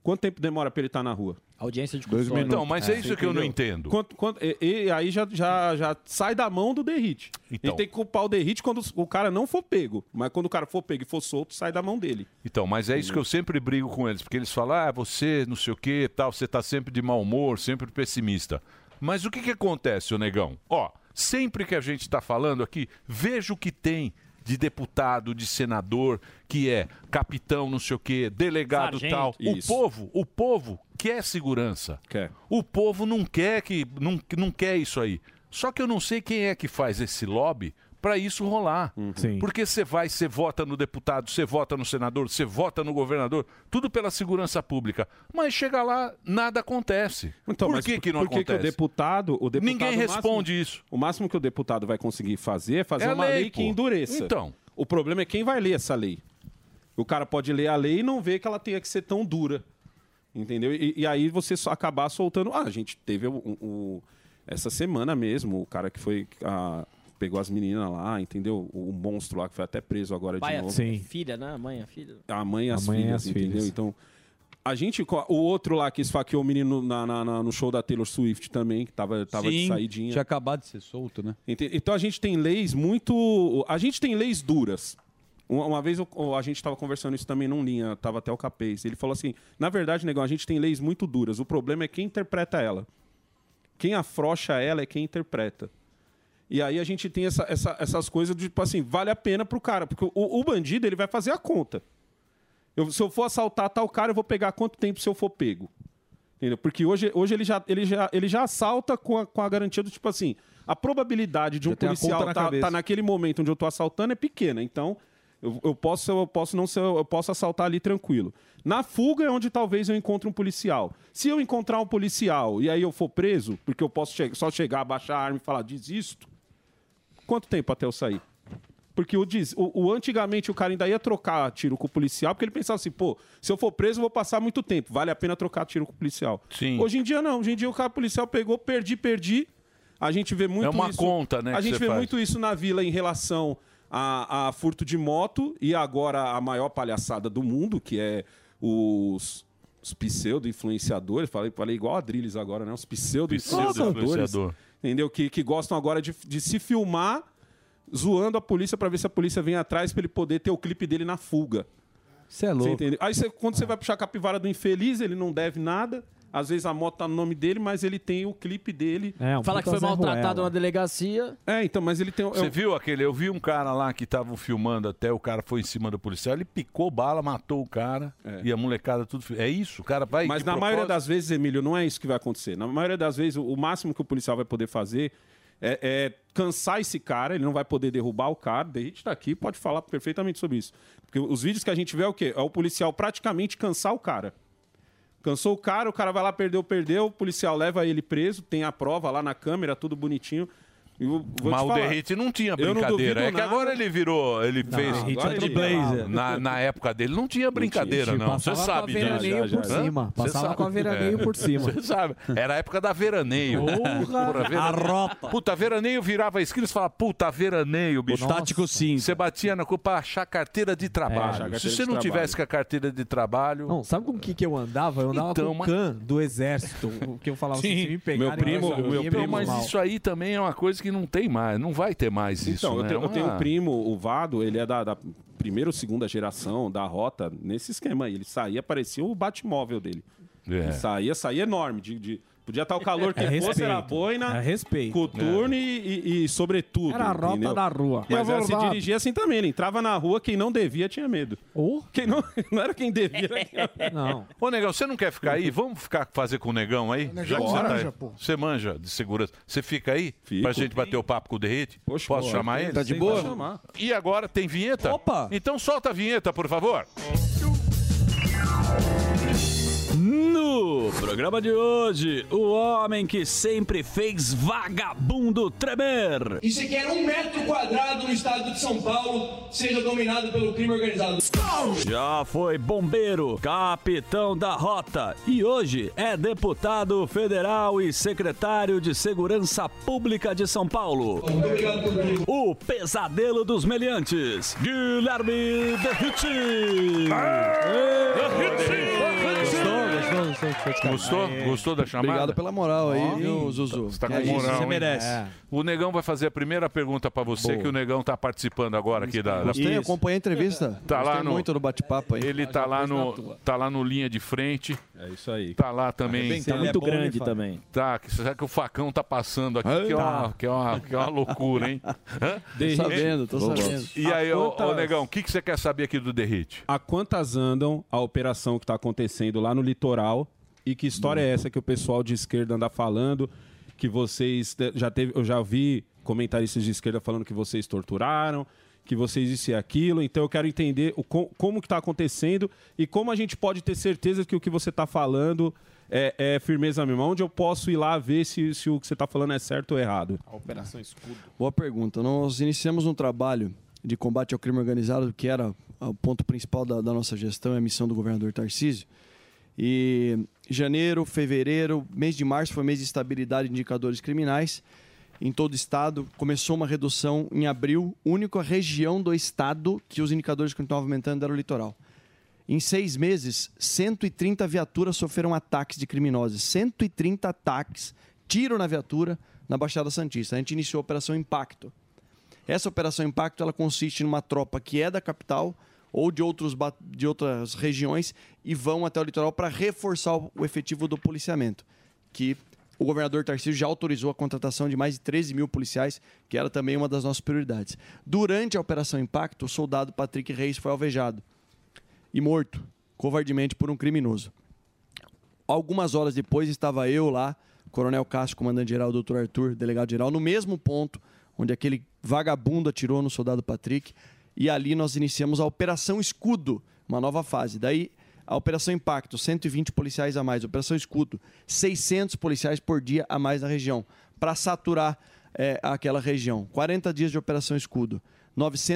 Speaker 8: Quanto tempo demora para ele estar na rua?
Speaker 10: Audiência de
Speaker 5: custódia. Então, mas é isso que eu não entendo.
Speaker 8: Quanto, quanto- e, e aí já, já, já sai da mão do Derrite.
Speaker 5: Então.
Speaker 8: Ele tem que culpar o Derrite quando o cara não for pego. Mas quando o cara for pego e for solto, sai da mão dele.
Speaker 5: Então, mas é isso que eu sempre brigo com eles, porque eles falam, ah, você não sei o que, tal, você tá sempre de mau humor, sempre pessimista. Mas o que que acontece, ô negão? Ó, sempre que a gente tá falando aqui, veja o que tem de deputado, de senador, que é capitão, não sei o que, delegado
Speaker 12: Ah,
Speaker 13: Sargento.
Speaker 5: tal.
Speaker 13: Isso.
Speaker 5: O povo, o povo quer segurança.
Speaker 8: Quer.
Speaker 5: O povo não quer que não, não quer isso aí. Só que eu não sei quem é que faz esse lobby para isso rolar.
Speaker 8: Uhum.
Speaker 5: Porque você vai, você vota no deputado, você vota no senador, você vota no governador, tudo pela segurança pública. Mas chega lá, nada acontece. por
Speaker 8: Então, mas
Speaker 5: que, que não
Speaker 8: por que que
Speaker 5: acontece?
Speaker 8: o deputado, o deputado
Speaker 5: Ninguém
Speaker 8: o máximo-
Speaker 5: responde isso.
Speaker 8: O máximo que o deputado vai conseguir fazer é fazer
Speaker 5: É
Speaker 8: uma
Speaker 5: lei,
Speaker 8: lei,
Speaker 5: pô.
Speaker 8: que endureça.
Speaker 5: Então.
Speaker 8: O problema é quem vai ler essa lei. O cara pode ler a lei e não ver que ela tenha que ser tão dura. Entendeu? E, e aí você só acabar soltando. Ah, a gente teve o, o- o- essa semana mesmo, o cara que foi. ah, pegou as meninas lá, entendeu? O, o monstro lá que foi até preso agora
Speaker 10: Pai,
Speaker 8: de
Speaker 10: a
Speaker 8: novo.
Speaker 10: filha, né? A mãe, a filha.
Speaker 8: A mãe e as
Speaker 11: A mãe e
Speaker 8: filhas,
Speaker 11: as
Speaker 8: entendeu?
Speaker 11: filhas.
Speaker 8: Então, a gente... co- O outro lá que esfaqueou o menino na- na- na- no show da Taylor Swift também, que tava, tava de
Speaker 9: Sim,
Speaker 8: saidinha.
Speaker 9: Tinha acabado de ser solto, né?
Speaker 8: Ente- Então a gente tem leis muito. A gente tem leis duras. Uma, uma vez eu- a gente estava conversando isso também num linha, tava até o Capês. Ele falou assim: na verdade, negão, a gente tem leis muito duras. O problema é quem interpreta ela. Quem afrouxa ela é quem interpreta. E aí a gente tem essa- essa- essas coisas de, tipo assim, vale a pena pro cara. Porque o, o bandido, ele vai fazer a conta. Eu- se eu for assaltar tal cara, eu vou pegar quanto tempo se eu for pego? Entendeu? Porque hoje, hoje ele, já, ele, já, ele já assalta com a, com a garantia do tipo assim: a probabilidade de
Speaker 7: Já
Speaker 8: um
Speaker 7: tem a
Speaker 8: policial
Speaker 7: conta na
Speaker 8: estar tá,
Speaker 7: cabeça.
Speaker 8: tá naquele momento onde eu tô assaltando é pequena. Então, eu, eu posso, eu posso não ser- eu posso assaltar ali tranquilo. Na fuga é onde talvez eu encontre um policial. Se eu encontrar um policial e aí eu for preso, porque eu posso che- só chegar, baixar a arma e falar, desisto, Quanto tempo até eu sair? Porque o, diz, o, o antigamente o cara ainda ia trocar tiro com o policial, porque ele pensava assim, pô, se eu for preso, eu vou passar muito tempo. Vale a pena trocar tiro com o policial.
Speaker 5: Sim.
Speaker 8: Hoje em dia não. Hoje em dia o cara policial pegou, perdi, perdi. A gente vê muito
Speaker 5: É uma
Speaker 8: isso.
Speaker 5: conta, né,
Speaker 8: A
Speaker 5: que
Speaker 8: gente
Speaker 5: você
Speaker 8: vê
Speaker 5: faz.
Speaker 8: muito isso na vila em relação a, a furto de moto e agora a maior palhaçada do mundo, que é os, os pseudo-influenciadores. Falei, falei igual a Drilis agora, né? Os pseudo-influenciadores.
Speaker 5: Pseudo-influenciador.
Speaker 8: Entendeu? Que, que gostam agora de, de se filmar zoando a polícia pra ver se a polícia vem atrás pra ele poder ter o clipe dele na fuga.
Speaker 9: Você é
Speaker 8: Você
Speaker 9: louco.
Speaker 8: entendeu? Aí você- quando você vai puxar a capivara do infeliz, ele não deve nada. Às vezes a moto tá no nome dele, mas ele tem o clipe dele.
Speaker 9: É, um
Speaker 10: Fala que foi maltratado na delegacia.
Speaker 8: É, então, mas ele tem.
Speaker 5: Você viu aquele? Eu vi um cara lá que estavam filmando até, o cara foi em cima do policial, ele picou bala, matou o cara e a molecada tudo. É isso? O cara vai.
Speaker 8: Mas
Speaker 5: de
Speaker 8: na maioria
Speaker 5: propósito?
Speaker 8: das vezes, Emílio, não é isso que vai acontecer. Na maioria das vezes, o- o máximo que o policial vai poder fazer é, é cansar esse cara, ele não vai poder derrubar o cara. A gente tá aqui, pode falar perfeitamente sobre isso. Porque os vídeos que a gente vê é o quê? É o policial praticamente cansar o cara. Cansou o cara, o cara vai lá, perdeu, perdeu, o policial leva ele preso, tem a prova lá na câmera, tudo bonitinho. E eu vou te
Speaker 5: Mas o
Speaker 8: falar,
Speaker 5: Derrite não tinha
Speaker 8: eu não
Speaker 5: brincadeira.
Speaker 8: duvido
Speaker 5: é que
Speaker 8: nada.
Speaker 5: agora ele virou. Ele
Speaker 8: Não,
Speaker 5: fez.
Speaker 8: Derrite
Speaker 5: agora
Speaker 8: é de
Speaker 5: ele-
Speaker 8: blazer.
Speaker 5: Na, na época dele não tinha brincadeira,
Speaker 8: tinha.
Speaker 5: não. Você
Speaker 8: Passava
Speaker 5: sabe
Speaker 8: com a
Speaker 5: disso.
Speaker 8: veraneio por
Speaker 5: Hã?
Speaker 8: cima.
Speaker 5: Você
Speaker 8: Passava
Speaker 5: sabe. É.
Speaker 8: com a veraneio por cima.
Speaker 5: Você sabe. Era a época da veraneio.
Speaker 8: Porra! A ropa.
Speaker 5: Puta, veraneio virava esquina e falava, puta, veraneio, bicho.
Speaker 7: O tático
Speaker 5: sim. Você batia na culpa pra achar carteira
Speaker 8: É,
Speaker 5: de
Speaker 11: achar
Speaker 5: trabalho.
Speaker 11: carteira
Speaker 5: Se
Speaker 11: de
Speaker 5: você não
Speaker 11: trabalho.
Speaker 5: tivesse com a carteira de trabalho.
Speaker 11: Não, sabe com o que, que eu andava? Eu andava
Speaker 5: Então,
Speaker 11: com o
Speaker 5: mas-
Speaker 11: can do exército. O que eu falava assim, se me pegarem... eu ia
Speaker 5: Não,
Speaker 11: me
Speaker 5: mas
Speaker 11: mal.
Speaker 5: isso aí também é uma coisa que não tem mais, Ah, não vai ter mais isso.
Speaker 8: Então, eu,
Speaker 5: né?
Speaker 8: tenho, eu tenho
Speaker 5: Uma-
Speaker 8: um primo, o Vado, ele é da, da primeira ou segunda geração da rota, nesse esquema aí. Ele saía, parecia o Batmóvel dele.
Speaker 5: É.
Speaker 8: Ele saía, saía enorme. De, de- podia estar o calor que
Speaker 11: É
Speaker 8: fosse, era
Speaker 11: respeito.
Speaker 8: boina,
Speaker 11: É respeito.
Speaker 8: coturno
Speaker 5: É.
Speaker 8: e, e- e sobretudo.
Speaker 11: Era a rota
Speaker 8: entendeu?
Speaker 11: da rua.
Speaker 8: Mas
Speaker 11: É
Speaker 8: ela se
Speaker 11: verdade.
Speaker 8: dirigia assim também, né? Entrava na rua, quem não devia tinha medo.
Speaker 11: Oh.
Speaker 8: Quem não, não era quem devia, era quem...
Speaker 11: Não.
Speaker 5: Ô, Negão, você não quer ficar aí? Vamos ficar fazer com o Negão aí?
Speaker 8: Negão
Speaker 5: que
Speaker 8: manja,
Speaker 5: você, aí.
Speaker 8: pô.
Speaker 5: você manja de segurança. Você fica aí pra gente bater o papo com o Derrite? Posso
Speaker 8: pô,
Speaker 5: chamar ele?
Speaker 8: tá de Sim, boa? pode chamar.
Speaker 5: E agora tem vinheta? Opa! Então solta a vinheta, por favor.
Speaker 9: No programa de hoje, o homem que sempre fez vagabundo tremer.
Speaker 20: E sequer um metro quadrado no estado de São Paulo seja dominado pelo crime organizado.
Speaker 9: Já foi bombeiro, capitão da rota e hoje é deputado federal e secretário de Segurança Pública de São Paulo. O pesadelo dos meliantes, Guilherme Derriti.
Speaker 5: Gostou, Gostou? Gostou da chamada?
Speaker 14: Obrigado pela moral aí, viu, Zuzu?
Speaker 5: Você tá
Speaker 14: Que
Speaker 5: com
Speaker 14: é isso,
Speaker 5: moral,
Speaker 14: você
Speaker 5: hein?
Speaker 14: merece.
Speaker 5: É. O Negão vai fazer a primeira pergunta pra você,
Speaker 14: Boa.
Speaker 5: que o Negão tá participando agora aqui da... da-
Speaker 14: Gostei,
Speaker 5: Isso.
Speaker 14: acompanhei a entrevista.
Speaker 5: Tá lá
Speaker 14: Gostei
Speaker 5: no-
Speaker 14: muito do bate-papo aí.
Speaker 5: Ele tá lá, no, tá lá no linha de frente.
Speaker 8: É isso aí.
Speaker 5: Tá lá também.
Speaker 14: Arrebentando. Ele é Muito bom, grande hein, Fábio? também.
Speaker 5: Tá, que- será que o facão tá passando aqui? Que é, uma,
Speaker 14: Tá.
Speaker 5: que, é uma, que é uma loucura, hein? Hã?
Speaker 8: Derrite. sabendo, tô
Speaker 5: Vamos.
Speaker 8: sabendo.
Speaker 5: E aí,
Speaker 8: A
Speaker 5: ô, ô
Speaker 8: quantas-
Speaker 5: Negão, o que, que você quer saber aqui do Derrite?
Speaker 8: A quantas andam a operação que está acontecendo lá no litoral? E que história é essa que o pessoal de esquerda anda falando? Que vocês te- já teve, eu já vi comentaristas de esquerda falando que vocês torturaram, que vocês isso e aquilo. Então eu quero entender o co- como que está acontecendo e como a gente pode ter certeza que o que você está falando é, é firmeza mesmo. Onde eu posso ir lá ver se, se o que você está falando é certo ou errado? A
Speaker 11: operação escudo.
Speaker 14: Boa pergunta. Nós iniciamos um trabalho de combate ao crime organizado, que era o ponto principal da, da nossa gestão e a missão do governador Tarcísio. E janeiro, fevereiro, mês de março foi mês de estabilidade de indicadores criminais em todo o estado. Começou uma redução em abril, única região do estado que os indicadores continuavam aumentando era o litoral. Em seis meses, 130 viaturas sofreram ataques de criminosos. 130 ataques, tiro na viatura, na Baixada Santista. A gente iniciou a Operação Impacto. Essa Operação Impacto ela consiste numa tropa que é da capital ou de, outros, ba- de outras regiões e vão até o litoral para reforçar o o efetivo do policiamento, que o governador Tarcísio já autorizou a contratação de mais de 13 mil policiais, que era também uma das nossas prioridades. Durante a Operação Impacto, o soldado Patrick Reis foi alvejado e morto, covardemente, por um criminoso. Algumas horas depois estava eu lá, Coronel Cássio, comandante-geral, doutor Arthur, delegado-geral, no mesmo ponto onde aquele vagabundo atirou no soldado Patrick. E ali nós iniciamos a Operação Escudo, uma nova fase. Daí a Operação Impacto, 120 policiais a mais. Operação Escudo, 600 policiais por dia a mais na região, para saturar eh, aquela região. 40 dias de Operação Escudo,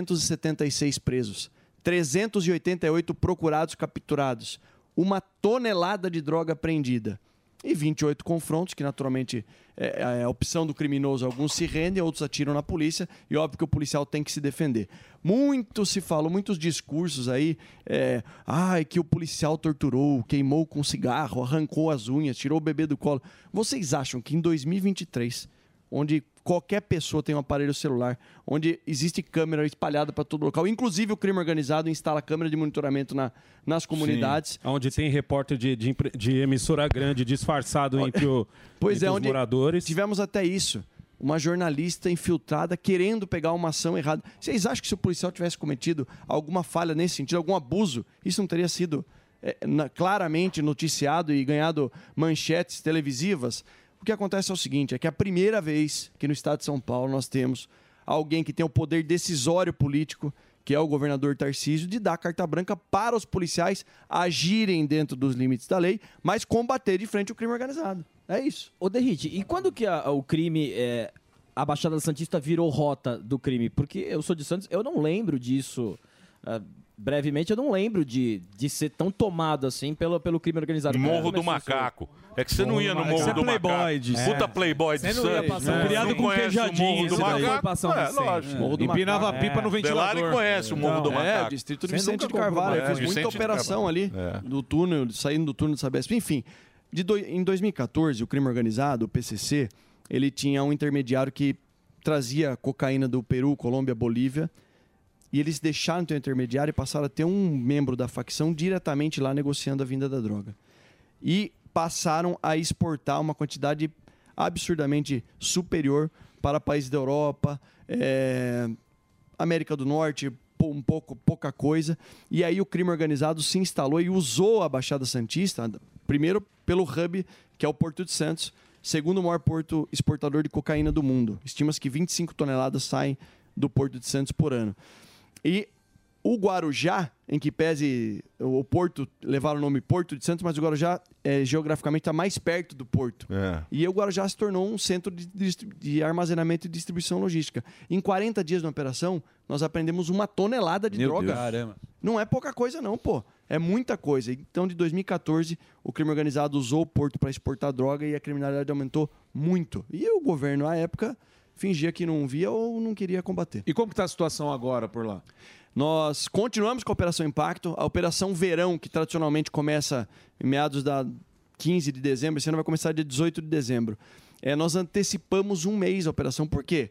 Speaker 14: 976 presos, 388 procurados capturados, uma tonelada de droga apreendida. E 28 confrontos, que naturalmente é é a opção do criminoso. Alguns se rendem, outros atiram na polícia, e óbvio que o policial tem que se defender. Muito se falou, muitos discursos aí, é, ai, que o policial torturou, queimou com cigarro, arrancou as unhas, tirou o bebê do colo. Vocês acham que em 2023 onde qualquer pessoa tem um aparelho celular, onde existe câmera espalhada para todo local. Inclusive o crime organizado instala câmera de monitoramento na- nas comunidades.
Speaker 8: Onde tem repórter de, de empre- de emissora grande disfarçado entre, o,
Speaker 14: Pois
Speaker 8: entre
Speaker 14: é,
Speaker 8: os
Speaker 14: onde
Speaker 8: moradores.
Speaker 14: tivemos até isso. Uma jornalista infiltrada querendo pegar uma ação errada. Vocês acham que se o policial tivesse cometido alguma falha nesse sentido, algum abuso, isso não teria sido é, na- claramente noticiado e ganhado manchetes televisivas? O que acontece é o seguinte: é que é a primeira vez que no estado de São Paulo nós temos alguém que tem o poder decisório político, que é o governador Tarcísio, de dar carta branca para os policiais agirem dentro dos limites da lei, mas combater de frente o crime organizado. É isso.
Speaker 10: Ô, Derrite, e quando que a- o crime. é, a Baixada Santista virou rota do crime? Porque eu sou de Santos, eu não lembro disso. ah, brevemente, eu não lembro de, de ser tão tomado assim pelo, pelo crime organizado.
Speaker 5: Morro
Speaker 10: Quando
Speaker 5: do
Speaker 10: começou isso aí?
Speaker 5: Macaco. É que você não
Speaker 10: Morro
Speaker 5: ia
Speaker 10: do
Speaker 5: no
Speaker 10: Macaco.
Speaker 5: Morro
Speaker 10: Você é
Speaker 5: do
Speaker 10: playboy
Speaker 5: Macaco.
Speaker 10: de
Speaker 5: Puta
Speaker 10: Santos.
Speaker 5: playboy de
Speaker 10: Você não ia
Speaker 5: Santos.
Speaker 10: passar um criado
Speaker 5: não
Speaker 10: com
Speaker 5: conhece o
Speaker 10: queijadinho,
Speaker 5: Morro do
Speaker 10: isso daí.
Speaker 5: Macaco.
Speaker 10: Foi passar um
Speaker 5: é,
Speaker 10: recente.
Speaker 5: lógico.
Speaker 10: É. Morro do
Speaker 14: Empinava a
Speaker 10: Macaco.
Speaker 14: pipa no
Speaker 10: É.
Speaker 14: ventilador.
Speaker 5: Delari conhece o Morro do
Speaker 14: É,
Speaker 5: Macaco. É.
Speaker 14: o distrito
Speaker 5: Você
Speaker 14: Vicente
Speaker 5: nunca
Speaker 14: de Carvalho.
Speaker 5: comprou,
Speaker 14: Ele fez
Speaker 5: né?
Speaker 14: muita
Speaker 5: Vicente de
Speaker 14: operação
Speaker 5: Carvalho.
Speaker 14: ali do túnel, saindo do túnel do Sabesp. Enfim, de doi- em 2014, o crime organizado, o PCC, ele tinha um intermediário que trazia cocaína do Peru, Colômbia, Bolívia. E eles deixaram de ter um intermediário e passaram a ter um membro da facção diretamente lá negociando a vinda da droga. E passaram a exportar uma quantidade absurdamente superior para países da Europa, eh, América do Norte, pou- um pouco, pouca coisa. E aí o crime organizado se instalou e usou a Baixada Santista, primeiro pelo hub, que é o Porto de Santos, segundo o maior porto exportador de cocaína do mundo. Estima-se que 25 toneladas saem do Porto de Santos por ano. E o Guarujá, em que pese o porto levar o nome Porto de Santos, mas o Guarujá eh, geograficamente está mais perto do porto. E o Guarujá se tornou um centro de, distri- de armazenamento e distribuição logística. Em 40 dias de operação, nós aprendemos uma tonelada de
Speaker 9: Meu
Speaker 14: droga.
Speaker 9: Deus. Caramba.
Speaker 14: Não é pouca coisa, não, pô. É muita coisa. Então, de 2014, o crime organizado usou o porto para exportar droga e a criminalidade aumentou muito. E o governo, à época, fingia que não via ou não queria combater.
Speaker 7: E como está a situação agora por lá?
Speaker 14: Nós continuamos com a Operação Impacto. A Operação Verão, que tradicionalmente começa em meados da 15 de dezembro, esse ano vai começar dia 18 de dezembro. É, nós antecipamos um mês a operação. Por quê?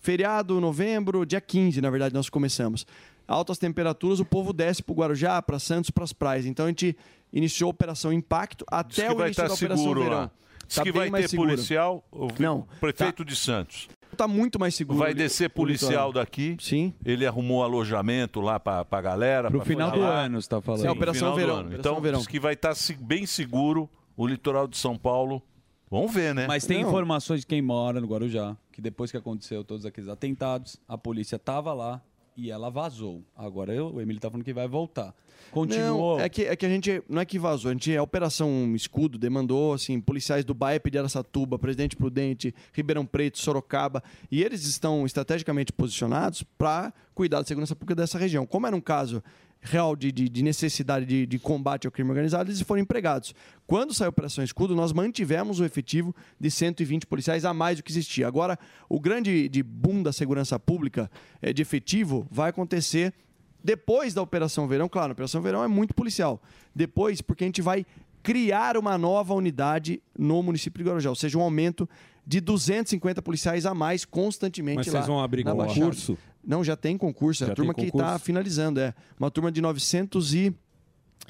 Speaker 14: Feriado, novembro, dia 15, na verdade, nós começamos. Altas temperaturas, o povo desce para o Guarujá, para Santos, para as praias. Então a gente iniciou a Operação Impacto
Speaker 5: Diz
Speaker 14: até
Speaker 5: que
Speaker 14: o
Speaker 5: vai
Speaker 14: início
Speaker 5: estar
Speaker 14: da Operação
Speaker 5: seguro
Speaker 14: Verão.
Speaker 5: lá. Diz
Speaker 14: Tá
Speaker 5: que
Speaker 14: bem
Speaker 5: vai
Speaker 14: mais
Speaker 5: ter
Speaker 14: seguro.
Speaker 5: policial, o
Speaker 14: Não,
Speaker 10: tá-
Speaker 5: prefeito de Santos.
Speaker 14: Tá muito mais seguro.
Speaker 5: Vai
Speaker 14: ali,
Speaker 5: descer
Speaker 14: o
Speaker 5: policial
Speaker 14: litoral.
Speaker 5: daqui.
Speaker 14: Sim.
Speaker 5: Ele arrumou alojamento lá pra, pra galera.
Speaker 9: Pro
Speaker 5: pra
Speaker 9: final
Speaker 5: ficar
Speaker 9: do
Speaker 5: lá.
Speaker 9: ano, você tá falando.
Speaker 5: Sim,
Speaker 9: É, Operação
Speaker 5: final do
Speaker 9: Verão,
Speaker 5: ano.
Speaker 9: Operação
Speaker 5: Então,
Speaker 9: Verão.
Speaker 5: diz que vai estar se- bem seguro o litoral de São Paulo. Vamos ver, né?
Speaker 9: Mas tem informações de quem mora no Guarujá, que depois que aconteceu todos aqueles atentados, a polícia tava lá e ela vazou. Agora eu, o Emílio tá falando que vai voltar. Continuou.
Speaker 14: Não, é, que, é que a gente. Não é que vazou, a gente. A Operação Escudo demandou, assim, policiais do BAEP de Aracatuba, Presidente Prudente, Ribeirão Preto, Sorocaba. E eles estão estrategicamente posicionados para cuidar da segurança pública dessa região. Como era um caso real de, de, de necessidade de, de combate ao crime organizado, eles foram empregados. Quando saiu a Operação Escudo, nós mantivemos o efetivo de 120 policiais a mais do que existia. Agora, o grande de boom da segurança pública eh, de efetivo vai acontecer depois da Operação Verão, claro, a Operação Verão é muito policial. Depois, porque a gente vai criar uma nova unidade no município de Guarujá, ou seja, um aumento de 250 policiais a mais constantemente
Speaker 8: Mas
Speaker 14: lá.
Speaker 8: vocês vão abrir
Speaker 14: na Baixada.
Speaker 8: concurso?
Speaker 14: Não, já tem concurso, é
Speaker 8: Já
Speaker 14: a turma
Speaker 8: tem
Speaker 14: que
Speaker 8: concurso?
Speaker 14: está finalizando, é. Uma turma de 900 e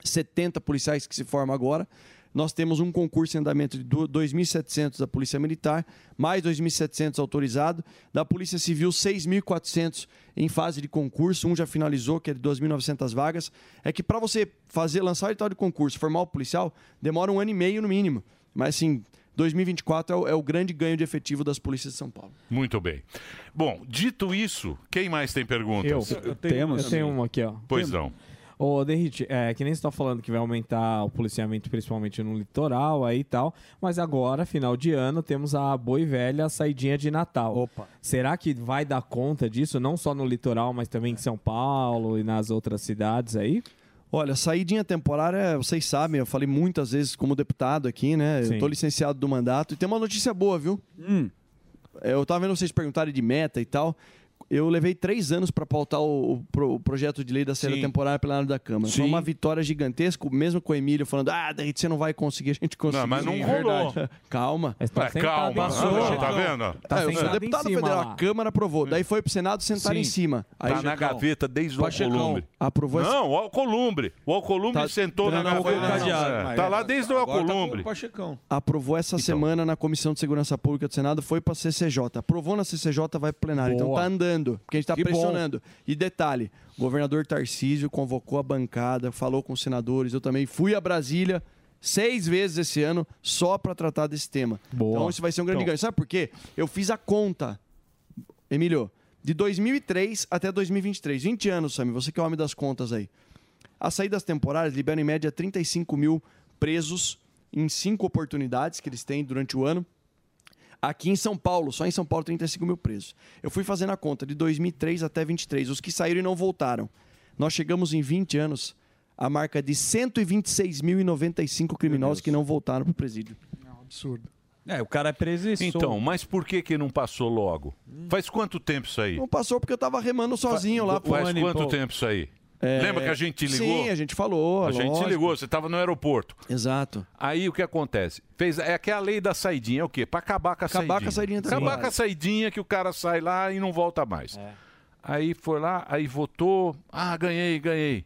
Speaker 14: 70 policiais que se formam agora. Nós temos um concurso em andamento de du- 2.700 da Polícia Militar, mais 2.700 autorizado. Da Polícia Civil, 6.400 em fase de concurso. Um já finalizou, que é de 2.900 vagas. É que para você fazer, lançar o edital de concurso, formar o policial, demora um ano e meio no mínimo. Mas, assim, 2024 é o, é o grande ganho de efetivo das polícias de São Paulo.
Speaker 5: Muito bem. Bom, dito isso, quem mais tem perguntas?
Speaker 11: Eu, eu tenho, eu tenho
Speaker 14: um
Speaker 11: uma aqui, ó.
Speaker 5: Pois
Speaker 11: Temos.
Speaker 5: não.
Speaker 11: Ô, Derrite, é, que nem você tá falando que vai aumentar o policiamento, principalmente no litoral aí e tal, mas agora, final de ano, temos a boi velha saidinha de Natal. Opa. Será que vai dar conta disso, não só no litoral, mas também em São Paulo e nas outras cidades aí?
Speaker 14: Olha, saidinha temporária, vocês sabem, eu falei muitas vezes como deputado aqui, né?
Speaker 11: Sim.
Speaker 14: Eu tô licenciado do mandato. E tem uma notícia boa, viu?
Speaker 5: Hum.
Speaker 14: É, Eu tava vendo vocês perguntarem de meta e tal. Eu levei três anos para pautar o, o pro- o projeto de lei da saída
Speaker 7: Sim.
Speaker 14: temporária pelo plenário da Câmara. Foi
Speaker 7: Sim.
Speaker 14: uma vitória gigantesca, mesmo com o Emílio falando, ah, daí você não vai conseguir, a gente conseguiu.
Speaker 5: mas não
Speaker 14: Sim,
Speaker 5: rolou.
Speaker 14: verdade. Calma.
Speaker 5: tá Ué, sentado calma. em Passou. cima. Tá vendo? Tá
Speaker 14: é, eu sou
Speaker 5: sentado em
Speaker 14: deputado
Speaker 5: cima
Speaker 14: federal,
Speaker 5: lá.
Speaker 14: a Câmara aprovou. Daí foi pro Senado sentar
Speaker 5: Sim.
Speaker 14: em cima. Aí
Speaker 5: tá na
Speaker 14: Chacão.
Speaker 5: gaveta desde o
Speaker 14: Pachecão
Speaker 5: Alcolumbre.
Speaker 14: Aprovou esse- Tá
Speaker 5: Não, o Alcolumbre. O Alcolumbre sentou na
Speaker 14: Não, não,
Speaker 5: gaveta.
Speaker 14: não, não,
Speaker 5: É,
Speaker 14: não, não.
Speaker 5: tá lá desde o
Speaker 14: Agora tá com o
Speaker 5: Alcolumbre.
Speaker 7: Então,
Speaker 14: aprovou essa semana na Comissão de Segurança Pública do Senado, foi para CCJ. Aprovou na CCJ, vai para plenário. Então
Speaker 7: Boa.
Speaker 14: tá andando, porque a gente tá
Speaker 7: Que bom.
Speaker 14: pressionando. E detalhe, o governador Tarcísio convocou a bancada, falou com os senadores, eu também fui a Brasília seis vezes esse ano só para tratar desse tema. Então isso vai ser um grande
Speaker 7: Então.
Speaker 14: ganho. Sabe por quê? Eu fiz a conta, Emílio, de 2003 até 2023. 20 anos, Sami, você que é o homem das contas aí. As saídas temporárias liberam em média 35 mil presos em cinco oportunidades que eles têm durante o ano. Aqui em São Paulo, só em São Paulo, 35 mil presos. Eu fui fazendo a conta de 2003 até 23, os que saíram e não voltaram. Nós chegamos em 20 anos à marca de 126.095 criminosos que não voltaram para o presídio.
Speaker 15: Absurdo.
Speaker 9: É, o cara é preso e
Speaker 5: Então, mas por que que não passou logo? Faz quanto tempo isso aí?
Speaker 14: Não passou porque eu tava remando sozinho lá. pro-
Speaker 5: Faz quanto tempo isso aí?
Speaker 14: É,
Speaker 5: Lembra que a gente ligou?
Speaker 14: Sim, a gente falou.
Speaker 5: A gente
Speaker 14: lógico.
Speaker 5: se ligou, você estava no aeroporto.
Speaker 14: Exato.
Speaker 5: Aí o que acontece? Fez, é que a lei da saidinha é o quê? Para acabar com a saidinha.
Speaker 14: Acabar com a saidinha
Speaker 5: Acabar
Speaker 14: temporária.
Speaker 5: com a saidinha que o cara sai lá e não volta mais.
Speaker 14: É.
Speaker 5: Aí foi lá, aí votou, ah, ganhei, ganhei.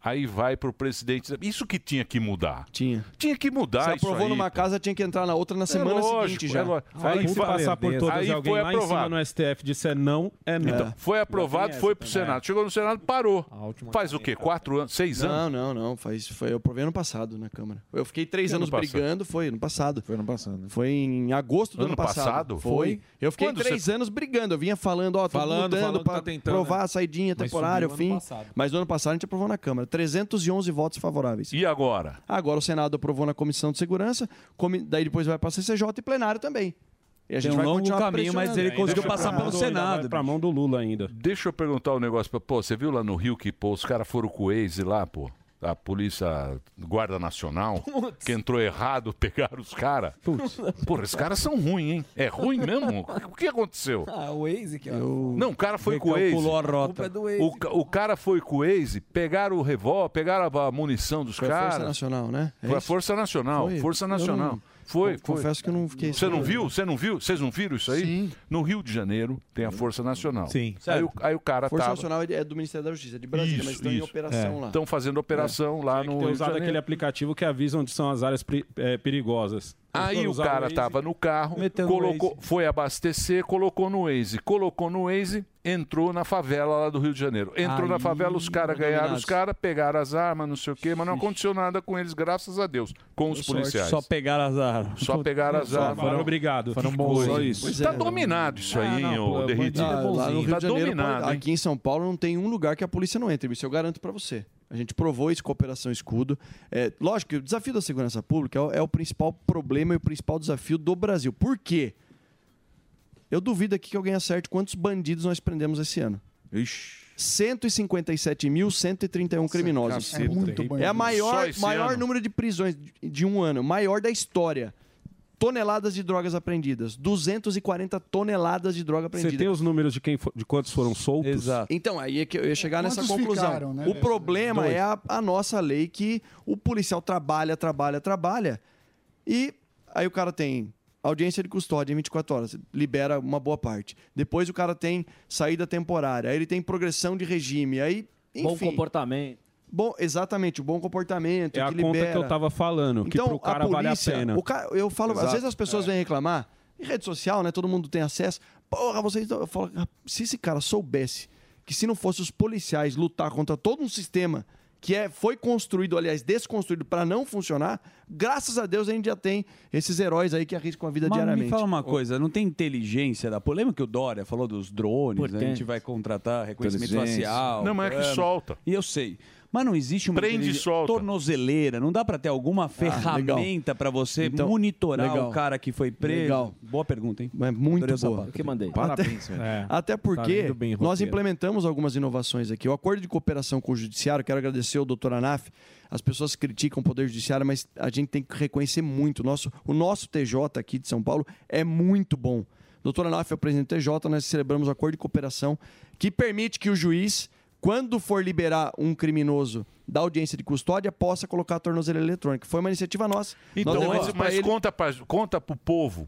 Speaker 5: Aí vai pro presidente. Isso que tinha que mudar.
Speaker 14: Tinha.
Speaker 5: Tinha que mudar
Speaker 14: Se
Speaker 5: isso
Speaker 14: aprovou
Speaker 5: aí,
Speaker 14: numa
Speaker 5: cara.
Speaker 14: casa, tinha que entrar na outra na
Speaker 5: É
Speaker 14: semana
Speaker 5: lógico,
Speaker 14: seguinte já.
Speaker 5: é lógico.
Speaker 14: Ah,
Speaker 5: Aí
Speaker 14: vamos
Speaker 5: foi-
Speaker 14: passar por todas,
Speaker 5: Aí
Speaker 14: alguém
Speaker 5: foi
Speaker 14: lá em cima
Speaker 5: aprovado.
Speaker 8: Tá No STF disser não, é não.
Speaker 5: Então, foi aprovado, foi pro Senado. Chegou no Senado, parou. Faz o quê? Quatro anos, seis anos?
Speaker 14: Não, não, não. Faz, foi, eu provei ano passado na Câmara. Eu fiquei três
Speaker 5: Ano
Speaker 14: anos
Speaker 5: passado.
Speaker 14: brigando, foi ano passado. Foi ano passado. Foi em agosto do ano,
Speaker 5: Ano passado?
Speaker 14: Foi.
Speaker 5: Foi?
Speaker 14: Eu fiquei
Speaker 5: Quando
Speaker 14: três
Speaker 5: você-
Speaker 14: anos brigando. Eu vinha falando, ó, tô
Speaker 8: Falando,
Speaker 14: mudando
Speaker 8: falando,
Speaker 14: pra
Speaker 8: tá tentando,
Speaker 14: provar
Speaker 8: né?
Speaker 14: a saidinha
Speaker 8: Mas
Speaker 14: temporária, o
Speaker 8: subiu
Speaker 14: fim.
Speaker 8: ano passado.
Speaker 14: Mas no ano passado a gente aprovou na Câmara. 311 votos favoráveis.
Speaker 5: E agora?
Speaker 14: Agora o Senado aprovou na Comissão de Segurança, comi- daí depois vai para CCJ e plenário também. E a gente
Speaker 8: Tem um
Speaker 14: vai
Speaker 8: longo
Speaker 14: continuar
Speaker 8: caminho, mas
Speaker 14: pressionando. né?
Speaker 8: ele conseguiu passar pelo Senado.
Speaker 5: Pra
Speaker 8: mão do Lula ainda.
Speaker 5: Deixa eu perguntar um negócio. pra- Pô, você viu lá no Rio que pô, os caras foram com o Waze lá, pô? A polícia, guarda nacional, que entrou errado, pegaram os caras. Porra, esses caras são ruins, hein? É ruim mesmo? O que aconteceu?
Speaker 11: Ah, o Waze
Speaker 14: é
Speaker 11: que ó.
Speaker 5: Não, o cara foi com o Waze.
Speaker 11: Recalculou a rota. A culpa é do Waze.
Speaker 5: O, ca- o cara foi com o Waze, pegaram o revólver, pegaram a munição dos
Speaker 14: Foi a
Speaker 5: caras.
Speaker 14: Força Nacional, né? É
Speaker 5: Foi a
Speaker 14: isso?
Speaker 5: Força Nacional,
Speaker 14: Foi?
Speaker 5: Força
Speaker 14: Eu
Speaker 5: Nacional.
Speaker 14: não-
Speaker 5: Foi,
Speaker 14: eu
Speaker 5: foi.
Speaker 14: confesso que eu não fiquei
Speaker 5: Você não
Speaker 14: sabendo.
Speaker 5: viu? Você não viu? Vocês não viram isso aí? Sim. No Rio de Janeiro tem a Força Nacional. Sim. Aí o, aí o cara
Speaker 14: Força
Speaker 5: tava...
Speaker 14: Nacional é do Ministério da Justiça, é de Brasília, mas estão em operação
Speaker 8: É.
Speaker 14: lá.
Speaker 5: Estão É. fazendo operação lá no
Speaker 8: Tem
Speaker 5: Rio de
Speaker 8: usado aquele
Speaker 5: Janeiro.
Speaker 8: aplicativo que avisa onde são as áreas pri- eh, perigosas.
Speaker 5: Aí o cara tá tava no carro,
Speaker 8: Meteu no
Speaker 5: colocou, foi abastecer, colocou no Waze. Colocou no Waze, entrou na favela lá do Rio de Janeiro. Entrou na
Speaker 8: Aí,
Speaker 5: favela, os caras ganharam,
Speaker 8: dominados.
Speaker 5: os caras pegaram as armas, não sei o quê, mas não aconteceu nada com eles, graças a Deus, com os policiais.
Speaker 8: Só pegar azar.
Speaker 5: Só pegaram as armas.
Speaker 8: Foram obrigado.
Speaker 5: Foram
Speaker 8: bons.
Speaker 5: Só isso. Tá dominado isso aí, hein, ô Derrite?
Speaker 14: é, né? Ah, lá no Rio
Speaker 5: Tá
Speaker 14: de Janeiro,
Speaker 5: dominado,
Speaker 14: pode-
Speaker 5: hein?
Speaker 14: aqui em São Paulo não tem um lugar que a polícia não entre, isso eu garanto pra você. A gente provou isso com a Operação Escudo. É, lógico que o desafio da segurança pública é o, é o principal problema e o principal desafio do Brasil. Por quê? Eu duvido aqui que alguém acerte quantos bandidos nós prendemos esse ano. 157.131 criminosos.
Speaker 7: caceta, É muito hein? bandido.
Speaker 14: É a
Speaker 7: Só
Speaker 14: maior,
Speaker 7: esse
Speaker 14: maior
Speaker 7: ano?
Speaker 14: número de prisões de- de um ano, maior da história. Toneladas de drogas apreendidas. 240 toneladas de droga
Speaker 8: Você
Speaker 14: apreendida.
Speaker 8: tem os números de, quem fo- de quantos foram soltos? Exato.
Speaker 14: Então, aí é que eu ia chegar nessa
Speaker 8: Quantos
Speaker 14: conclusão.
Speaker 8: ficaram, né?
Speaker 14: O problema
Speaker 8: Dois.
Speaker 14: é a, a nossa lei que o policial trabalha, trabalha, trabalha e aí o cara tem audiência de custódia em 24 horas, libera uma boa parte. Depois o cara tem saída temporária, aí ele tem progressão de regime, aí enfim.
Speaker 10: Bom comportamento.
Speaker 14: Bom, exatamente, o bom comportamento
Speaker 8: É a
Speaker 14: que
Speaker 8: conta
Speaker 14: libera. Então,
Speaker 8: que eu tava falando, que pro cara vale a pena.
Speaker 14: o ca- eu falo, às
Speaker 8: Exato.
Speaker 14: vezes as pessoas
Speaker 9: É.
Speaker 14: vêm reclamar, em rede social, né? Todo mundo tem acesso. Porra, vocês. tão- Eu falo, "Ah, se esse cara soubesse que se não fosse os policiais lutar contra todo um sistema que é, foi construído, aliás, desconstruído para não funcionar, graças a Deus a gente já tem esses heróis aí que arriscam a vida
Speaker 9: Mas
Speaker 14: diariamente.
Speaker 9: me fala uma coisa, não tem inteligência da polêmica que o Dória falou dos drones, né? a gente
Speaker 14: Importante.
Speaker 9: vai contratar reconhecimento
Speaker 5: Inteligência.
Speaker 9: facial.
Speaker 5: Não, mas é que
Speaker 9: câmera.
Speaker 5: solta.
Speaker 9: E eu sei. Mas não existe uma
Speaker 5: Prende e
Speaker 9: inteligência-
Speaker 5: solta. Ah,
Speaker 9: tornozeleira, não dá pra ter alguma ferramenta pra você
Speaker 5: Então,
Speaker 9: monitorar
Speaker 5: legal.
Speaker 9: o cara que foi preso?
Speaker 14: Legal.
Speaker 9: Boa pergunta, hein?
Speaker 14: Mas É muito
Speaker 9: Adorei o
Speaker 14: boa. É.
Speaker 9: sapato.
Speaker 14: Eu que mandei. Parabéns,
Speaker 9: Até-
Speaker 14: Até
Speaker 9: Tá
Speaker 14: porque
Speaker 9: lindo bem,
Speaker 14: nós
Speaker 9: roteiro.
Speaker 14: implementamos algumas inovações aqui. O acordo de cooperação com o judiciário, quero agradecer ao doutor Anaf. As pessoas criticam o poder judiciário, mas a gente tem que reconhecer muito. O nosso, o nosso TJ aqui de São Paulo é muito bom. Doutor Anaf é o presidente do TJ, nós celebramos o acordo de cooperação que permite que o juiz, quando for liberar um criminoso da audiência de custódia, possa colocar a tornozeleira eletrônica. Foi uma iniciativa nossa.
Speaker 5: Então,
Speaker 14: Nós levamos
Speaker 5: mas,
Speaker 14: é pra
Speaker 5: mas
Speaker 14: ele-
Speaker 5: conta, pra, conta pro povo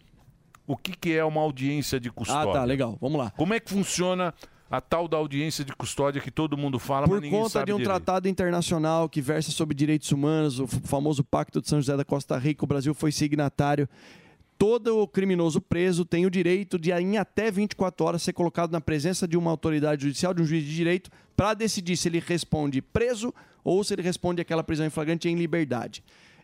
Speaker 5: o que, que é uma audiência de custódia.
Speaker 14: Ah, tá, legal. Vamos lá.
Speaker 5: Como é que funciona a tal da audiência de custódia que todo mundo fala, mas
Speaker 14: Por
Speaker 5: ninguém
Speaker 14: conta
Speaker 5: sabe
Speaker 14: de um
Speaker 5: direito?
Speaker 14: tratado internacional que versa sobre direitos humanos, o f- famoso Pacto de São José da Costa Rica, o Brasil foi signatário. Todo criminoso preso tem o direito de, em até 24 horas, ser colocado na presença de uma autoridade judicial, de um juiz de direito, para decidir se ele responde preso ou se ele responde aquela prisão em flagrante em liberdade.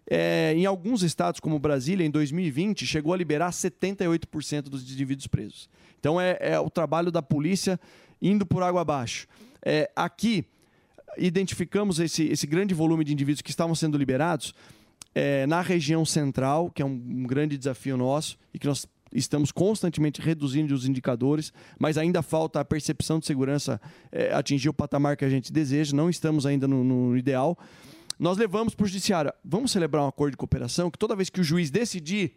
Speaker 14: É, em alguns estados, como Brasília, em 2020, chegou a liberar 78% dos indivíduos presos. Então, é, é o trabalho da polícia indo por água abaixo. É, aqui, identificamos esse, esse grande volume de indivíduos que estavam sendo liberados é, na região central, que é um, um grande desafio nosso e que nós estamos constantemente reduzindo os indicadores, mas ainda falta a percepção de segurança é, atingir o patamar que a gente deseja, não estamos ainda no, no ideal. Nós levamos para o judiciário, vamos celebrar um acordo de cooperação que toda vez que o juiz decidir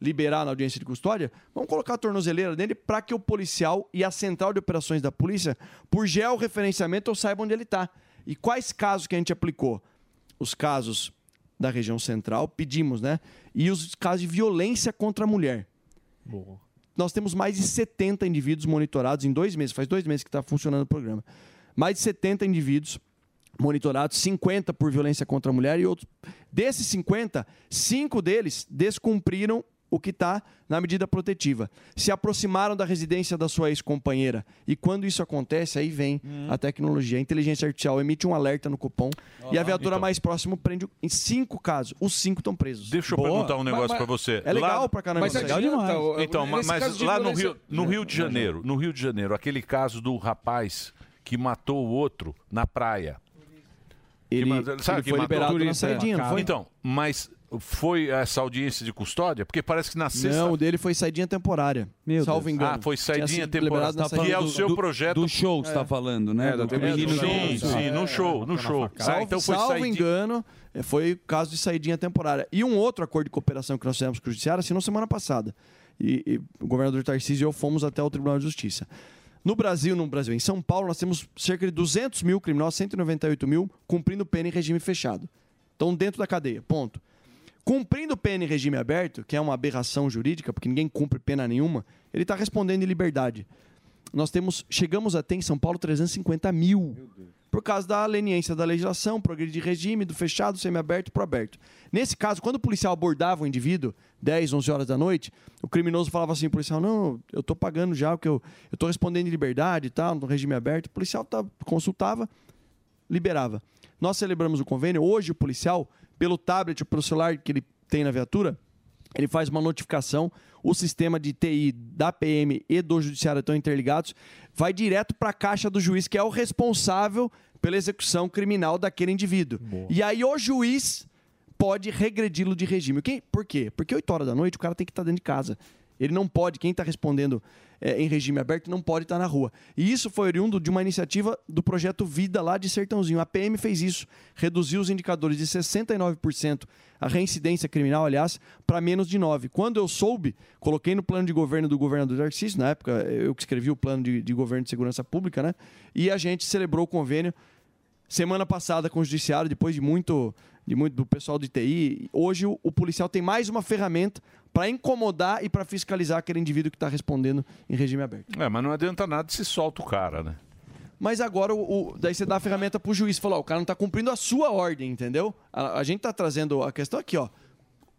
Speaker 14: liberar na audiência de custódia, vamos colocar a tornozeleira nele para que o policial e a central de operações da polícia, por georreferenciamento, eu saiba onde ele está. E quais casos que a gente aplicou? Os casos da região central, pedimos, né? E os casos de violência contra a mulher.
Speaker 11: Boa.
Speaker 14: Nós temos mais de 70 indivíduos monitorados em dois meses, faz dois meses que está funcionando o programa. Mais de 70 indivíduos monitorados, 50 por violência contra a mulher e outros. Desses 50, cinco deles descumpriram o que está na medida protetiva. Se aproximaram da residência da sua ex-companheira. E quando isso acontece, aí vem a tecnologia. A inteligência artificial emite um alerta no Copom e a viatura mais próxima prende em cinco casos. Os cinco estão presos.
Speaker 5: Deixa eu perguntar um negócio pra você.
Speaker 14: É legal
Speaker 5: Lá-
Speaker 14: pra caramba. isso aí.
Speaker 5: Então, ma- mas lá no Rio, no Rio de Janeiro, no Rio de Janeiro, aquele caso do rapaz que matou o outro na praia.
Speaker 14: Ele, ele foi liberado na saidinha, não foi?
Speaker 5: Então, mas foi essa audiência de custódia? Porque parece que na sexta...
Speaker 14: Não, o dele foi saidinha temporária. salvo engano.
Speaker 5: Ah, foi
Speaker 14: Tinha
Speaker 5: saidinha
Speaker 14: sido liberado na
Speaker 5: temporada. Que
Speaker 14: saidinha
Speaker 5: é o
Speaker 14: tá do-
Speaker 5: seu
Speaker 14: do-
Speaker 5: projeto.
Speaker 9: do show que você tá
Speaker 5: É.
Speaker 9: falando, né?
Speaker 5: É,
Speaker 9: Do-
Speaker 5: do-
Speaker 9: do-
Speaker 5: sim,
Speaker 9: do-
Speaker 5: sim,
Speaker 9: do-
Speaker 5: sim, no
Speaker 9: Tá
Speaker 5: show, no show.
Speaker 14: Salvo,
Speaker 5: Ah, então foi
Speaker 14: salvo
Speaker 5: saidinha.
Speaker 14: engano, eh, foi caso de saidinha temporária. E um outro acordo de cooperação que nós fizemos com o Judiciário assinou semana passada. E, e o governador Tarcísio e eu fomos até o Tribunal de Justiça. No Brasil, no Brasil, em São Paulo, nós temos cerca de 200 mil criminosos, 198 mil, cumprindo pena em regime fechado. Estão dentro da cadeia, ponto. Cumprindo pena em regime aberto, que é uma aberração jurídica, porque ninguém cumpre pena nenhuma, ele está respondendo em liberdade. Nós temos, chegamos até em São Paulo 350 mil por causa da leniência da legislação, progredir de regime, do fechado, semiaberto para aberto. Nesse caso, quando o policial abordava o indivíduo, 10, 11 horas da noite, o criminoso falava assim, policial, não, eu tô pagando já, o que eu, eu tô respondendo em liberdade e tal, no regime aberto. O policial tá, consultava, liberava. Nós celebramos o convênio, hoje o policial, pelo tablet ou pelo celular que ele tem na viatura, ele faz uma notificação, o sistema de TI da PM e do judiciário estão interligados, vai direto para a caixa do juiz, que é o responsável pela execução criminal daquele indivíduo. E aí o juiz pode regredi-lo de regime. Quem- por quê? Porque 8 horas da noite o cara tem que estar dentro de casa. Ele não pode, quem está respondendo é, em regime aberto não pode estar na rua. E isso foi oriundo de uma iniciativa do projeto Vida lá de Sertãozinho. A PM fez isso, reduziu os indicadores de 69%, a reincidência criminal, aliás, para menos de 9%. Quando eu soube, coloquei no plano de governo do governador Tarcísio, na época eu que escrevi o plano de, de governo de segurança pública, né? E a gente celebrou o convênio semana passada com o judiciário, depois de muito, de muito do pessoal do TI, hoje o, o policial tem mais uma ferramenta para incomodar e para fiscalizar aquele indivíduo que está respondendo em regime aberto.
Speaker 5: É, mas não adianta nada se solta o cara, né?
Speaker 14: Mas agora, o, o- daí você dá a ferramenta para o juiz, fala, ó, o cara não está cumprindo a sua ordem, entendeu? A, a gente está trazendo a questão aqui, ó.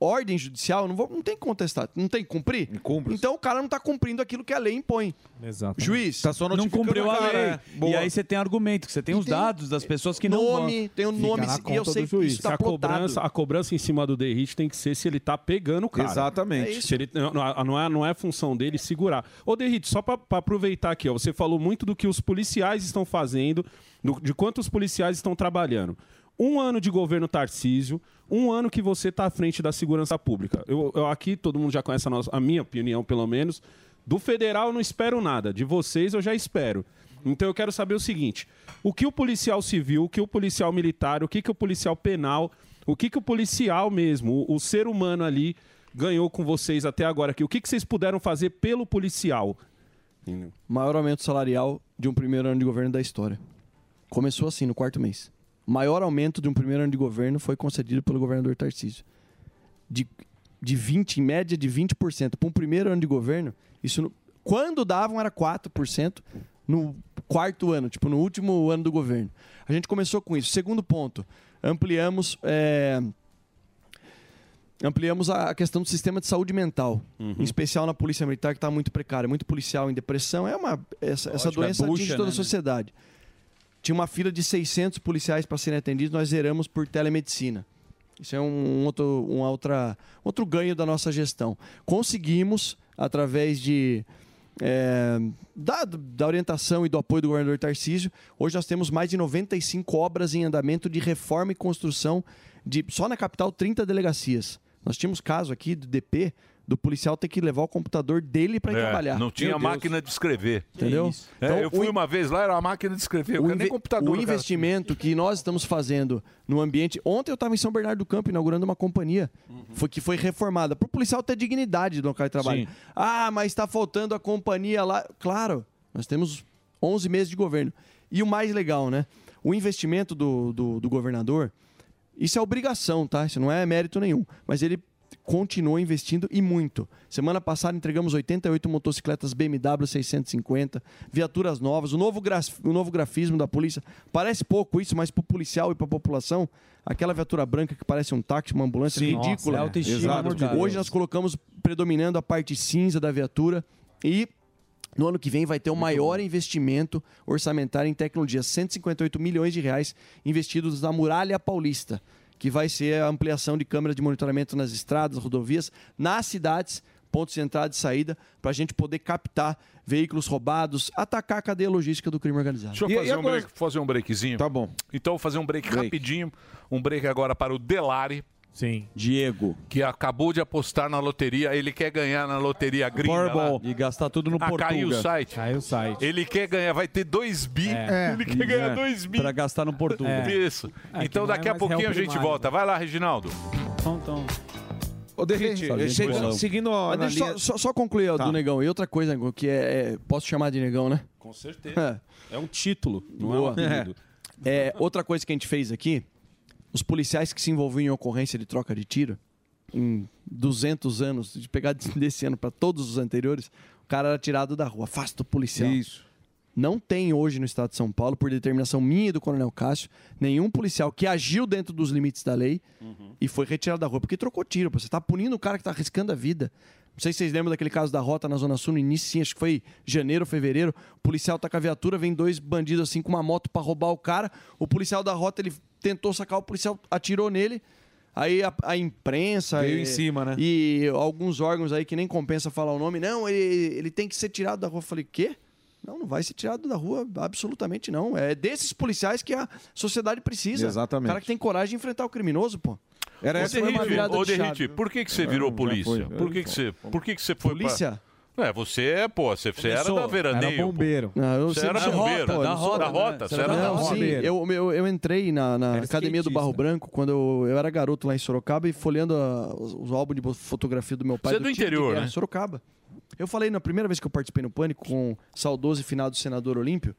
Speaker 14: Ordem judicial, não, vou- não tem que contestar, não tem que cumprir. Então o cara não está cumprindo aquilo que a lei impõe.
Speaker 11: Exato.
Speaker 14: Juiz,
Speaker 11: Tá só
Speaker 9: Não
Speaker 11: notificando
Speaker 9: cumpriu
Speaker 11: o
Speaker 9: a
Speaker 11: cara,
Speaker 9: lei.
Speaker 11: né? Boa.
Speaker 9: E aí você tem argumento, que você tem os dados das pessoas que não vão.
Speaker 14: nome, tem o nome, e eu sei que isso está
Speaker 8: a
Speaker 14: plotado.
Speaker 8: cobrança, a cobrança em cima do Derrit tem que ser se ele tá pegando o cara.
Speaker 7: Exatamente. É isso.
Speaker 8: Se ele- não, não- não é, não é função dele segurar. Ô, Derrit, só para aproveitar aqui, ó, você falou muito do que os policiais estão fazendo, do- de quanto os policiais estão trabalhando. Um ano de governo Tarcísio, um ano que você está à frente da segurança pública. Eu, eu aqui, todo mundo já conhece a, nossa- a minha opinião, pelo menos. Do federal eu não espero nada, de vocês eu já espero. Então eu quero saber o seguinte: o que o policial civil, o que o policial militar, o que, que o policial penal, o que, que o policial mesmo, o, o ser humano ali, ganhou com vocês até agora aqui? O que, que vocês puderam fazer pelo policial?
Speaker 14: Maior aumento salarial de um primeiro ano de governo da história. Começou assim, no quarto mês. O maior aumento de um primeiro ano de governo foi concedido pelo governador Tarcísio. De, de 20, em média, de 20%. Para um primeiro ano de governo, isso no- quando davam era 4% no quarto ano, tipo, no último ano do governo. A gente começou com isso. Segundo ponto, ampliamos. é, ampliamos a a questão do sistema de saúde mental,
Speaker 9: Uhum.
Speaker 14: em especial na polícia militar que está muito precária, muito policial em depressão, é uma essa, essa
Speaker 9: Lógico, é
Speaker 14: doença
Speaker 9: bucha,
Speaker 14: atinge toda
Speaker 9: né,
Speaker 14: a sociedade. Tinha uma fila de 600 policiais para serem atendidos, nós zeramos por telemedicina. Isso é um outro, um outra, outro ganho da nossa gestão. Conseguimos, através de, é, da, da orientação e do apoio do governador Tarcísio, hoje nós temos mais de 95 obras em andamento de reforma e construção de, só na capital, 30 delegacias. Nós tínhamos caso aqui do DP, do policial ter que levar o computador dele para
Speaker 5: É,
Speaker 14: trabalhar.
Speaker 5: Não tinha
Speaker 14: Meu Deus.
Speaker 5: máquina de escrever.
Speaker 14: Entendeu?
Speaker 5: É,
Speaker 14: Então,
Speaker 5: eu fui
Speaker 14: o-
Speaker 5: uma vez lá, era uma máquina de escrever. Eu quero nem
Speaker 14: inve-
Speaker 5: computador.
Speaker 14: o
Speaker 5: cara. assim.
Speaker 14: investimento que nós estamos fazendo no ambiente. Ontem eu estava em São Bernardo do Campo inaugurando uma companhia
Speaker 5: Uhum.
Speaker 14: foi, que foi reformada. Para o policial ter dignidade no local de trabalho.
Speaker 13: Sim.
Speaker 14: Ah, mas está faltando a companhia lá. Claro, nós temos 11 meses de governo. E o mais legal, né? O investimento do, do, do governador, isso é obrigação, tá? Isso não é mérito nenhum. Mas ele continua investindo e muito. Semana passada entregamos 88 motocicletas BMW 650, viaturas novas, o novo, graf- o novo grafismo da polícia. Parece pouco isso, mas pro policial e pra população, aquela viatura branca que parece um táxi, uma ambulância,
Speaker 11: Sim.
Speaker 14: ridícula.
Speaker 11: Nossa, é autoestima,
Speaker 14: Exato.
Speaker 11: amor de Deus.
Speaker 14: Hoje nós colocamos predominando a parte cinza da viatura e no ano que vem vai ter o maior investimento orçamentário em tecnologia, 158 milhões de reais investidos na Muralha Paulista, que vai ser a ampliação de câmeras de monitoramento nas estradas, rodovias, nas cidades, pontos de entrada e saída, para a gente poder captar veículos roubados, atacar a cadeia logística do crime organizado.
Speaker 5: Deixa eu fazer, um break, fazer um breakzinho. Tá bom. Então, vou fazer um break, rapidinho. Um break agora para o Delari.
Speaker 11: Sim.
Speaker 5: Diego. Que acabou de apostar na loteria. Ele quer ganhar na loteria gringa.
Speaker 11: Powerball.
Speaker 5: E gastar tudo
Speaker 11: no
Speaker 5: ah, Caiu o
Speaker 11: Portuga.
Speaker 5: site. Caiu
Speaker 11: o site.
Speaker 5: Ele quer ganhar, vai ter 2 bi.
Speaker 11: É.
Speaker 5: Ele quer ganhar 2 bi.
Speaker 11: Pra gastar no Portuga. É.
Speaker 5: Isso.
Speaker 11: É, que
Speaker 5: então,
Speaker 11: não é
Speaker 5: daqui a
Speaker 11: mais réu
Speaker 5: pouquinho a gente
Speaker 11: primário.
Speaker 5: volta. Vai lá, Reginaldo.
Speaker 11: Então, então.
Speaker 14: Ô, Derrite,
Speaker 5: Sim,
Speaker 14: eu-
Speaker 5: seguindo-
Speaker 14: seguindo-
Speaker 5: seguindo a-
Speaker 14: Mas
Speaker 5: na
Speaker 14: deixa eu só-
Speaker 5: linha-
Speaker 14: só, só concluir ó,
Speaker 5: Tá.
Speaker 14: do Negão. E outra coisa, Negão, que é, é- Posso chamar de Negão, né?
Speaker 8: Com certeza. É um título, não
Speaker 14: Boa.
Speaker 8: é um apelido.
Speaker 14: É, outra coisa que a gente fez aqui, os policiais que se envolviam em ocorrência de troca de tiro, em 200 anos, de pegar desse ano para todos os anteriores, o cara era tirado da rua. Afasta o policial. Isso. Não tem hoje no estado de São Paulo, por determinação minha e do Coronel Cássio, nenhum policial que agiu dentro dos limites da lei
Speaker 8: Uhum.
Speaker 14: e foi retirado da rua porque trocou tiro. pô. Você está punindo o cara que está arriscando a vida. Não sei se vocês lembram daquele caso da rota na Zona Sul no início, sim, acho que foi janeiro, fevereiro. O policial tá com a viatura, vem dois bandidos assim com uma moto para roubar o cara. O policial da rota, ele tentou sacar o policial, atirou nele. Aí a, a imprensa.
Speaker 11: Veio
Speaker 14: e-
Speaker 11: em cima, né?
Speaker 14: E alguns órgãos aí que nem compensa falar o nome. Não, ele, ele tem que ser tirado da rua. Eu falei, quê? Não, não vai ser tirado da rua, absolutamente não. É desses policiais que a sociedade precisa.
Speaker 7: Exatamente.
Speaker 14: O cara que tem coragem de enfrentar o criminoso, pô.
Speaker 5: Ô,
Speaker 14: Essa foi uma
Speaker 5: Derrite,
Speaker 14: virada
Speaker 5: ô,
Speaker 14: de chave.
Speaker 5: Derrite, por que, que você
Speaker 14: É,
Speaker 5: virou
Speaker 14: já
Speaker 5: polícia?
Speaker 14: foi.
Speaker 5: Por que, que você, por que, que você foi pra-
Speaker 14: Polícia?
Speaker 5: É, você, pô, você, você era
Speaker 14: Começou,
Speaker 5: da veraneio.
Speaker 14: era
Speaker 5: pô.
Speaker 14: bombeiro. Não, eu
Speaker 5: você
Speaker 14: sempre
Speaker 5: era
Speaker 14: fui-
Speaker 5: bombeiro.
Speaker 14: Pô,
Speaker 5: da
Speaker 14: não sou-
Speaker 5: rota, da rota. Você era da
Speaker 14: Não,
Speaker 5: rota.
Speaker 14: sim, eu, eu, eu entrei na, na academia do Barro Branco quando eu, eu era garoto lá em Sorocaba e folheando a- os, os álbuns de fotografia do meu pai.
Speaker 5: Você é do
Speaker 14: tio que
Speaker 5: interior,
Speaker 14: era
Speaker 5: né?
Speaker 14: Sorocaba. Eu falei na primeira vez que eu participei no Pânico com o saudoso e finado senador Olímpio.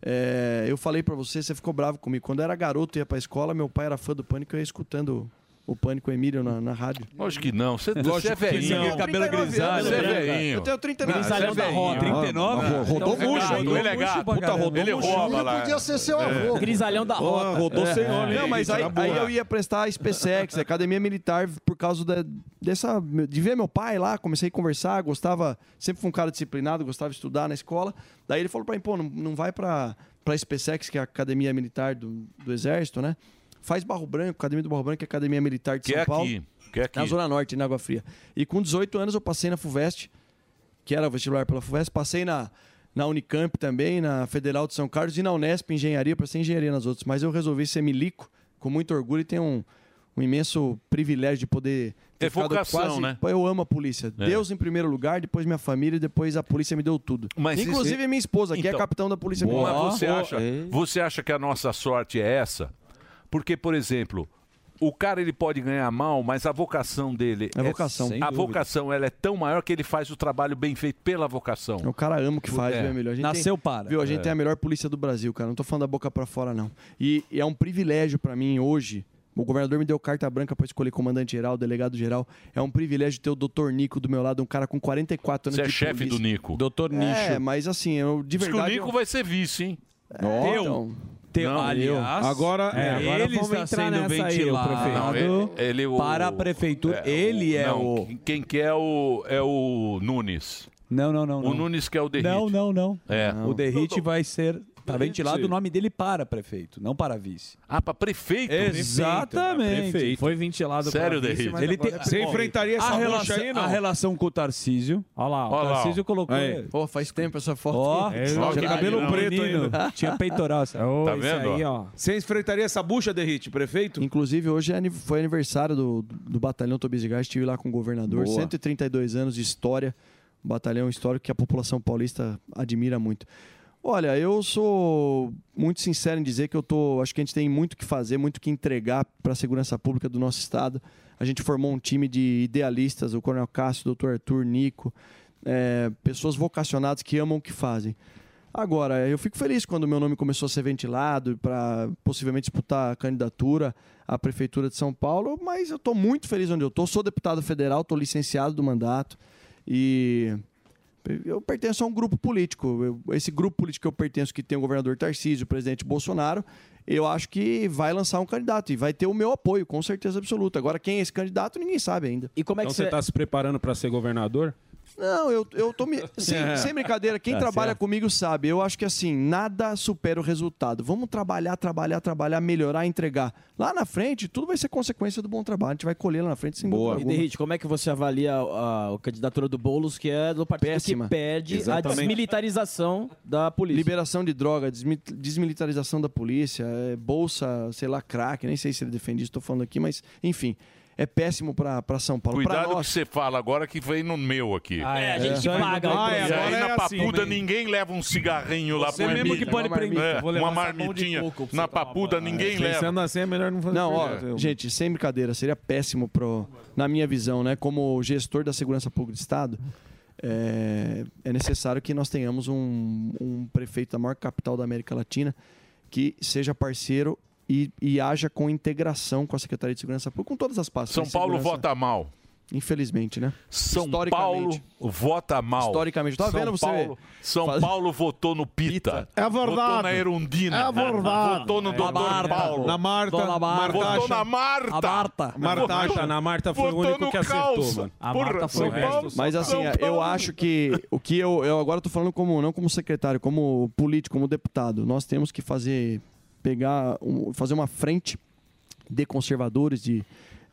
Speaker 14: é, eu falei pra você, você ficou bravo comigo. Quando eu era garoto e ia pra escola, meu pai era fã do Pânico e eu ia escutando o Pânico Emílio na, na rádio.
Speaker 5: Lógico que não. Você,
Speaker 14: Lógico
Speaker 5: você é
Speaker 14: que não.
Speaker 5: velhinho.
Speaker 14: Você tem cabelo 39 grisalho, né?
Speaker 5: Você é
Speaker 14: branco.
Speaker 5: velhinho.
Speaker 14: Eu tenho 39.
Speaker 5: Não, você é
Speaker 14: Grisalhão da
Speaker 5: velhinho.
Speaker 14: roda. 39?
Speaker 5: Então,
Speaker 14: Rodou
Speaker 5: você é
Speaker 14: murcho,
Speaker 5: gato,
Speaker 14: rodou
Speaker 5: Ele é
Speaker 14: murcho
Speaker 5: gato.
Speaker 14: pra caramba.
Speaker 5: Ele
Speaker 14: Rodou
Speaker 5: rouba
Speaker 14: murcho.
Speaker 5: lá.
Speaker 14: Podia ser seu avô.
Speaker 10: Grisalhão
Speaker 5: Ah,
Speaker 10: da rota.
Speaker 14: É. Não, mas aí, aí eu ia prestar a SpaceX, a academia militar, por causa da- dessa. De ver meu pai lá, comecei a conversar, gostava. Sempre fui um cara disciplinado, gostava de estudar na escola. Daí ele falou pra mim, pô, não, não vai pra, pra SpaceX, que é a academia militar do, do Exército, né? Faz Barro Branco, Academia do Barro Branco, que é a Academia Militar de
Speaker 5: Que
Speaker 14: São
Speaker 5: é
Speaker 14: Paulo.
Speaker 5: aqui, que é aqui.
Speaker 14: Na Zona Norte, na Água Fria. E com 18 anos eu passei na FUVEST, que era o vestibular pela FUVEST, passei na, na Unicamp também, na Federal de São Carlos e na Unesp Engenharia, para ser engenharia nas outras. Mas eu resolvi ser milico com muito orgulho e tenho um, um imenso privilégio de poder ter
Speaker 5: É
Speaker 14: ficado
Speaker 5: vocação,
Speaker 14: quase...
Speaker 5: né?
Speaker 14: Eu amo a polícia.
Speaker 5: É.
Speaker 14: Deus em primeiro lugar, depois minha família e depois a polícia me deu tudo.
Speaker 5: Mas isso-
Speaker 14: Inclusive minha esposa, que é
Speaker 5: Então.
Speaker 14: capitão da polícia
Speaker 5: Mas
Speaker 14: militar.
Speaker 5: você acha, você acha que a nossa sorte é essa? Porque, por exemplo, o cara ele pode ganhar mal, mas a vocação dele
Speaker 14: É vocação. Sem
Speaker 5: a
Speaker 14: dúvida.
Speaker 5: vocação ela é tão maior que ele faz o trabalho bem feito pela vocação.
Speaker 14: O cara ama o que faz,
Speaker 5: É.
Speaker 14: viu, Emílio? A gente
Speaker 5: Nasceu
Speaker 14: tem,
Speaker 5: para.
Speaker 14: Viu, a gente
Speaker 5: É.
Speaker 14: tem a melhor polícia do Brasil, cara. Não tô falando da boca pra fora, não. E, e é um privilégio pra mim hoje. O governador me deu carta branca pra escolher comandante-geral, delegado-geral. É um privilégio ter o doutor Nico do meu lado, um cara com 44 anos
Speaker 5: Você é
Speaker 14: de
Speaker 5: chefe do
Speaker 14: polícia.
Speaker 5: Nico. Doutor
Speaker 14: É, mas assim, eu de
Speaker 5: Diz que o
Speaker 14: verdade...
Speaker 5: Nico vai um. ser vice, hein?
Speaker 14: eu...
Speaker 5: Teu.
Speaker 14: Então,
Speaker 9: Teu,
Speaker 5: Não,
Speaker 9: aliás,
Speaker 5: eu. Agora- é, agora
Speaker 9: ele
Speaker 5: vamos
Speaker 9: está
Speaker 5: entrar
Speaker 9: sendo
Speaker 5: nessa aí, o
Speaker 9: ventilado
Speaker 5: prefeito. Não, ele- ele, o-
Speaker 9: para a prefeitura. ele é
Speaker 5: Não,
Speaker 9: o...
Speaker 5: quem- Quem quer é o, é o Nunes.
Speaker 9: Não, não, não.
Speaker 5: O Nunes que é o Derrite.
Speaker 9: Não, não, não.
Speaker 5: É.
Speaker 9: O Derrite vai ser Tá ventilado, o nome dele para prefeito, não para vice.
Speaker 5: Ah, para prefeito?
Speaker 9: Exatamente.
Speaker 11: Prefeito. Foi ventilado para
Speaker 9: Sério,
Speaker 11: vice,
Speaker 9: Derrite?
Speaker 11: mas
Speaker 9: Ele
Speaker 11: agora
Speaker 9: tem-
Speaker 11: é
Speaker 9: Você
Speaker 11: prefeito.
Speaker 9: enfrentaria essa
Speaker 11: A
Speaker 9: bruxa
Speaker 11: relação-
Speaker 9: aí, não?
Speaker 11: a relação-
Speaker 9: relação com o Tarcísio. Olha lá,
Speaker 11: Ah, o Olha lá, ó. Tarcísio colocou
Speaker 9: Aí.
Speaker 11: ele.
Speaker 9: Pô, faz tempo essa foto. Ó,
Speaker 11: aí.
Speaker 9: tinha
Speaker 11: Ó, que
Speaker 9: cabelo
Speaker 11: carinho,
Speaker 9: preto
Speaker 11: menino.
Speaker 9: ainda. Tinha peitoral. Essa.
Speaker 11: Tá esse vendo, aí, ó? ó?
Speaker 7: Você enfrentaria essa bucha, Derrite, prefeito?
Speaker 14: Inclusive, hoje é ani- foi aniversário do, do Batalhão Tobias de Gás. Estive lá com o governador.
Speaker 7: Boa.
Speaker 14: 132 anos de história. Um batalhão histórico que a população paulista admira muito. Olha, eu sou muito sincero em dizer que eu tô. Acho que a gente tem muito o que fazer, muito o que entregar para a segurança pública do nosso estado. A gente formou um time de idealistas, o Coronel Cássio, o doutor Arthur, Nico, é, pessoas vocacionadas que amam o que fazem. Agora, eu fico feliz quando o meu nome começou a ser ventilado para possivelmente disputar a candidatura à Prefeitura de São Paulo, mas eu estou muito feliz onde eu estou. Sou deputado federal, estou licenciado do mandato e eu pertenço a um grupo político. Eu- esse grupo político que eu pertenço, que tem o governador Tarcísio, o presidente Bolsonaro, eu acho que vai lançar um candidato e vai ter o meu apoio, com certeza absoluta. Agora, quem é esse candidato, ninguém sabe ainda.
Speaker 10: E como é
Speaker 8: Então você tá se preparando para ser governador?
Speaker 14: Não, eu, eu tô me. Sem,
Speaker 8: É.
Speaker 14: sem brincadeira, quem
Speaker 8: Tá
Speaker 14: trabalha
Speaker 8: certo.
Speaker 14: comigo sabe. Eu acho que assim, nada supera o resultado. Vamos trabalhar, trabalhar, trabalhar, melhorar, entregar. Lá na frente, tudo vai ser consequência do bom trabalho. A gente vai colher lá na frente sem dúvida
Speaker 10: E
Speaker 14: alguma.
Speaker 10: Derrite, como é que você avalia a, a candidatura do Boulos, que é do partido
Speaker 14: Péssima.
Speaker 10: que perde a
Speaker 14: Exatamente.
Speaker 10: desmilitarização da polícia?
Speaker 14: Liberação de droga, desmi- desmilitarização da polícia, é, bolsa, sei lá, crack, nem sei se ele defende isso, tô falando aqui, mas enfim, é péssimo para São Paulo. Pra
Speaker 5: Cuidado
Speaker 14: nós.
Speaker 5: que você fala agora que vem no meu aqui.
Speaker 14: Ah, é, a gente
Speaker 5: Isso aí
Speaker 14: paga
Speaker 5: não
Speaker 14: o
Speaker 5: dá.
Speaker 14: preço.
Speaker 5: E aí
Speaker 14: Agora é
Speaker 5: na
Speaker 14: assim
Speaker 5: papuda
Speaker 14: também.
Speaker 5: ninguém leva um cigarrinho lá
Speaker 14: Você
Speaker 5: pro
Speaker 14: mesmo
Speaker 5: Emílio.
Speaker 14: que pode
Speaker 5: Uma
Speaker 14: prender.
Speaker 5: marmita.
Speaker 14: Vou levar
Speaker 5: Uma
Speaker 14: essa mão de
Speaker 5: marmitinha.
Speaker 14: coco pra você
Speaker 5: Na
Speaker 14: tomar
Speaker 5: papuda ninguém leva.
Speaker 14: Pensando
Speaker 11: assim é melhor não
Speaker 14: Não, ó, gente, sem brincadeira, seria péssimo pro, na minha visão, né? Como gestor da segurança pública do Estado, é, é necessário que nós tenhamos um, um prefeito da maior capital da América Latina que seja parceiro e, e haja com integração com a Secretaria de Segurança Pública, com todas as pastas.
Speaker 5: São
Speaker 14: de
Speaker 5: Paulo
Speaker 14: Tá segurança.
Speaker 5: vota mal.
Speaker 14: Infelizmente, né?
Speaker 5: São Paulo
Speaker 14: Historicamente.
Speaker 5: vota mal.
Speaker 14: Historicamente. Tá
Speaker 5: São
Speaker 14: vendo você?
Speaker 5: Paulo, São Paulo votou no Pita.
Speaker 14: É verdade.
Speaker 5: Votou na Erundina.
Speaker 14: É verdade.
Speaker 5: Votou no
Speaker 14: Na
Speaker 5: Dr.
Speaker 14: Marta.
Speaker 5: Paulo.
Speaker 14: Na Marta.
Speaker 5: Votou
Speaker 14: Martacha.
Speaker 5: na Marta.
Speaker 14: A Marta. Martacha.
Speaker 5: Votou-
Speaker 14: Na Marta
Speaker 8: foi o
Speaker 5: votou
Speaker 8: único
Speaker 5: no
Speaker 8: que acertou,
Speaker 5: calça.
Speaker 8: mano.
Speaker 5: Porra, São Paulo-
Speaker 14: Mas assim,
Speaker 5: São
Speaker 14: eu
Speaker 5: Paulo-
Speaker 14: acho que o que eu, eu agora tô falando como não como secretário, como político, como deputado, nós temos que fazer pegar um- fazer uma frente de conservadores de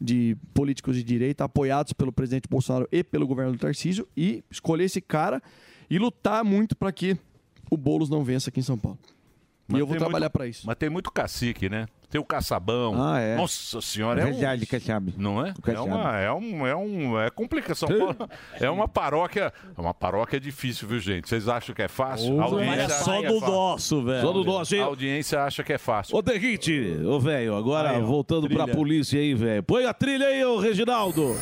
Speaker 14: de políticos de direita apoiados pelo presidente Bolsonaro e pelo governo do Tarcísio e escolher esse cara e lutar muito para que o Boulos não vença aqui em São Paulo.
Speaker 5: Mas
Speaker 14: e eu vou
Speaker 5: tem
Speaker 14: trabalhar
Speaker 5: muito-
Speaker 14: para isso.
Speaker 5: Mas tem muito cacique, né? Tem o caçabão.
Speaker 14: Ah, é.
Speaker 5: Nossa senhora. É, um-
Speaker 14: Kachabe.
Speaker 5: Não é? É, uma, é, um, é, um, é complicação. É uma paróquia. é Uma paróquia difícil, viu, gente? Vocês acham que é fácil?
Speaker 13: Ô,
Speaker 5: A audiência
Speaker 13: velho, é só
Speaker 5: acha que
Speaker 13: do
Speaker 5: fácil.
Speaker 13: nosso, velho. Só do nosso, hein?
Speaker 5: A audiência acha que é fácil.
Speaker 13: Ô, Derrite, ô, velho, agora
Speaker 5: Aí, ó,
Speaker 13: voltando pra
Speaker 5: trilha.
Speaker 13: polícia aí, velho. Põe a trilha aí, ô, Reginaldo.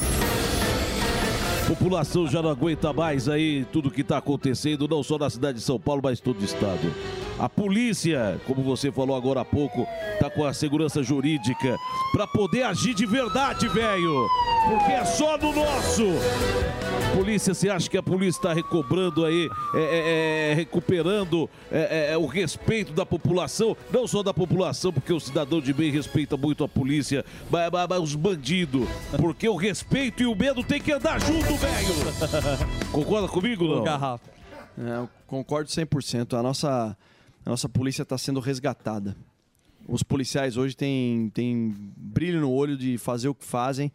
Speaker 13: População já não aguenta mais aí tudo que tá acontecendo, não só na cidade de São Paulo, mas todo o estado. A polícia, como você falou agora há pouco, tá com a segurança jurídica pra poder agir de verdade, velho. Porque é só do nosso. Polícia, você acha que a polícia está recobrando aí, é, é, é, recuperando é, é, é, o respeito da população? Não só da população, porque o cidadão de bem respeita muito a polícia, mas, mas- mas os bandidos. Porque o respeito e o medo tem que andar junto, velho! Concorda comigo, não?
Speaker 14: É, eu concordo 100%. A nossa, a nossa polícia está sendo resgatada. Os policiais hoje têm, têm brilho no olho de fazer o que fazem.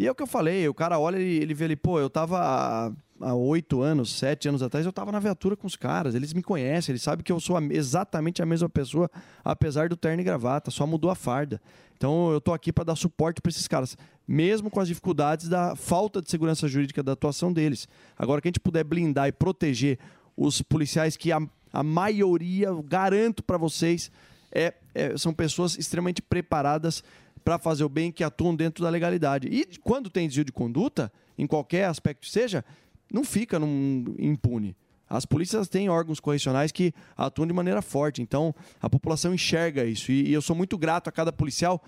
Speaker 14: E é o que eu falei, o cara olha e ele vê ali, pô, eu tava há- há oito anos, sete anos atrás, eu tava na viatura com os caras, eles me conhecem, eles sabem que eu sou a- exatamente a mesma pessoa, apesar do terno e gravata, só mudou a farda. Então eu tô aqui para dar suporte para esses caras, mesmo com as dificuldades da falta de segurança jurídica da atuação deles. Agora que a gente puder blindar e proteger os policiais que a, a maioria, eu garanto para vocês, é- é- são pessoas extremamente preparadas para fazer o bem que atuam dentro da legalidade. E quando tem desvio de conduta, em qualquer aspecto que seja, não fica num- impune. As polícias têm órgãos correcionais que atuam de maneira forte, então a população enxerga isso. E, e eu sou muito grato a cada policial,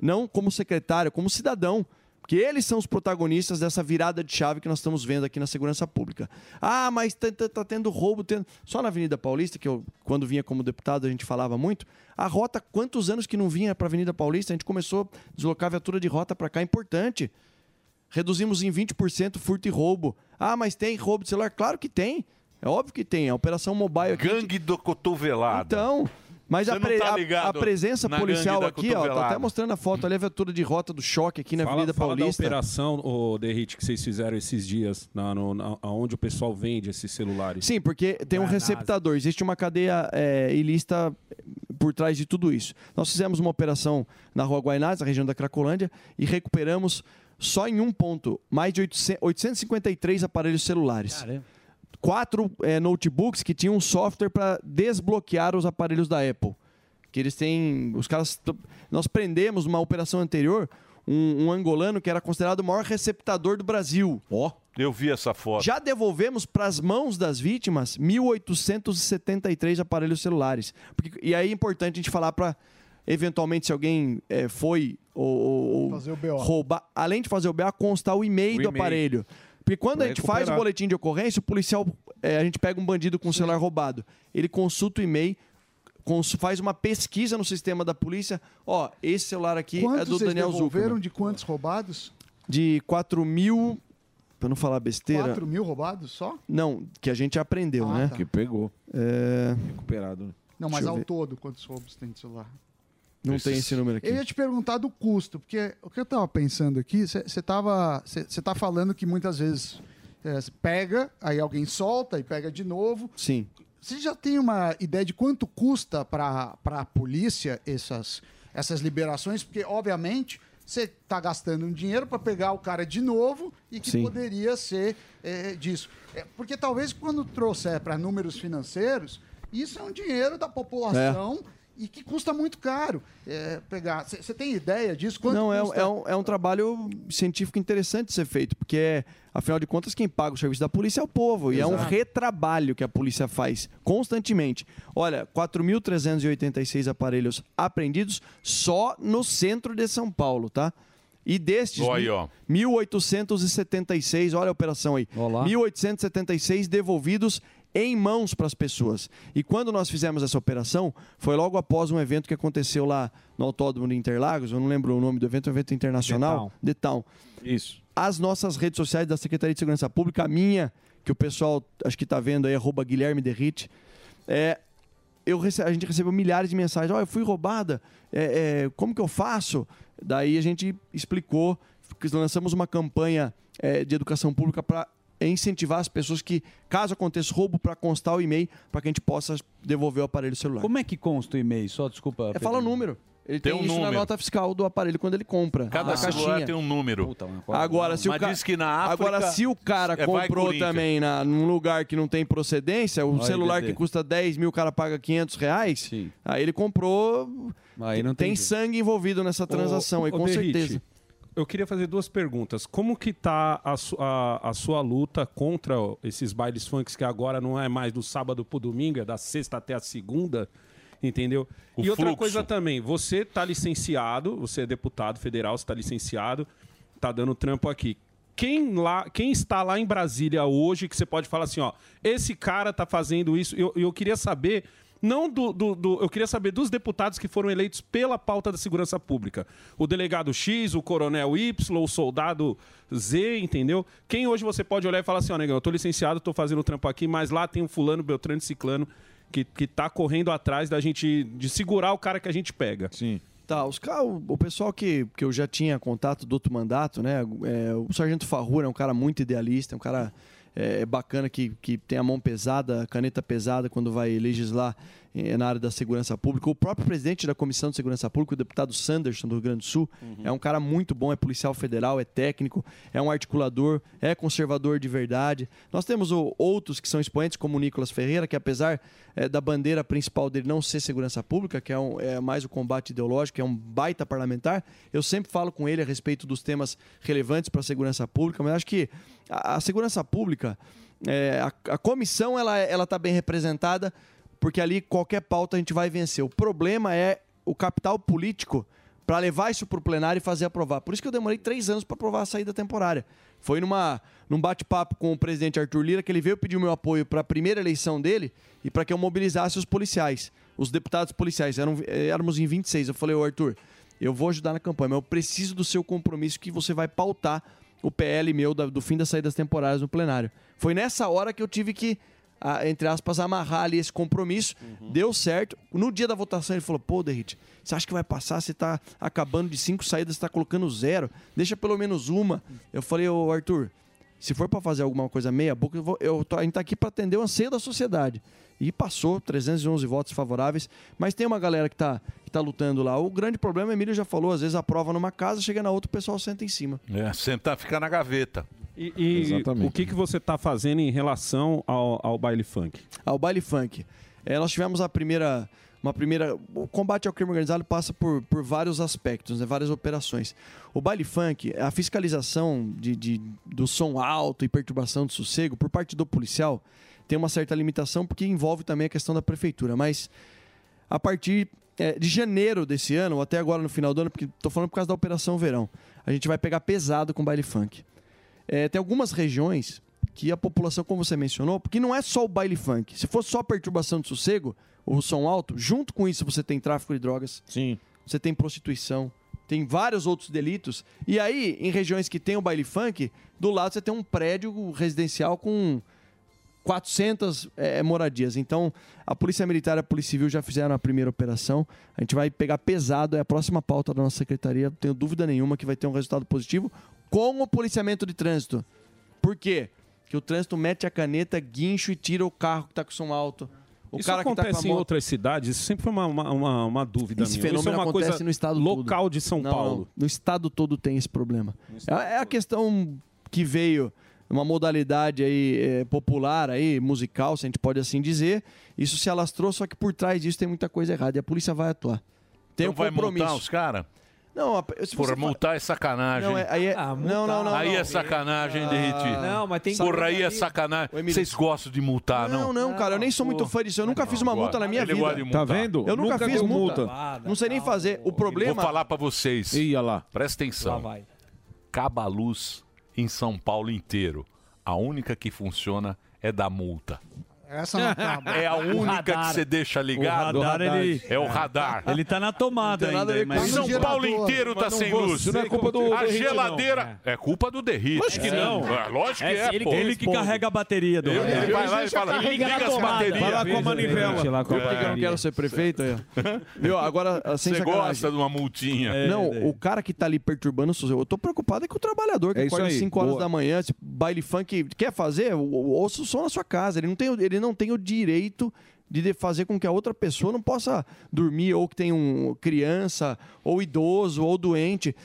Speaker 14: não como secretário, como cidadão, porque eles são os protagonistas dessa virada de chave que nós estamos vendo aqui na segurança pública. Ah, mas tá, tá- tá tendo roubo. Tendo... Só na Avenida Paulista, que eu, quando vinha como deputado, a gente falava muito. A rota, quantos anos que não vinha para a Avenida Paulista? A gente começou a deslocar a viatura de rota para cá, é importante. Reduzimos em 20% furto e roubo. Ah, mas tem roubo de celular? Claro que tem. É óbvio que tem. A Operação Mobile aqui.
Speaker 5: Gangue do cotovelado.
Speaker 14: Então. Mas
Speaker 5: Você
Speaker 14: a,
Speaker 5: não
Speaker 14: pre-
Speaker 5: tá
Speaker 14: a-
Speaker 5: ligado
Speaker 14: a presença
Speaker 5: na
Speaker 14: policial
Speaker 5: gangue da
Speaker 14: aqui, ó, tá
Speaker 5: cotovelada.
Speaker 14: até mostrando a foto ali, a viatura de rota do choque aqui na
Speaker 8: fala,
Speaker 14: Avenida
Speaker 8: fala
Speaker 14: Paulista.
Speaker 8: da operação, o The Hit, que vocês fizeram esses dias, na, no, na- onde o pessoal vende esses celulares.
Speaker 14: Sim, porque tem um
Speaker 8: Não é
Speaker 14: receptador, existe uma cadeia é, ilícita por trás de tudo isso. Nós fizemos uma operação na rua Guainás, na região da Cracolândia, e recuperamos só em um ponto mais de 800 853 aparelhos celulares. Quatro é, notebooks que tinham um software para desbloquear os aparelhos da Apple. Que eles têm. Os caras. t- Nós prendemos numa operação anterior um, um angolano que era considerado o maior receptador do Brasil. Ó.
Speaker 5: Eu vi essa foto.
Speaker 14: Já devolvemos para as mãos das vítimas 1.873 aparelhos celulares. Porque- e aí é importante a gente falar para, eventualmente, se alguém eh, foi ou, ou- ou
Speaker 15: Fazer o BO.
Speaker 14: roubar, além de fazer o BA, constar o
Speaker 15: O
Speaker 14: e-mail do
Speaker 15: e-mail.
Speaker 14: aparelho. Porque quando
Speaker 15: Pra
Speaker 14: a gente faz o
Speaker 15: recuperar.
Speaker 14: boletim de ocorrência, o policial, eh, a gente pega um bandido com o celular roubado, ele consulta o e-mail, cons- faz uma pesquisa no sistema da polícia, ó, esse celular aqui é
Speaker 15: Quantos
Speaker 14: do
Speaker 15: vocês
Speaker 14: Daniel
Speaker 15: devolveram
Speaker 14: Zuckerman.
Speaker 15: de quantos roubados?
Speaker 14: De 4 mil, para não falar besteira...
Speaker 15: 4 mil roubados só?
Speaker 14: Não, que a gente aprendeu,
Speaker 15: Ah,
Speaker 14: né? É,
Speaker 15: tá. Que
Speaker 14: pegou.
Speaker 8: Recuperado, né?
Speaker 15: Não, mas ao todo, quantos roubos tem de celular?
Speaker 14: Não tem esse número aqui.
Speaker 15: Eu ia te perguntar do custo, porque o que eu tava pensando aqui, você tava. Você tá falando que muitas vezes é, cê pega, aí alguém solta e pega de novo.
Speaker 14: Sim.
Speaker 15: Você já tem uma ideia de quanto custa para a polícia essas, essas liberações? Porque, obviamente, você está gastando um dinheiro para pegar o cara de novo e que
Speaker 14: Sim.
Speaker 15: poderia ser é, disso. É, porque talvez quando trouxer para números financeiros, isso é um dinheiro da
Speaker 14: Né?
Speaker 15: população e que custa muito caro é, pegar. Você você tem ideia disso? Quanto
Speaker 14: Não, é,
Speaker 15: custa?
Speaker 14: é um, é um trabalho científico interessante de ser feito, porque, é, afinal de contas, quem paga o serviço da polícia é o povo, e é um
Speaker 15: Exato.
Speaker 14: retrabalho que a polícia faz constantemente. Olha, 4.386 aparelhos apreendidos só no centro de São Paulo, tá? E destes,
Speaker 5: Olha aí, ó.
Speaker 14: 1.876, olha a operação aí, 1.876 devolvidos em mãos para as pessoas. E quando nós fizemos essa operação, foi logo após um evento que aconteceu lá no Autódromo de Interlagos, eu não lembro o nome do evento, é um evento internacional. The Town.
Speaker 8: Isso.
Speaker 14: As nossas redes sociais da Secretaria de Segurança Pública, a minha, que o pessoal acho que está vendo aí, arroba Guilherme Derrite, é, eu rece- a gente recebeu milhares de mensagens. Olha, eu fui roubada. é, é, como que eu faço? Daí a gente explicou, que lançamos uma campanha é, de educação pública para incentivar as pessoas que, caso aconteça roubo, para constar o e-mail, para que a gente possa devolver o aparelho celular.
Speaker 9: Como é que consta o e-mail? Só desculpa.
Speaker 14: É, fala o número. Ele tem,
Speaker 5: Tem um
Speaker 14: isso na
Speaker 5: número.
Speaker 14: nota fiscal do aparelho quando ele compra.
Speaker 5: Cada
Speaker 14: na
Speaker 5: celular
Speaker 14: caixinha.
Speaker 5: tem um número.
Speaker 14: Agora, se o
Speaker 5: Mas
Speaker 14: ca-
Speaker 5: diz que na África...
Speaker 14: Agora, se o cara
Speaker 5: É, vai,
Speaker 14: comprou
Speaker 5: Corinthians.
Speaker 14: também na, num lugar que não tem procedência, o
Speaker 5: Aí,
Speaker 14: celular
Speaker 5: Dedê.
Speaker 14: que custa 10 mil, o cara paga 500 reais, aí ele comprou.
Speaker 9: não
Speaker 14: tem
Speaker 9: tem jeito.
Speaker 14: sangue envolvido nessa transação aí,
Speaker 8: ô,
Speaker 14: com
Speaker 8: Derrite,
Speaker 14: certeza.
Speaker 8: Eu queria fazer duas perguntas. Como que tá a, su- a- a sua luta contra o- esses bailes funks que agora não é mais do sábado pro domingo, é da sexta até a segunda, entendeu?
Speaker 5: O
Speaker 8: e outra
Speaker 5: fluxo.
Speaker 8: coisa também, você tá licenciado, você é deputado federal, você tá licenciado, tá dando trampo aqui. Quem, lá, quem está lá em Brasília hoje que você pode falar assim, ó, esse cara tá fazendo isso, eu, eu queria saber não do, do- do- Eu queria saber dos deputados que foram eleitos pela pauta da segurança pública. O delegado X, o coronel Y, o soldado Z, entendeu? Quem hoje você pode olhar e falar assim, ó, negão, eu tô licenciado, tô fazendo o trampo aqui, mas lá tem um fulano, Beltrano e Ciclano, que, que tá correndo atrás da gente. de segurar o cara que a gente pega.
Speaker 14: Sim. Tá, os ca- o o pessoal que, que eu já tinha contato do outro mandato, né? é, o Sargento Farrura é um cara muito idealista, é um cara é, bacana que, que tem a mão pesada, a caneta pesada quando vai legislar eh, na área da segurança pública. O próprio presidente da Comissão de Segurança Pública, o deputado Sanderson do Rio Grande do Sul, é um cara muito bom, é policial federal, é técnico, é um articulador, é conservador de verdade. Nós temos o- outros que são expoentes, como o Nicolas Ferreira, que apesar eh, da bandeira principal dele não ser segurança pública, que é, um- é mais o combate ideológico, é um baita parlamentar, eu sempre falo com ele a respeito dos temas relevantes para a segurança pública, mas acho que a, a segurança pública, eh, a, a comissão, ela está bem representada, porque ali qualquer pauta a gente vai vencer. O problema é o capital político para levar isso para o plenário e fazer aprovar. Por isso que eu demorei três anos para aprovar a saída temporária. Foi numa, num bate-papo com o presidente Arthur Lira que ele veio pedir o meu apoio para a primeira eleição dele e para que eu mobilizasse os policiais, os deputados policiais. Eram, eh, éramos em 26. Eu falei, ô Arthur, eu vou ajudar na campanha, mas eu preciso do seu compromisso que você vai pautar o PL meu da- do fim das saídas temporárias no plenário. Foi nessa hora que eu tive que a- entre aspas, amarrar ali esse compromisso. Deu certo. No dia da votação ele falou, pô, Derrite, você acha que vai passar? Você tá acabando de cinco saídas, você tá colocando zero. Deixa pelo menos uma. Eu falei, ô Arthur, se for para fazer alguma coisa meia boca, eu vou- eu tô- a gente tá aqui para atender o anseio da sociedade. E passou 311 votos favoráveis, mas tem uma galera que tá, que tá lutando lá. O grande problema, o Emílio já falou, às vezes aprova numa casa, chega na outra, o pessoal senta em cima.
Speaker 5: É, sentar, ficar na gaveta. Então
Speaker 8: E, e
Speaker 5: Exatamente.
Speaker 8: o que, que você está fazendo em relação ao, ao baile funk?
Speaker 14: ao baile funk. É, nós tivemos a primeira. Uma primeira. O combate ao crime organizado passa por, por vários aspectos, né, várias operações. O baile funk, a fiscalização de, de- do som alto e perturbação do sossego por parte do policial tem uma certa limitação, porque envolve também a questão da prefeitura. Mas a partir é, de janeiro desse ano, ou até agora no final do ano, porque estou falando por causa da Operação Verão, a gente vai pegar pesado com o baile funk. É, tem algumas regiões que a população, como você mencionou, porque não é só o baile funk. Se for só perturbação de sossego, ou som alto, junto com isso você tem tráfico de drogas,
Speaker 6: Sim.
Speaker 14: você tem prostituição, tem vários outros delitos. E aí, em regiões que tem o baile funk, do lado você tem um prédio residencial com 400 eh, moradias. Então, a Polícia Militar e a Polícia Civil já fizeram a primeira operação. A gente vai pegar pesado, é a próxima pauta da nossa secretaria. Não tenho dúvida nenhuma que vai ter um resultado positivo com o policiamento de trânsito. Por quê? Porque o trânsito mete a caneta, guincho e tira o carro que está com som alto. O
Speaker 8: isso
Speaker 14: cara que tá
Speaker 8: acontece
Speaker 14: com a
Speaker 8: em
Speaker 14: moto-
Speaker 8: outras cidades? Isso sempre foi uma, uma, uma, uma dúvida
Speaker 14: Esse
Speaker 8: minha. isso é
Speaker 14: fenômeno
Speaker 8: uma
Speaker 14: acontece
Speaker 8: coisa
Speaker 14: no estado
Speaker 8: local
Speaker 14: todo.
Speaker 8: de São
Speaker 14: Não,
Speaker 8: Paulo.
Speaker 14: No estado todo tem esse problema. É é a questão que veio uma modalidade aí é, popular aí musical, se a gente pode assim dizer. Isso se alastrou, só que por trás disso tem muita coisa errada e a polícia vai atuar. Tem
Speaker 5: então
Speaker 14: um
Speaker 5: vai
Speaker 14: compromisso.
Speaker 5: multar os caras?
Speaker 14: Não, a- se você
Speaker 5: Porra,
Speaker 14: fa-
Speaker 5: multar é sacanagem.
Speaker 14: Não, é-
Speaker 5: hein?
Speaker 14: aí é- Ah, não, não, não,
Speaker 5: Aí
Speaker 14: não.
Speaker 5: é sacanagem, Derriti.
Speaker 14: Não, mas tem que-
Speaker 5: Porra, aí é sacanagem. Vocês gostam de multar, Ah, não?
Speaker 14: Não, é não, cara, eu nem sou muito fã disso. Eu nunca fiz uma multa na minha
Speaker 5: Ele
Speaker 14: vida.
Speaker 5: gosta de multar. Tá vendo?
Speaker 14: Eu nunca,
Speaker 5: Nunca
Speaker 14: fiz
Speaker 5: deu
Speaker 14: multa.
Speaker 5: multa.
Speaker 14: Não sei nem fazer. O problema.
Speaker 5: Vou falar pra vocês.
Speaker 14: Ia
Speaker 5: lá. Presta atenção.
Speaker 14: Lá
Speaker 5: vai. Caba a luz em São Paulo inteiro. A única que funciona é da multa.
Speaker 15: Essa não acaba.
Speaker 5: É a única que você deixa ligado.
Speaker 9: O radar, ele-
Speaker 5: É o radar.
Speaker 9: Ele tá na tomada ainda. aí, mas-
Speaker 5: São Paulo inteiro tá sem luz.
Speaker 14: é
Speaker 5: A geladeira. É culpa do Derrite.
Speaker 9: Lógico que não.
Speaker 5: É, Lógico que
Speaker 9: É,
Speaker 5: é,
Speaker 9: ele
Speaker 5: pô.
Speaker 9: que responde.
Speaker 5: carrega
Speaker 9: a bateria
Speaker 5: do
Speaker 9: do
Speaker 5: Ele,
Speaker 9: radar.
Speaker 5: vai lá e
Speaker 9: Deixa
Speaker 5: fala,
Speaker 9: a carregar
Speaker 5: liga
Speaker 9: na
Speaker 5: as
Speaker 9: tomada.
Speaker 5: baterias.
Speaker 9: Vai lá com a manivela.
Speaker 14: Viu por que é eu não quero ser prefeito? Aí, ó. Viu? Agora, sem
Speaker 5: Você
Speaker 14: sacanagem.
Speaker 5: gosta de uma multinha.
Speaker 9: É,
Speaker 14: não, o cara que tá ali perturbando o sossego. Eu tô preocupado é com o trabalhador que
Speaker 5: É isso
Speaker 14: acorda às
Speaker 5: aí,
Speaker 14: 5 horas
Speaker 5: boa.
Speaker 14: da manhã, esse baile funk, quer fazer, ou- ou- ouça o som na sua casa. Ele não tem, o- ele não tem o direito de de- fazer com que a outra pessoa não possa dormir, ou que tem um criança, ou idoso, ou doente.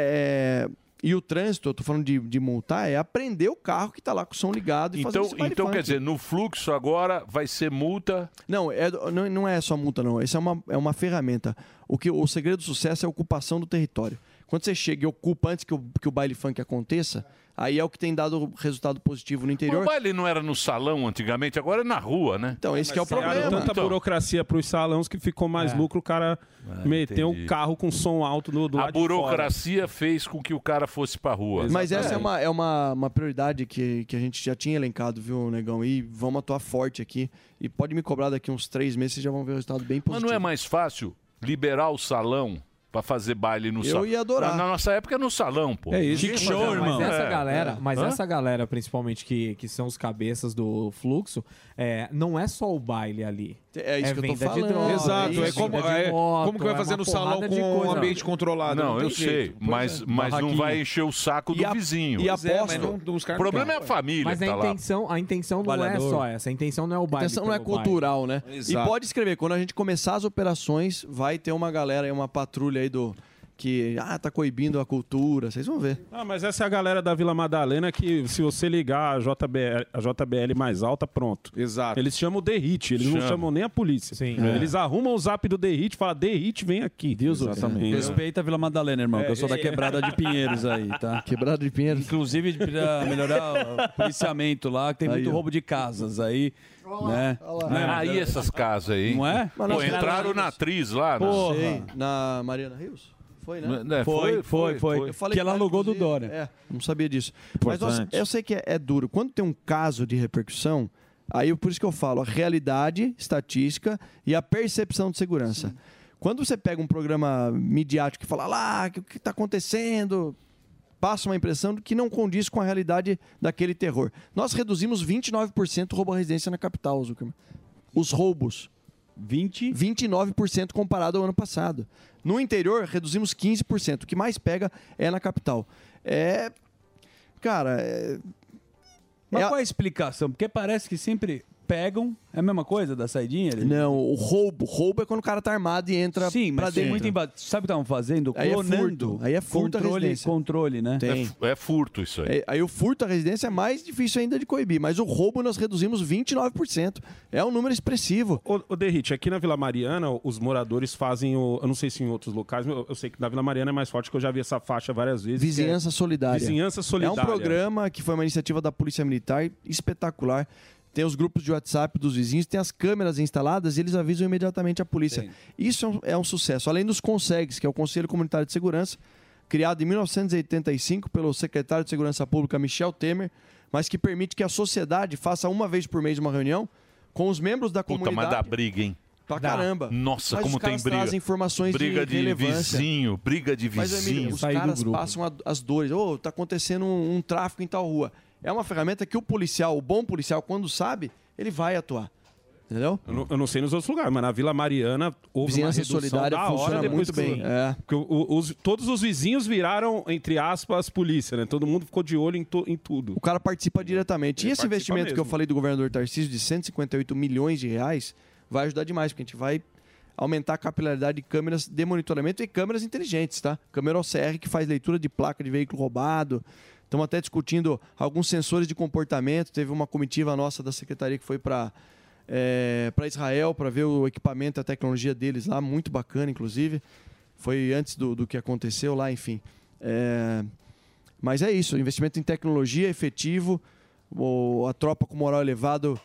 Speaker 14: É, e o trânsito, eu tô falando de, de multar, é aprender o carro que tá lá com o som ligado e fazer
Speaker 5: Então,
Speaker 14: esse baile
Speaker 5: então
Speaker 14: funk.
Speaker 5: quer dizer, no fluxo agora vai ser multa.
Speaker 14: Não, é, não, não é só multa, não. Isso é uma, é uma ferramenta. O, que, o segredo do sucesso é a ocupação do território. Quando você chega e ocupa antes que o, que o baile funk aconteça, aí é o que tem dado resultado positivo no
Speaker 5: O
Speaker 14: interior.
Speaker 5: baile não era no salão antigamente, agora é na rua, né?
Speaker 14: Então, esse que é o
Speaker 8: Criaram tanta burocracia para os salões que ficou mais
Speaker 5: É.
Speaker 8: lucro o cara
Speaker 14: Ah,
Speaker 8: meteu
Speaker 5: entendi.
Speaker 8: um carro com som alto no, do
Speaker 5: a
Speaker 8: lado de fora.
Speaker 5: burocracia fez com que o cara fosse pra rua.
Speaker 14: Mas essa é uma, é uma, uma prioridade que, que a gente já tinha elencado, viu, Negão? E vamos atuar forte aqui. E pode me cobrar daqui uns três meses, vocês já vão ver o resultado bem
Speaker 5: Mas
Speaker 14: positivo.
Speaker 5: não é mais fácil liberar o salão pra fazer baile no
Speaker 14: Eu
Speaker 5: salão?
Speaker 14: ia adorar.
Speaker 5: Na nossa época é no salão, pô.
Speaker 11: É isso.
Speaker 5: Chique show,
Speaker 11: mas,
Speaker 5: irmão.
Speaker 11: Mas essa
Speaker 5: É.
Speaker 11: galera, mas
Speaker 5: Hã?
Speaker 11: essa galera principalmente que, que são os cabeças do fluxo, é, não é só o baile ali.
Speaker 14: É isso que eu tô
Speaker 11: venda de
Speaker 14: falando.
Speaker 11: droga,
Speaker 14: Exato,
Speaker 11: isso,
Speaker 14: é como-
Speaker 11: venda de
Speaker 14: é-
Speaker 11: moto,
Speaker 14: como que vai
Speaker 11: é
Speaker 14: fazer
Speaker 11: uma
Speaker 14: no salão
Speaker 11: porrada de
Speaker 14: com um
Speaker 11: coisa.
Speaker 14: ambiente controlado?
Speaker 5: Não,
Speaker 14: Não
Speaker 5: eu
Speaker 14: tem
Speaker 5: sei,
Speaker 14: jeito. Pois
Speaker 5: mas,
Speaker 14: é.
Speaker 5: mas não
Speaker 14: Barraquinha.
Speaker 5: vai encher o saco
Speaker 14: E
Speaker 5: do
Speaker 14: a-
Speaker 5: vizinho.
Speaker 14: e Pois é, mas aposto- não- os
Speaker 5: O
Speaker 14: caras
Speaker 5: problema é
Speaker 14: não
Speaker 5: a família
Speaker 11: Mas
Speaker 5: que tá
Speaker 11: a
Speaker 5: lá.
Speaker 11: intenção, a intenção não é
Speaker 14: Trabalhador.
Speaker 11: só essa. A intenção não é o
Speaker 14: A
Speaker 11: baile.
Speaker 14: intenção não é
Speaker 11: pelo baile.
Speaker 14: cultural, né? E pode escrever, quando a gente começar as operações, vai ter uma galera aí, uma patrulha aí do. Que, ah, tá coibindo a cultura, vocês vão ver.
Speaker 8: Ah, mas essa é a galera da Vila Madalena que, se você ligar a JBL, a JBL mais alta, pronto.
Speaker 7: Exato.
Speaker 8: Eles chamam o The Hit, eles não
Speaker 7: Chama.
Speaker 8: chamam nem a polícia.
Speaker 7: É.
Speaker 8: Eles arrumam o zap do The Hit, falam, The Hit, vem aqui. Deus
Speaker 9: Exatamente. Respeita a Vila Madalena, irmão, que eu sou da quebrada de Pinheiros aí, tá?
Speaker 14: Quebrada de Pinheiros?
Speaker 9: Inclusive, pra melhorar o policiamento lá, que tem muito roubo de casas aí, né? Né,
Speaker 14: é?
Speaker 5: Ah, Aí essas casas aí.
Speaker 9: Não é?
Speaker 5: Pô,
Speaker 9: Mas nós-
Speaker 5: entraram na atriz lá. na-
Speaker 14: Porra. Na Mariana Rios? Foi, né?
Speaker 5: Né, foi, Foi, foi, foi. foi.
Speaker 14: Eu falei
Speaker 5: Que ela alugou do
Speaker 14: inclusive,
Speaker 5: Dória.
Speaker 14: É, não sabia disso. Mas nós-
Speaker 5: Importante.
Speaker 14: eu sei que é, é duro. Quando tem um caso de repercussão, aí eu- por isso que eu falo, a realidade estatística e a percepção de segurança. Quando você pega um programa midiático que fala lá, o que está tá acontecendo? passa uma impressão que não condiz com a realidade daquele terror. Nós reduzimos 29% o roubo à residência na capital, Zuckerman. Os roubos.
Speaker 9: 20?
Speaker 14: 29% comparado ao ano passado. No interior, reduzimos 15%. O que mais pega é na capital. É. Cara, é.
Speaker 9: Mas qual é a explicação? Porque parece que sempre pegam. É a mesma coisa da saidinha? Ali?
Speaker 14: Não, o roubo. Roubo é quando o cara tá armado e entra
Speaker 9: Sim,
Speaker 14: pra
Speaker 9: mas tem
Speaker 14: dentro.
Speaker 9: muito embate. Sabe o que estavam fazendo?
Speaker 14: Aí é furto.
Speaker 9: Clonando.
Speaker 14: Aí é furto à
Speaker 9: controle,
Speaker 14: residência.
Speaker 9: controle, né?
Speaker 14: Tem. É fu-
Speaker 5: É furto isso aí.
Speaker 14: É, aí o furto à residência é mais difícil ainda de coibir, mas o roubo nós reduzimos 29%. É um número expressivo.
Speaker 8: Ô, ô Derrite, aqui na Vila Mariana, os moradores fazem o. Eu não sei se em outros locais, mas eu, eu sei que na Vila Mariana é mais forte, que eu já vi essa faixa várias vezes. que é
Speaker 14: Vizinhança Solidária.
Speaker 8: Vizinhança Solidária.
Speaker 14: É um programa que foi uma iniciativa da Polícia Militar espetacular. Tem os grupos de WhatsApp dos vizinhos, tem as câmeras instaladas e eles avisam imediatamente a polícia. Isso é um, é um sucesso. Além dos CONSEGs, que é o Conselho Comunitário de Segurança, criado em 1985 pelo secretário de Segurança Pública Michel Temer, mas que permite que a sociedade faça uma vez por mês uma reunião com os membros da
Speaker 5: Puta, mas dá
Speaker 14: comunidade.
Speaker 5: briga, hein?
Speaker 14: Pra caramba.
Speaker 5: Nossa,
Speaker 14: Mas
Speaker 5: como
Speaker 14: os
Speaker 5: tem
Speaker 14: caras
Speaker 5: briga.
Speaker 14: trazem informações de
Speaker 5: briga de,
Speaker 14: relevância.
Speaker 5: vizinho, briga de
Speaker 14: Mas, Emílio,
Speaker 5: vizinho.
Speaker 14: os caras passam a- as dores. Ô, tá acontecendo um, um tráfico em tal rua. É uma ferramenta que o policial, o bom policial, quando sabe, ele vai atuar. Entendeu?
Speaker 8: Eu não, eu não sei nos outros lugares, mas na Vila Mariana houve
Speaker 14: Vizinhança
Speaker 8: uma redução
Speaker 14: solidária
Speaker 8: da hora
Speaker 14: funciona
Speaker 8: depois
Speaker 14: muito
Speaker 8: que-
Speaker 14: bem, é.
Speaker 8: que o- o- os- todos os vizinhos viraram, entre aspas, polícia, né? Todo mundo ficou de olho em, to- em tudo.
Speaker 14: O cara participa diretamente.
Speaker 8: Ele
Speaker 14: e esse
Speaker 8: participa
Speaker 14: investimento que eu
Speaker 8: mesmo.
Speaker 14: falei do governador Tarcísio, de 158 milhões de reais, vai ajudar demais, porque a gente vai aumentar a capilaridade de câmeras de monitoramento e câmeras inteligentes, tá? Câmera OCR que faz leitura de placa de veículo roubado. Estamos até discutindo alguns sensores de comportamento. Teve uma comitiva nossa da secretaria que foi para é, para Israel para ver o equipamento e a tecnologia deles lá, muito bacana, inclusive. Foi antes do, do que aconteceu lá, enfim. É, mas é isso, investimento em tecnologia efetivo, o- a tropa com moral elevado,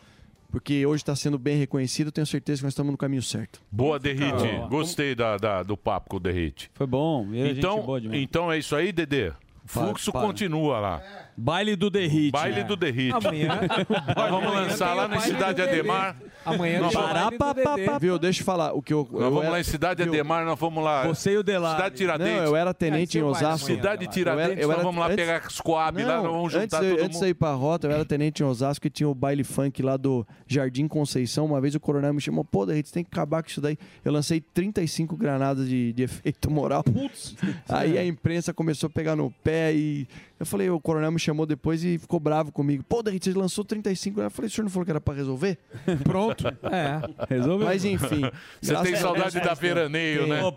Speaker 14: porque hoje está sendo bem reconhecido, tenho certeza que nós estamos no caminho certo.
Speaker 5: Boa, Derrite.
Speaker 14: Ó,
Speaker 5: Gostei da, da- do papo com o Derrite.
Speaker 9: Foi bom. Ele é
Speaker 5: Então,
Speaker 9: gente boa demais.
Speaker 5: então é isso aí, Dedê. O fluxo
Speaker 9: para.
Speaker 5: continua lá.
Speaker 9: É. Baile do Derrite.
Speaker 5: Baile do Derrite.
Speaker 9: Amanhã-
Speaker 5: Nós vamos
Speaker 9: Amanhã
Speaker 5: lançar
Speaker 9: tem
Speaker 5: lá
Speaker 9: o
Speaker 5: na
Speaker 9: baile
Speaker 5: Cidade
Speaker 9: do Dedê.
Speaker 5: Ademar.
Speaker 9: Amanhã
Speaker 5: Nós
Speaker 9: tem o
Speaker 5: vamos-
Speaker 9: baile do Dedê.
Speaker 14: Viu, deixa eu falar o que eu.
Speaker 5: Nós
Speaker 14: eu
Speaker 5: vamos
Speaker 14: era-
Speaker 5: lá em Cidade Ademar, nós vamos lá.
Speaker 14: Você
Speaker 9: e o Delari.
Speaker 5: Cidade Tiradentes.
Speaker 14: Não, eu era tenente em Osasco.
Speaker 5: Cidade
Speaker 14: Eu era-
Speaker 5: Tiradentes,
Speaker 14: eu
Speaker 5: nós
Speaker 14: era-
Speaker 5: vamos lá
Speaker 14: antes-
Speaker 5: pegar as Coab lá, nós vamos juntar
Speaker 14: antes,
Speaker 5: todo
Speaker 14: antes
Speaker 5: mundo.
Speaker 14: de eu ir pra rota, eu era tenente em Osasco e tinha o baile funk lá do Jardim Conceição. Uma vez o coronel me chamou, pô, Derrite, você tem que acabar com isso daí. Eu lancei 35 granadas de, de efeito moral. Putz! Aí a imprensa começou a pegar no pé e... Eu falei, o coronel me chamou depois e ficou bravo comigo. Pô, Derrite, você lançou 35 granadas. Eu falei, o senhor não falou que era pra resolver? Pronto.
Speaker 9: É, resolveu.
Speaker 14: Mas enfim.
Speaker 5: Você tem
Speaker 14: graças a
Speaker 5: saudade
Speaker 14: Deus,
Speaker 5: da
Speaker 14: nós temos.
Speaker 5: Veraneio, né?
Speaker 14: Tenho.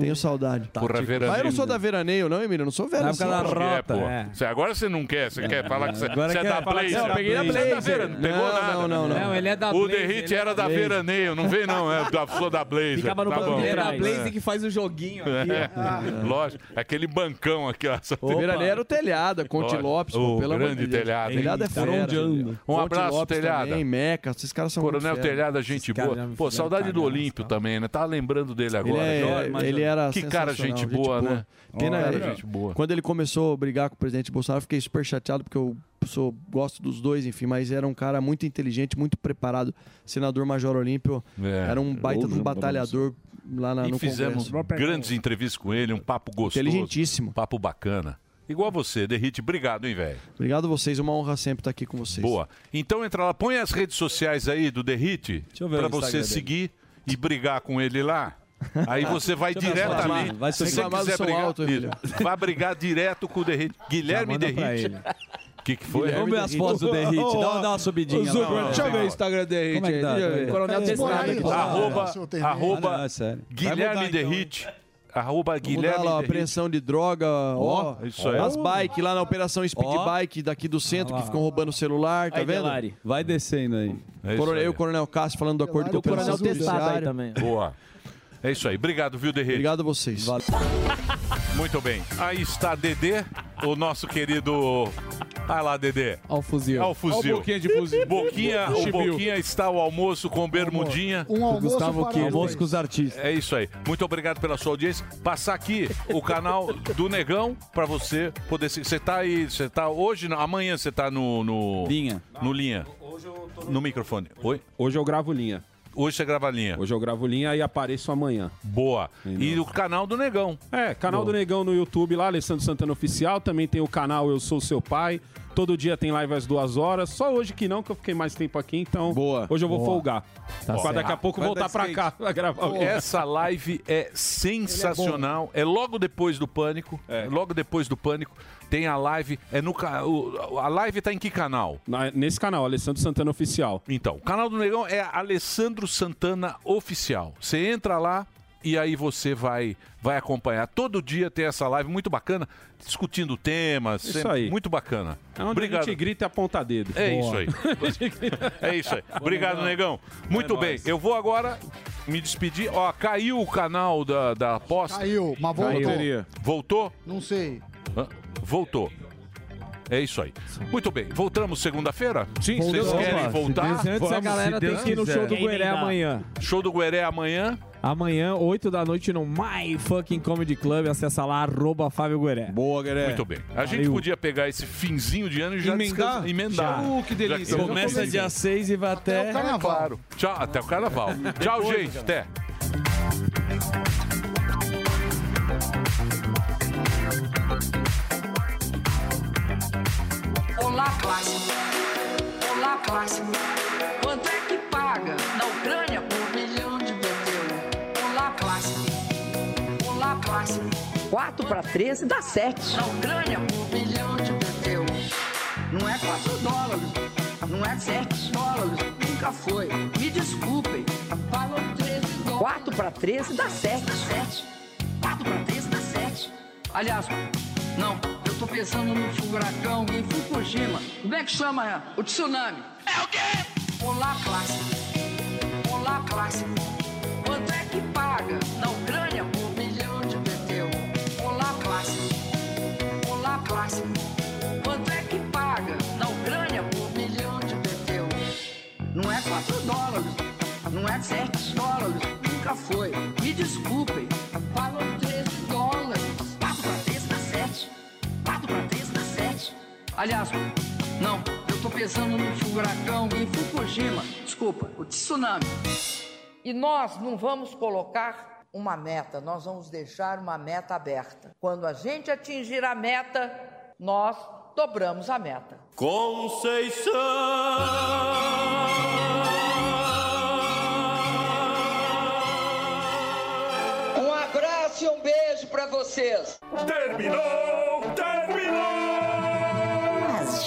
Speaker 14: Tenho saudade.
Speaker 5: Porra, Veraneio.
Speaker 14: Mas eu não sou da Veraneio, não, Emílio. Eu não sou velho. assim.
Speaker 5: É, pô. Cê- Agora você não quer, você quer falar que você
Speaker 14: Agora
Speaker 5: você é
Speaker 14: quer
Speaker 5: da
Speaker 14: falar
Speaker 5: Blazer.
Speaker 14: que você é da Eu peguei da Blazer.
Speaker 5: Você é da Vera, não pegou
Speaker 14: Não,
Speaker 5: nada.
Speaker 14: não, não, não. Não, ele é da
Speaker 5: O
Speaker 14: Blazer,
Speaker 5: Derrite
Speaker 14: ele é
Speaker 5: era
Speaker 14: da
Speaker 5: da
Speaker 14: Blazer.
Speaker 5: Veraneio, não vem não, é, da, sou da Blazer.
Speaker 11: Ficava no
Speaker 5: tá
Speaker 11: banco
Speaker 5: bom.
Speaker 14: É
Speaker 11: de trás. Blaze que faz o joguinho aqui.
Speaker 5: É,
Speaker 14: Ah.
Speaker 5: Lógico, aquele bancão aqui, ó. só tem-
Speaker 14: Veraneio era o telhado, a Conte
Speaker 5: Lógico.
Speaker 14: Lopes,
Speaker 5: Ô,
Speaker 14: pô, pelo amor
Speaker 5: grande
Speaker 14: de Deus.
Speaker 5: telhado. hein?
Speaker 14: Telhado é
Speaker 5: Eita,
Speaker 14: fera.
Speaker 5: onde anda?
Speaker 14: gente.
Speaker 5: Um
Speaker 14: Conte
Speaker 5: abraço,
Speaker 14: Lopes
Speaker 5: telhado.
Speaker 14: Também, Meca, esses caras são muito
Speaker 5: Coronel
Speaker 14: fera.
Speaker 5: Telhada, gente
Speaker 14: caras já
Speaker 5: boa.
Speaker 14: me
Speaker 5: Pô,
Speaker 14: fizeram
Speaker 5: saudade do Olímpio também, né? Tá lembrando dele agora.
Speaker 14: Ele, é-
Speaker 5: Jorge, mas-
Speaker 14: ele era
Speaker 5: Que cara,
Speaker 14: sensacional,
Speaker 5: gente, boa, né?
Speaker 14: Pena,
Speaker 5: Que
Speaker 14: é,
Speaker 5: cara, gente boa.
Speaker 14: Quando ele começou a brigar com o presidente Bolsonaro, eu fiquei super chateado porque eu sou, gosto dos dois, enfim, mas era um cara muito inteligente, muito preparado. Senador Major Olímpio
Speaker 5: É.
Speaker 14: era um baita de um batalhador lá na,
Speaker 5: E
Speaker 14: no
Speaker 5: fizemos
Speaker 14: Congresso.
Speaker 5: grandes entrevistas com ele, um papo gostoso.
Speaker 14: Inteligentíssimo.
Speaker 5: Papo bacana. Igual você, Derrite. Obrigado, hein, velho.
Speaker 14: Obrigado a vocês, uma honra sempre estar aqui com vocês.
Speaker 5: Boa. Então entra lá, põe as redes sociais aí do Derrite
Speaker 14: eu ver
Speaker 5: pra
Speaker 14: o
Speaker 5: você
Speaker 14: Instagram
Speaker 5: seguir e brigar com ele lá. Aí você vai
Speaker 14: Deixa eu ver as
Speaker 5: diretamente.
Speaker 14: fotos. Vai
Speaker 5: se você
Speaker 14: reclamar do
Speaker 5: quiser
Speaker 14: som
Speaker 5: brigar,
Speaker 14: alto,
Speaker 5: isso,
Speaker 14: Emílio.
Speaker 5: vai brigar direto com o Derrite. Guilherme
Speaker 9: manda pra
Speaker 5: Derrite.
Speaker 9: ele.
Speaker 5: O que, que foi?
Speaker 9: Vamos ver as fotos do Derrite. Dá, dá uma subidinha. lá.
Speaker 14: Instagram
Speaker 9: Derrite Como é que aí, dá? deixa eu ver. Coronel Desmorado aqui.
Speaker 14: Ah,
Speaker 5: Arroba,
Speaker 9: Não, não,
Speaker 5: arroba
Speaker 9: é sério. Vai
Speaker 5: Guilherme
Speaker 9: mudar, então,
Speaker 5: Derrite. Arroba
Speaker 14: Vamos mudar
Speaker 5: Guilherme
Speaker 14: lá, ó,
Speaker 5: Derrite.
Speaker 14: apreensão de droga, ó,
Speaker 5: isso aí. é
Speaker 14: as bike lá na operação Speed Bike daqui do centro que ficam roubando o celular, tá
Speaker 9: Aí,
Speaker 14: vendo?
Speaker 9: Delari, vai descendo aí.
Speaker 5: É
Speaker 14: Coronel, eu, Coronel Cássio falando do acordo com o Coronel
Speaker 5: Boa. É isso aí. Obrigado, viu, Derrite?
Speaker 14: Obrigado a vocês.
Speaker 5: Muito bem. Aí está Dedê, o nosso querido. Vai lá, Dedê.
Speaker 11: Olha o fuzil.
Speaker 5: Ao
Speaker 11: Ó
Speaker 5: fuzil.
Speaker 11: o Boquinha de fuzil.
Speaker 5: Boquinha, o
Speaker 11: Chibiu.
Speaker 5: Boquinha está o almoço com bermudinha.
Speaker 11: Um almoço Gustavo para Kirchner.
Speaker 9: Almoço com os artistas.
Speaker 5: É isso aí. Muito obrigado pela sua audiência. Passar aqui o canal do Negão para você poder se. Você tá aí, você tá hoje, não, amanhã você tá no, no.
Speaker 9: Linha.
Speaker 5: No linha. No microfone. Oi?
Speaker 8: Hoje eu gravo linha.
Speaker 5: Hoje você grava linha.
Speaker 8: Hoje eu gravo linha e apareço amanhã.
Speaker 5: Boa. E o canal do Negão.
Speaker 8: É, canal do Negão no YouTube lá, Alessandro Santana Oficial. Também tem o canal Eu Sou Seu Pai. Todo dia tem live às duas horas. Só hoje que não, que eu fiquei mais tempo aqui, então. Boa. Hoje eu vou
Speaker 5: Boa.
Speaker 8: folgar.
Speaker 5: Tá
Speaker 8: Pra
Speaker 5: certo.
Speaker 8: daqui a pouco
Speaker 5: Vai
Speaker 8: voltar
Speaker 5: dar
Speaker 8: pra
Speaker 5: skate.
Speaker 8: cá pra gravar.
Speaker 5: Pô, Essa live é sensacional. É, logo depois do Pânico. É. Logo depois do Pânico. Tem a live. É no ca- o- A live tá em que canal?
Speaker 8: nesse canal, Alessandro Santana Oficial.
Speaker 5: Então, o canal do Negão é Alessandro Santana Oficial. Você entra lá e aí você vai vai acompanhar. Todo dia tem essa live muito bacana, discutindo temas.
Speaker 8: Isso
Speaker 5: sempre-
Speaker 8: aí.
Speaker 5: Muito bacana.
Speaker 8: É onde a gente grita e aponta dedo.
Speaker 5: É isso aí. É isso aí. Obrigado, Negão. Muito
Speaker 8: É
Speaker 5: bem.
Speaker 8: nóis.
Speaker 5: Eu vou agora me despedir. Ó, caiu o canal da, da aposta.
Speaker 15: Caiu, mas voltou. Caiu.
Speaker 5: Voltou?
Speaker 15: Não sei.
Speaker 5: Hã? Voltou. É isso aí. Muito bem. Voltamos segunda-feira?
Speaker 11: Sim,
Speaker 5: Vocês
Speaker 11: voltou.
Speaker 5: querem
Speaker 11: Opa,
Speaker 5: voltar?
Speaker 11: se Deus antes, a Vamos, galera se tem Deus que ir no quiser. show do Gueré amanhã.
Speaker 5: Show do Gueré amanhã.
Speaker 11: Amanhã, 8 da noite, no My Fucking Comedy Club. Acessa lá, arroba Fábio Gueré.
Speaker 8: Boa,
Speaker 11: Gueré.
Speaker 5: Muito bem. A gente
Speaker 11: Valeu.
Speaker 5: podia pegar esse finzinho de ano e já
Speaker 11: Emendar?
Speaker 5: descansa- emendar.
Speaker 11: Já. Uh, que delícia.
Speaker 5: Já estamos
Speaker 11: Começa
Speaker 5: felizes.
Speaker 11: dia 6 e vai até Até o carnaval.
Speaker 5: assim. Claro. Tchau, até o carnaval.
Speaker 11: Depois,
Speaker 5: Tchau,
Speaker 11: então.
Speaker 5: gente.
Speaker 11: cara.
Speaker 5: Até.
Speaker 21: Olá, classe. Olá, classe. Quanto é que paga na Ucrânia por milhão de BTU? Olá, classe. Olá, classe. 4 para 13 dá 7. Na Ucrânia por Um milhão de BTU. Não é 4 dólares, não é 7 dólares, nunca foi. Me desculpem, falam 13 dólares. 4 para 13 dá 7. 4 para 13 dá 7. Aliás, não, eu tô pensando no furacão em Fukushima. Como é que chama o tsunami? É o quê? Olá, classe. Olá, classe. Quanto é que paga na Ucrânia por Um milhão de BTU? Olá, classe. Olá, classe. Quanto é que paga na Ucrânia por milhão de BTU? Não é 4 dólares, não é 7 dólares, nunca foi. Me desculpem, falam 13 dólares. 4 para 13 dá 7. 4 para 13 dá 7. Aliás, não, eu tô pensando no furacão em Fukushima. Desculpa, o tsunami.
Speaker 22: E nós não vamos colocar uma meta, nós vamos deixar uma meta aberta. Quando a gente atingir a meta, nós dobramos a meta.
Speaker 21: Um abraço e um beijo pra vocês. Terminou!
Speaker 23: Mas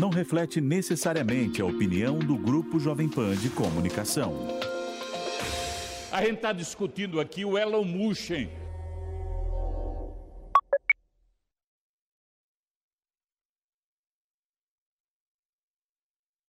Speaker 24: não reflete necessariamente a opinião do Grupo Jovem Pan de Comunicação.
Speaker 25: tá A gente está discutindo aqui o Elon Musk,